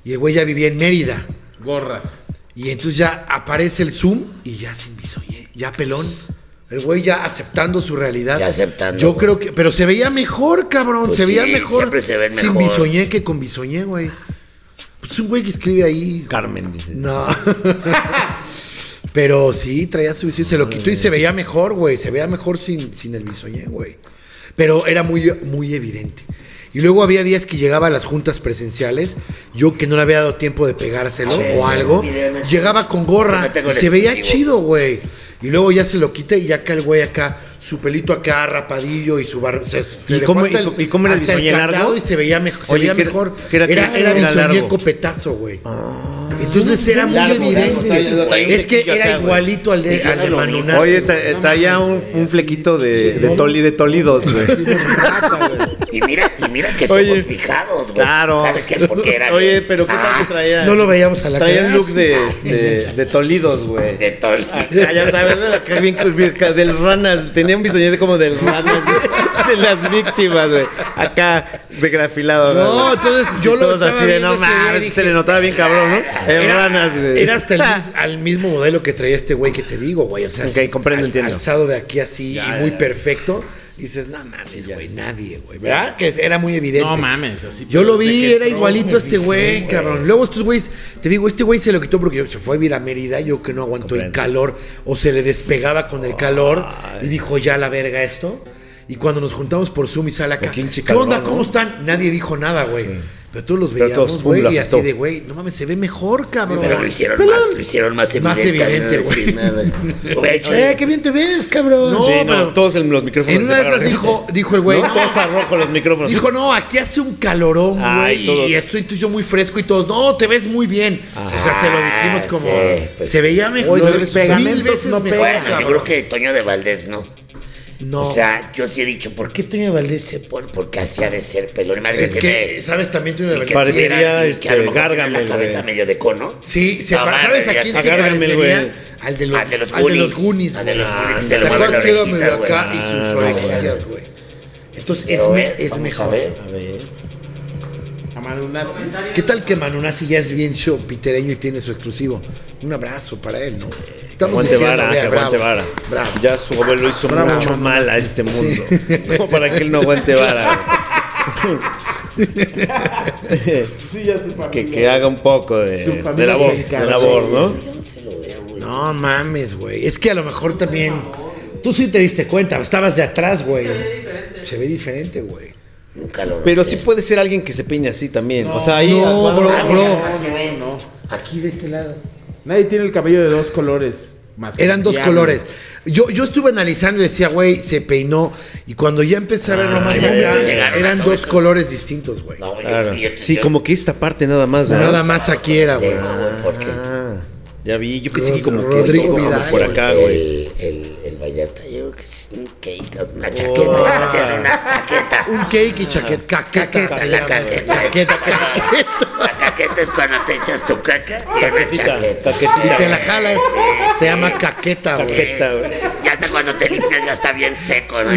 S6: Y el güey ya vivía en Mérida.
S10: Gorras.
S6: Y entonces ya aparece el Zoom y ya sin bisoñé, ya pelón. El güey ya aceptando su realidad.
S4: Ya aceptando,
S6: Yo
S4: güey.
S6: creo que. Pero se veía mejor, cabrón.
S4: Pues
S6: se veía
S4: sí,
S6: mejor
S4: siempre se ven
S6: sin
S4: mejor.
S6: bisoñé que con bisoñé, güey. Pues un güey que escribe ahí.
S2: Carmen, dice.
S6: No. (laughs) Pero sí, traía su bisoñé, se lo quitó y se veía mejor, güey. Se veía mejor sin, sin el bisoñé, güey. Pero era muy, muy evidente. Y luego había días que llegaba a las juntas presenciales, yo que no le había dado tiempo de pegárselo o algo, llegaba con gorra
S4: Es que no tengo
S6: y
S4: el
S6: se veía
S4: exclusivo.
S6: chido, güey. Y luego ya se lo quita y ya acá el güey acá, su pelito acá, rapadillo y su barro. Se, se
S2: ¿Y
S6: dejó
S2: cómo-
S6: hasta
S2: y co- y cómo era el
S6: hasta
S2: bisoñé largo?
S6: candado Y se veía mejor. Se
S2: Oye,
S6: veía
S2: ¿qué era-
S6: mejor.
S2: qué era- qué
S6: era,
S2: era
S6: era bisoñé
S2: largo?
S6: copetazo, güey. Entonces era muy
S2: Largo, largo,
S6: evidente.
S2: traía- traía un
S6: es que
S2: flequillo acá,
S6: era
S2: güey.
S6: igualito al de, al de Manunazo,
S2: Oye,
S6: güey.
S2: tra- eh, traía un, un flequito de, de toli de tolidos, güey.
S4: Y mira, y mira que somos
S2: Oye,
S4: fijados, güey.
S2: Claro.
S4: ¿Sabes qué? Porque era.
S2: (laughs)
S4: Ah.
S2: Oye, pero ¿qué tal que traía?
S11: No lo veíamos a la
S2: Traía un
S11: cara.
S2: look de,
S4: (laughs)
S2: este, de tolidos, güey.
S4: De todo el-
S2: Ah, ya sabes, ¿verdad? Acá bien curvio, del ranas. Tenía un bisoñete como del ranas, de, de las víctimas, güey. Acá, de grafilado.
S6: No,
S2: güey.
S6: entonces yo
S2: Y
S6: lo
S2: Todos
S6: estaba
S2: así de
S6: viendo
S2: no
S6: ese día y
S2: mames,
S6: dije,
S2: se le notaba bien cabrón, ¿no? El ranas, güey.
S6: Era hasta
S2: (laughs)
S6: el mis- al mismo modelo que traía este güey que te digo, güey. O sea,
S2: Ok,
S6: así,
S2: comprendo,
S6: al-
S2: entiendo.
S6: alzado de aquí así y muy perfecto. Dices, no mames, güey, nadie, güey. ¿Verdad? Que era muy evidente.
S10: No mames, así.
S6: Yo lo
S10: desde
S6: vi,
S10: que
S6: era
S10: entró,
S6: igualito a
S2: pues,
S10: me
S6: este
S10: fijé,
S6: güey, cabrón. Luego estos güeyes, te digo, este güey se lo quitó porque se fue a vivir a Mérida, yo que no aguantó el calor, o se le despegaba con el calor, y dijo, ya la verga esto. Y cuando nos juntamos por Zoom y sale acá,
S2: Pinche
S6: ¿qué onda?
S2: calorón, ¿no?
S6: ¿Cómo están? Nadie dijo nada, güey. Pero todos los
S2: Pero
S6: veíamos,
S2: todos,
S6: güey,
S2: un
S6: y así
S2: blastó.
S6: de, güey, no mames, se ve mejor, cabrón.
S4: Pero lo hicieron más, lo hicieron más
S6: Más
S4: evidente.
S6: evidente,
S4: no decir
S6: (laughs)
S4: nada. Hubiera hecho-
S11: Eh, qué bien te ves, cabrón.
S6: No,
S2: Sí, no,
S6: pero
S2: todos en los micrófonos.
S6: en una de
S2: se
S6: esas
S2: pararon.
S6: dijo, dijo el güey,
S2: No, todos a rojo los micrófonos.
S6: Dijo, no, aquí hace un calorón,
S2: Ay,
S6: güey.
S2: todos.
S6: Y estoy tú y yo muy fresco y todos, no, te ves muy bien. o sea, se lo dijimos como.
S4: sí, pues
S6: se veía mejor.
S12: Oye, los
S6: mil
S12: pegamentos
S6: veces
S12: no
S6: mejor,
S4: Bueno, yo creo
S6: cabrón.
S4: que Toño de Valdés no.
S6: No.
S4: O sea, yo sí he dicho, ¿por qué Toño de Valdés se pone? Porque así ha de ser pelón. Imagínate
S6: es que, ¿sabes también? Tiene una
S4: que
S6: ventaja.
S2: Parecería,
S4: estuviera- y
S2: este,
S4: a lo mejor tiene
S2: Gargamel,
S4: La cabeza
S2: güey.
S4: medio de cono.
S6: Sí, se
S4: No,
S6: pa-
S4: madre,
S6: ¿sabes a
S4: ya
S6: quién
S4: está.
S6: se
S2: Agárrenme,
S6: parecería?
S2: güey.
S6: Al de los,
S4: Al de los
S6: al de los
S4: Goonies.
S6: Goonies,
S4: Al de
S6: güey.
S4: los Goonies, se
S6: Ah,
S4: le
S6: ¿Te
S4: mueve
S6: acuerdas
S4: la
S6: que era
S4: orejita,
S6: medio
S4: güey?
S6: acá y
S2: Ah,
S6: sus
S2: no,
S6: orejillas, güey? Entonces es,
S4: Pero,
S6: me-
S4: eh,
S6: es
S4: vamos
S6: mejor.
S4: a ver.
S10: Amanunazi.
S6: ¿Qué tal que Manunasi ya es bien show pitereño y tiene su exclusivo? Un abrazo para él, ¿no? Estamos
S2: Aguante
S6: diciendo,
S2: vara,
S6: vea,
S2: que aguante
S6: bravo,
S2: vara.
S6: Bravo.
S2: Ya su abuelo hizo
S6: Bravo,
S2: mucho
S6: mamá,
S2: mal a
S6: sí.
S2: este mundo.
S6: (laughs)
S2: Como para que él no aguante vara.
S12: Sí, ya su
S2: Que,
S12: familia.
S2: que haga un poco de,
S12: Su
S2: de
S12: familia
S2: labor,
S12: mexicana,
S2: de labor,
S12: sí.
S2: ¿no?
S6: No mames, güey. Es que a lo mejor también. Tú sí te diste cuenta, estabas de atrás, güey. Se ve diferente, güey.
S4: Nunca lo
S2: Pero
S4: noté.
S2: sí puede ser alguien que se peña así también. o sea, ahí.
S6: No, bro, bro.
S12: no, no.
S4: Aquí de este lado.
S10: Nadie tiene el cabello de dos colores. Más que
S6: Eran
S10: el
S6: dos
S10: diablo.
S6: colores. Yo, yo estuve analizando y decía, güey, se peinó. Y cuando ya empecé a
S2: Ah,
S6: verlo más
S4: ya,
S6: acá,
S4: ya llegaron
S6: eran
S4: a todo
S6: dos
S4: eso.
S6: colores distintos, güey.
S4: No, yo-
S2: Claro.
S4: yo-
S2: Sí,
S4: yo-
S2: como que esta parte nada más, ¿verdad?
S6: Nada más aquí era, güey.
S4: Tengo, güey, porque
S2: Ah, ya vi. Yo pensé que como que
S6: Rodrigo
S2: todo como
S6: Vidal,
S2: por acá, güey. Oh.
S4: El, el, el Vallarta, yo creo que es un cake, una chaqueta. se hace una chaqueta.
S6: Un cake y chaqueta. Caqueta. se
S4: La
S6: llama eso.
S4: caqueta.
S6: Caqueta.
S4: La caqueta es cuando te echas tu caca y una
S2: Caquetita,
S4: chaqueta.
S6: Y te la
S2: caquetita.
S6: jalas. Se llama caqueta, güey.
S2: Caqueta, güey.
S4: Ya hasta cuando te limpias ya está bien seco, ¿no?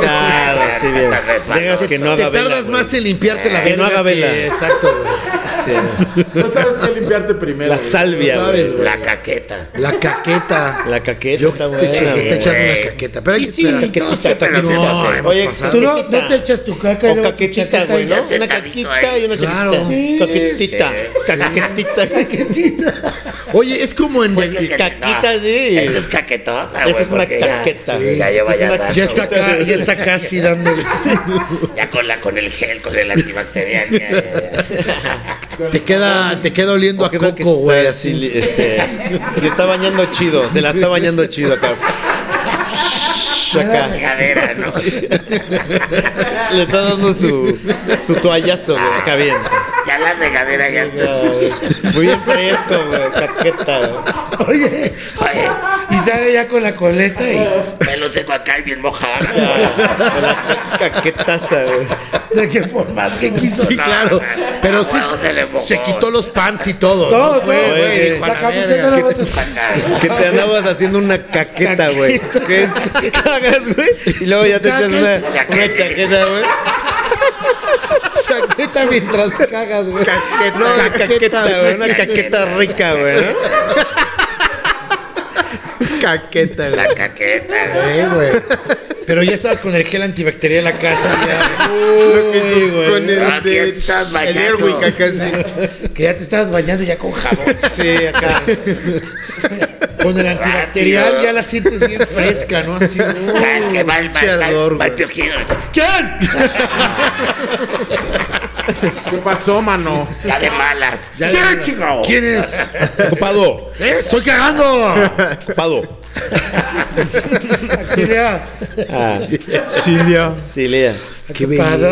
S2: Claro, sí, bien. Dejas que no
S6: Te
S2: haga vela.
S6: tardas
S2: güey.
S6: más en limpiarte la
S2: Que
S6: verga.
S2: no haga vela.
S6: que- Exacto, güey.
S2: Sí.
S10: No sabes qué limpiarte primero.
S2: La
S10: güey.
S2: salvia,
S6: Lo
S2: güey.
S6: sabes, güey.
S4: La caqueta.
S6: La caqueta.
S2: La caqueta
S6: Yo
S2: está
S6: se echa-
S2: buena,
S6: se está
S2: güey.
S6: echando una
S4: güey.
S6: caqueta. Pero hay
S11: Y
S6: que
S11: sí,
S6: esperar.
S11: que
S4: No sé, pero
S6: No,
S4: sí lo
S6: hemos
S4: hacemos.
S2: Oye,
S6: pasado.
S11: Tú no, no te echas tu caca. y
S2: O
S11: luego tu
S2: caquetita,
S11: chaqueta
S2: güey,
S11: y
S2: ¿no?
S11: ya.
S2: Una caquetita y una
S6: Claro.
S2: chaquetita. Caquetita, caquetita, caquetita.
S6: Oye, es como en.
S4: Pues yo que-
S2: caquita,
S4: no.
S2: sí.
S4: Esta es caquetota, güey.
S2: Esta es una
S4: porque ya-
S2: caqueta.
S4: sí, Ya lleva
S2: Esta es
S4: ya
S2: una-
S4: rato,
S6: Ya está,
S4: güey.
S6: acá, ya está casi dándole.
S4: Ya con, la, con el gel, con el antibacterial. ya, ya, ya.
S6: Te queda, te queda oliendo
S2: O
S6: a
S2: qué tal que
S6: coco,
S2: se
S6: güey.
S2: está así, li- este, se está bañando chido, se la está bañando chido acá. Acá.
S4: Regadera, ¿no?
S2: Le está dando su, su toallazo, güey, acá bien.
S4: Ya la regadera ya está así.
S2: Muy bien fresco, güey, caqueta. güey.
S11: Oye,
S4: Oye,
S11: y sale ya con la coleta y.
S4: pelo seco acá y bien mojado.
S2: Con la caquetaza, güey.
S11: De que por más que quiso.
S6: Sí,
S4: No,
S6: claro.
S4: no, no.
S6: Pero sí
S4: Huevo se le mojó.
S6: se quitó los pants y todo.
S11: Todo,
S6: ¿no?
S11: todo,
S6: Fue,
S2: güey,
S6: güey,
S2: que-
S6: dijo, a
S11: La
S6: la
S11: camiseta
S6: verga.
S11: la vas a
S2: Que te andabas haciendo una caqueta, güey. Que es te cagas, güey. Y luego ya te echas una, una chaqueta, güey.
S11: Chaqueta mientras cagas, güey.
S2: No, una caqueta, güey. Una caqueta rica, güey. ¿no?
S6: Caqueta, güey.
S4: La caqueta, güey.
S6: Eh, güey. Pero ya estabas con el gel antibacterial acá. sí, ya.
S9: Con el
S4: Ah, ¿quién estás bañando?
S11: Que ya te estabas bañando ya con jabón. Pues
S2: Sí, acá.
S6: Con el antibacterial ya la sientes bien fresca, ¿no? Así. ¿no?
S4: Ah, es que va el, va, va-
S2: ardor,
S4: va el
S2: güey.
S4: piojillo.
S6: ¿Quién?
S10: ¿Qué pasó, mano?
S4: Ya de malas.
S6: Ya
S4: ¿Quién,
S6: de-
S4: chico?
S6: ¿Quién es?
S2: Ocupado,
S6: ¿Eh? ¡Estoy cagando!
S2: ocupado.
S11: Así ya.
S2: Silvia. Silvia.
S6: ¡Qué Ah.
S11: Pasa.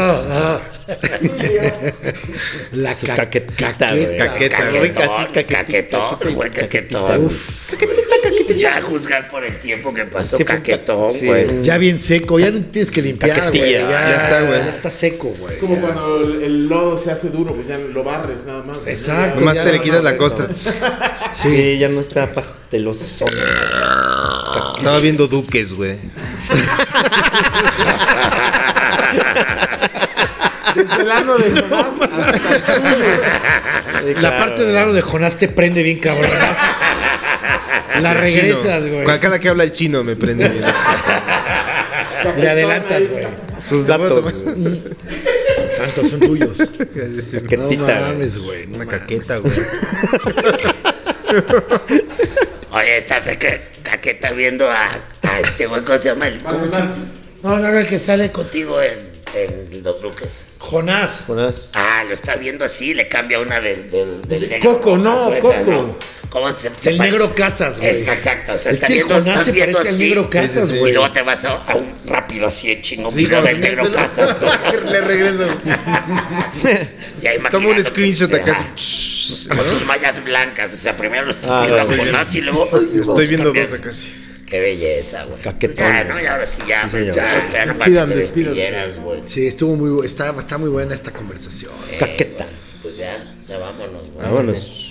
S6: La
S2: Su
S6: ca-
S2: caquetita, güey. Caqueta,
S4: Caquetón,
S2: rica, sí, caquetita.
S4: caquetón, fue caquetón. Ya juzgar por el tiempo que pasó,
S2: Sí, fue un ca-
S4: caquetón,
S2: sí.
S4: güey.
S6: Ya bien seco, ya no tienes que limpiar, güey.
S2: Caquetilla.
S6: Ya,
S2: Ya está, güey.
S6: Ya está seco, güey.
S10: Como cuando el, el lodo se hace duro, pues ya lo barres nada más. güey.
S6: Exacto.
S9: Nomás
S6: ya
S9: te le
S6: no-
S9: quitas la costra.
S6: Sí.
S2: Sí, ya no está pasteloso.
S9: Estaba viendo Duques, güey.
S10: Desde el ano de Jonás hasta el tuyo.
S6: La parte del aro de Jonás te prende bien, cabrón. La regresas, güey.
S9: Cuando cada que habla el chino me prende. bien.
S6: Le adelantas, güey.
S2: Sus datos. güey.
S6: Tantos son tuyos. No
S2: Caquetita. güey.
S6: mames, güey.
S9: Una caqueta, güey.
S4: Oye, estás acá, caqueta viendo a, a este güey, ¿cómo se llama? El, ¿Cómo se
S11: No, no, no, el que sale con.
S4: contigo en en los duques.
S6: Jonás.
S2: Jonás.
S4: Ah, lo está viendo así, le cambia una del, del, del
S7: Dice, Coco, no,
S4: Esa,
S7: Coco.
S4: ¿Cómo se, se
S6: El
S4: pare-
S6: negro Casas, güey.
S4: Es exacto, o sea,
S6: Es
S4: está
S6: que el
S4: viendo,
S6: Jonás
S4: estás
S6: se
S4: viendo
S6: parece al
S4: así.
S6: negro Casas,
S4: Sí, sí, sí.
S6: güey.
S4: Y luego te vas a, a un rápido así, el chingo,
S6: Sí,
S4: picado
S6: con (laughs)
S4: del
S6: el
S4: negro
S6: negro-
S4: casas. ¿no?
S3: Le regreso.
S4: Ya
S3: Toma
S4: imaginando
S3: un
S4: que
S3: screenshot
S4: será.
S3: acá.
S4: Con sus mallas blancas, o sea, primero los
S2: Ah,
S4: viendo a
S2: sí, sí.
S4: Jonás y luego. ay, vamos a
S3: Estoy viendo
S4: cambiar.
S3: dos acá. sí.
S4: Qué belleza, güey.
S2: Caquetón,
S4: Ya,
S2: güey.
S4: ¿no? Y ahora sí, ya,
S2: Sí,
S4: güey,
S2: señor.
S4: ya,
S12: Despidan,
S4: esperaron para que te
S12: despidan,
S4: despidieras, güey.
S6: Sí, estuvo muy, bu- está, está muy buena esta conversación.
S2: Caqueta.
S4: Pues ya, ya vámonos, güey.
S2: Vámonos.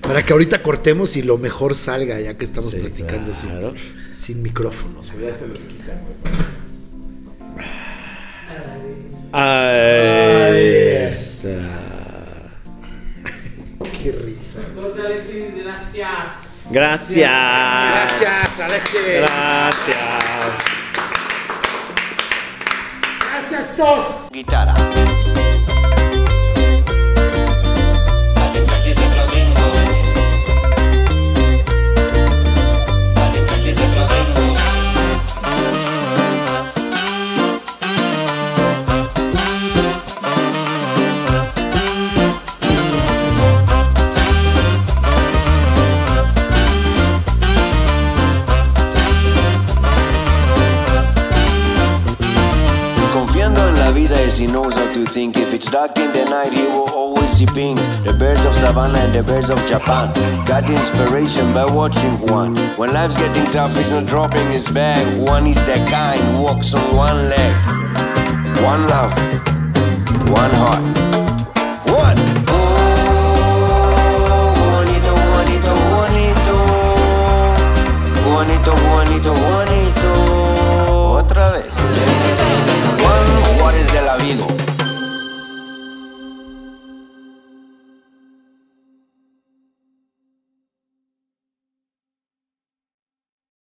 S6: Para que ahorita cortemos y lo mejor salga, ya que estamos
S2: Sí,
S6: platicando sin-
S2: claro.
S6: sin, micrófonos. güey.
S2: Ay, (laughs)
S6: Qué risa.
S2: Gracias. Gracias, Gracias.
S13: Confiando en la vida is he knows how to think If it's dark in the night he will always see pink The birds of Savannah and the birds of Japan Got inspiration by watching one When life's getting tough he's not dropping his bag One is the kind walks on one leg One love One heart One Oh, bonito, bonito, bonito Bonito, bonito, bonito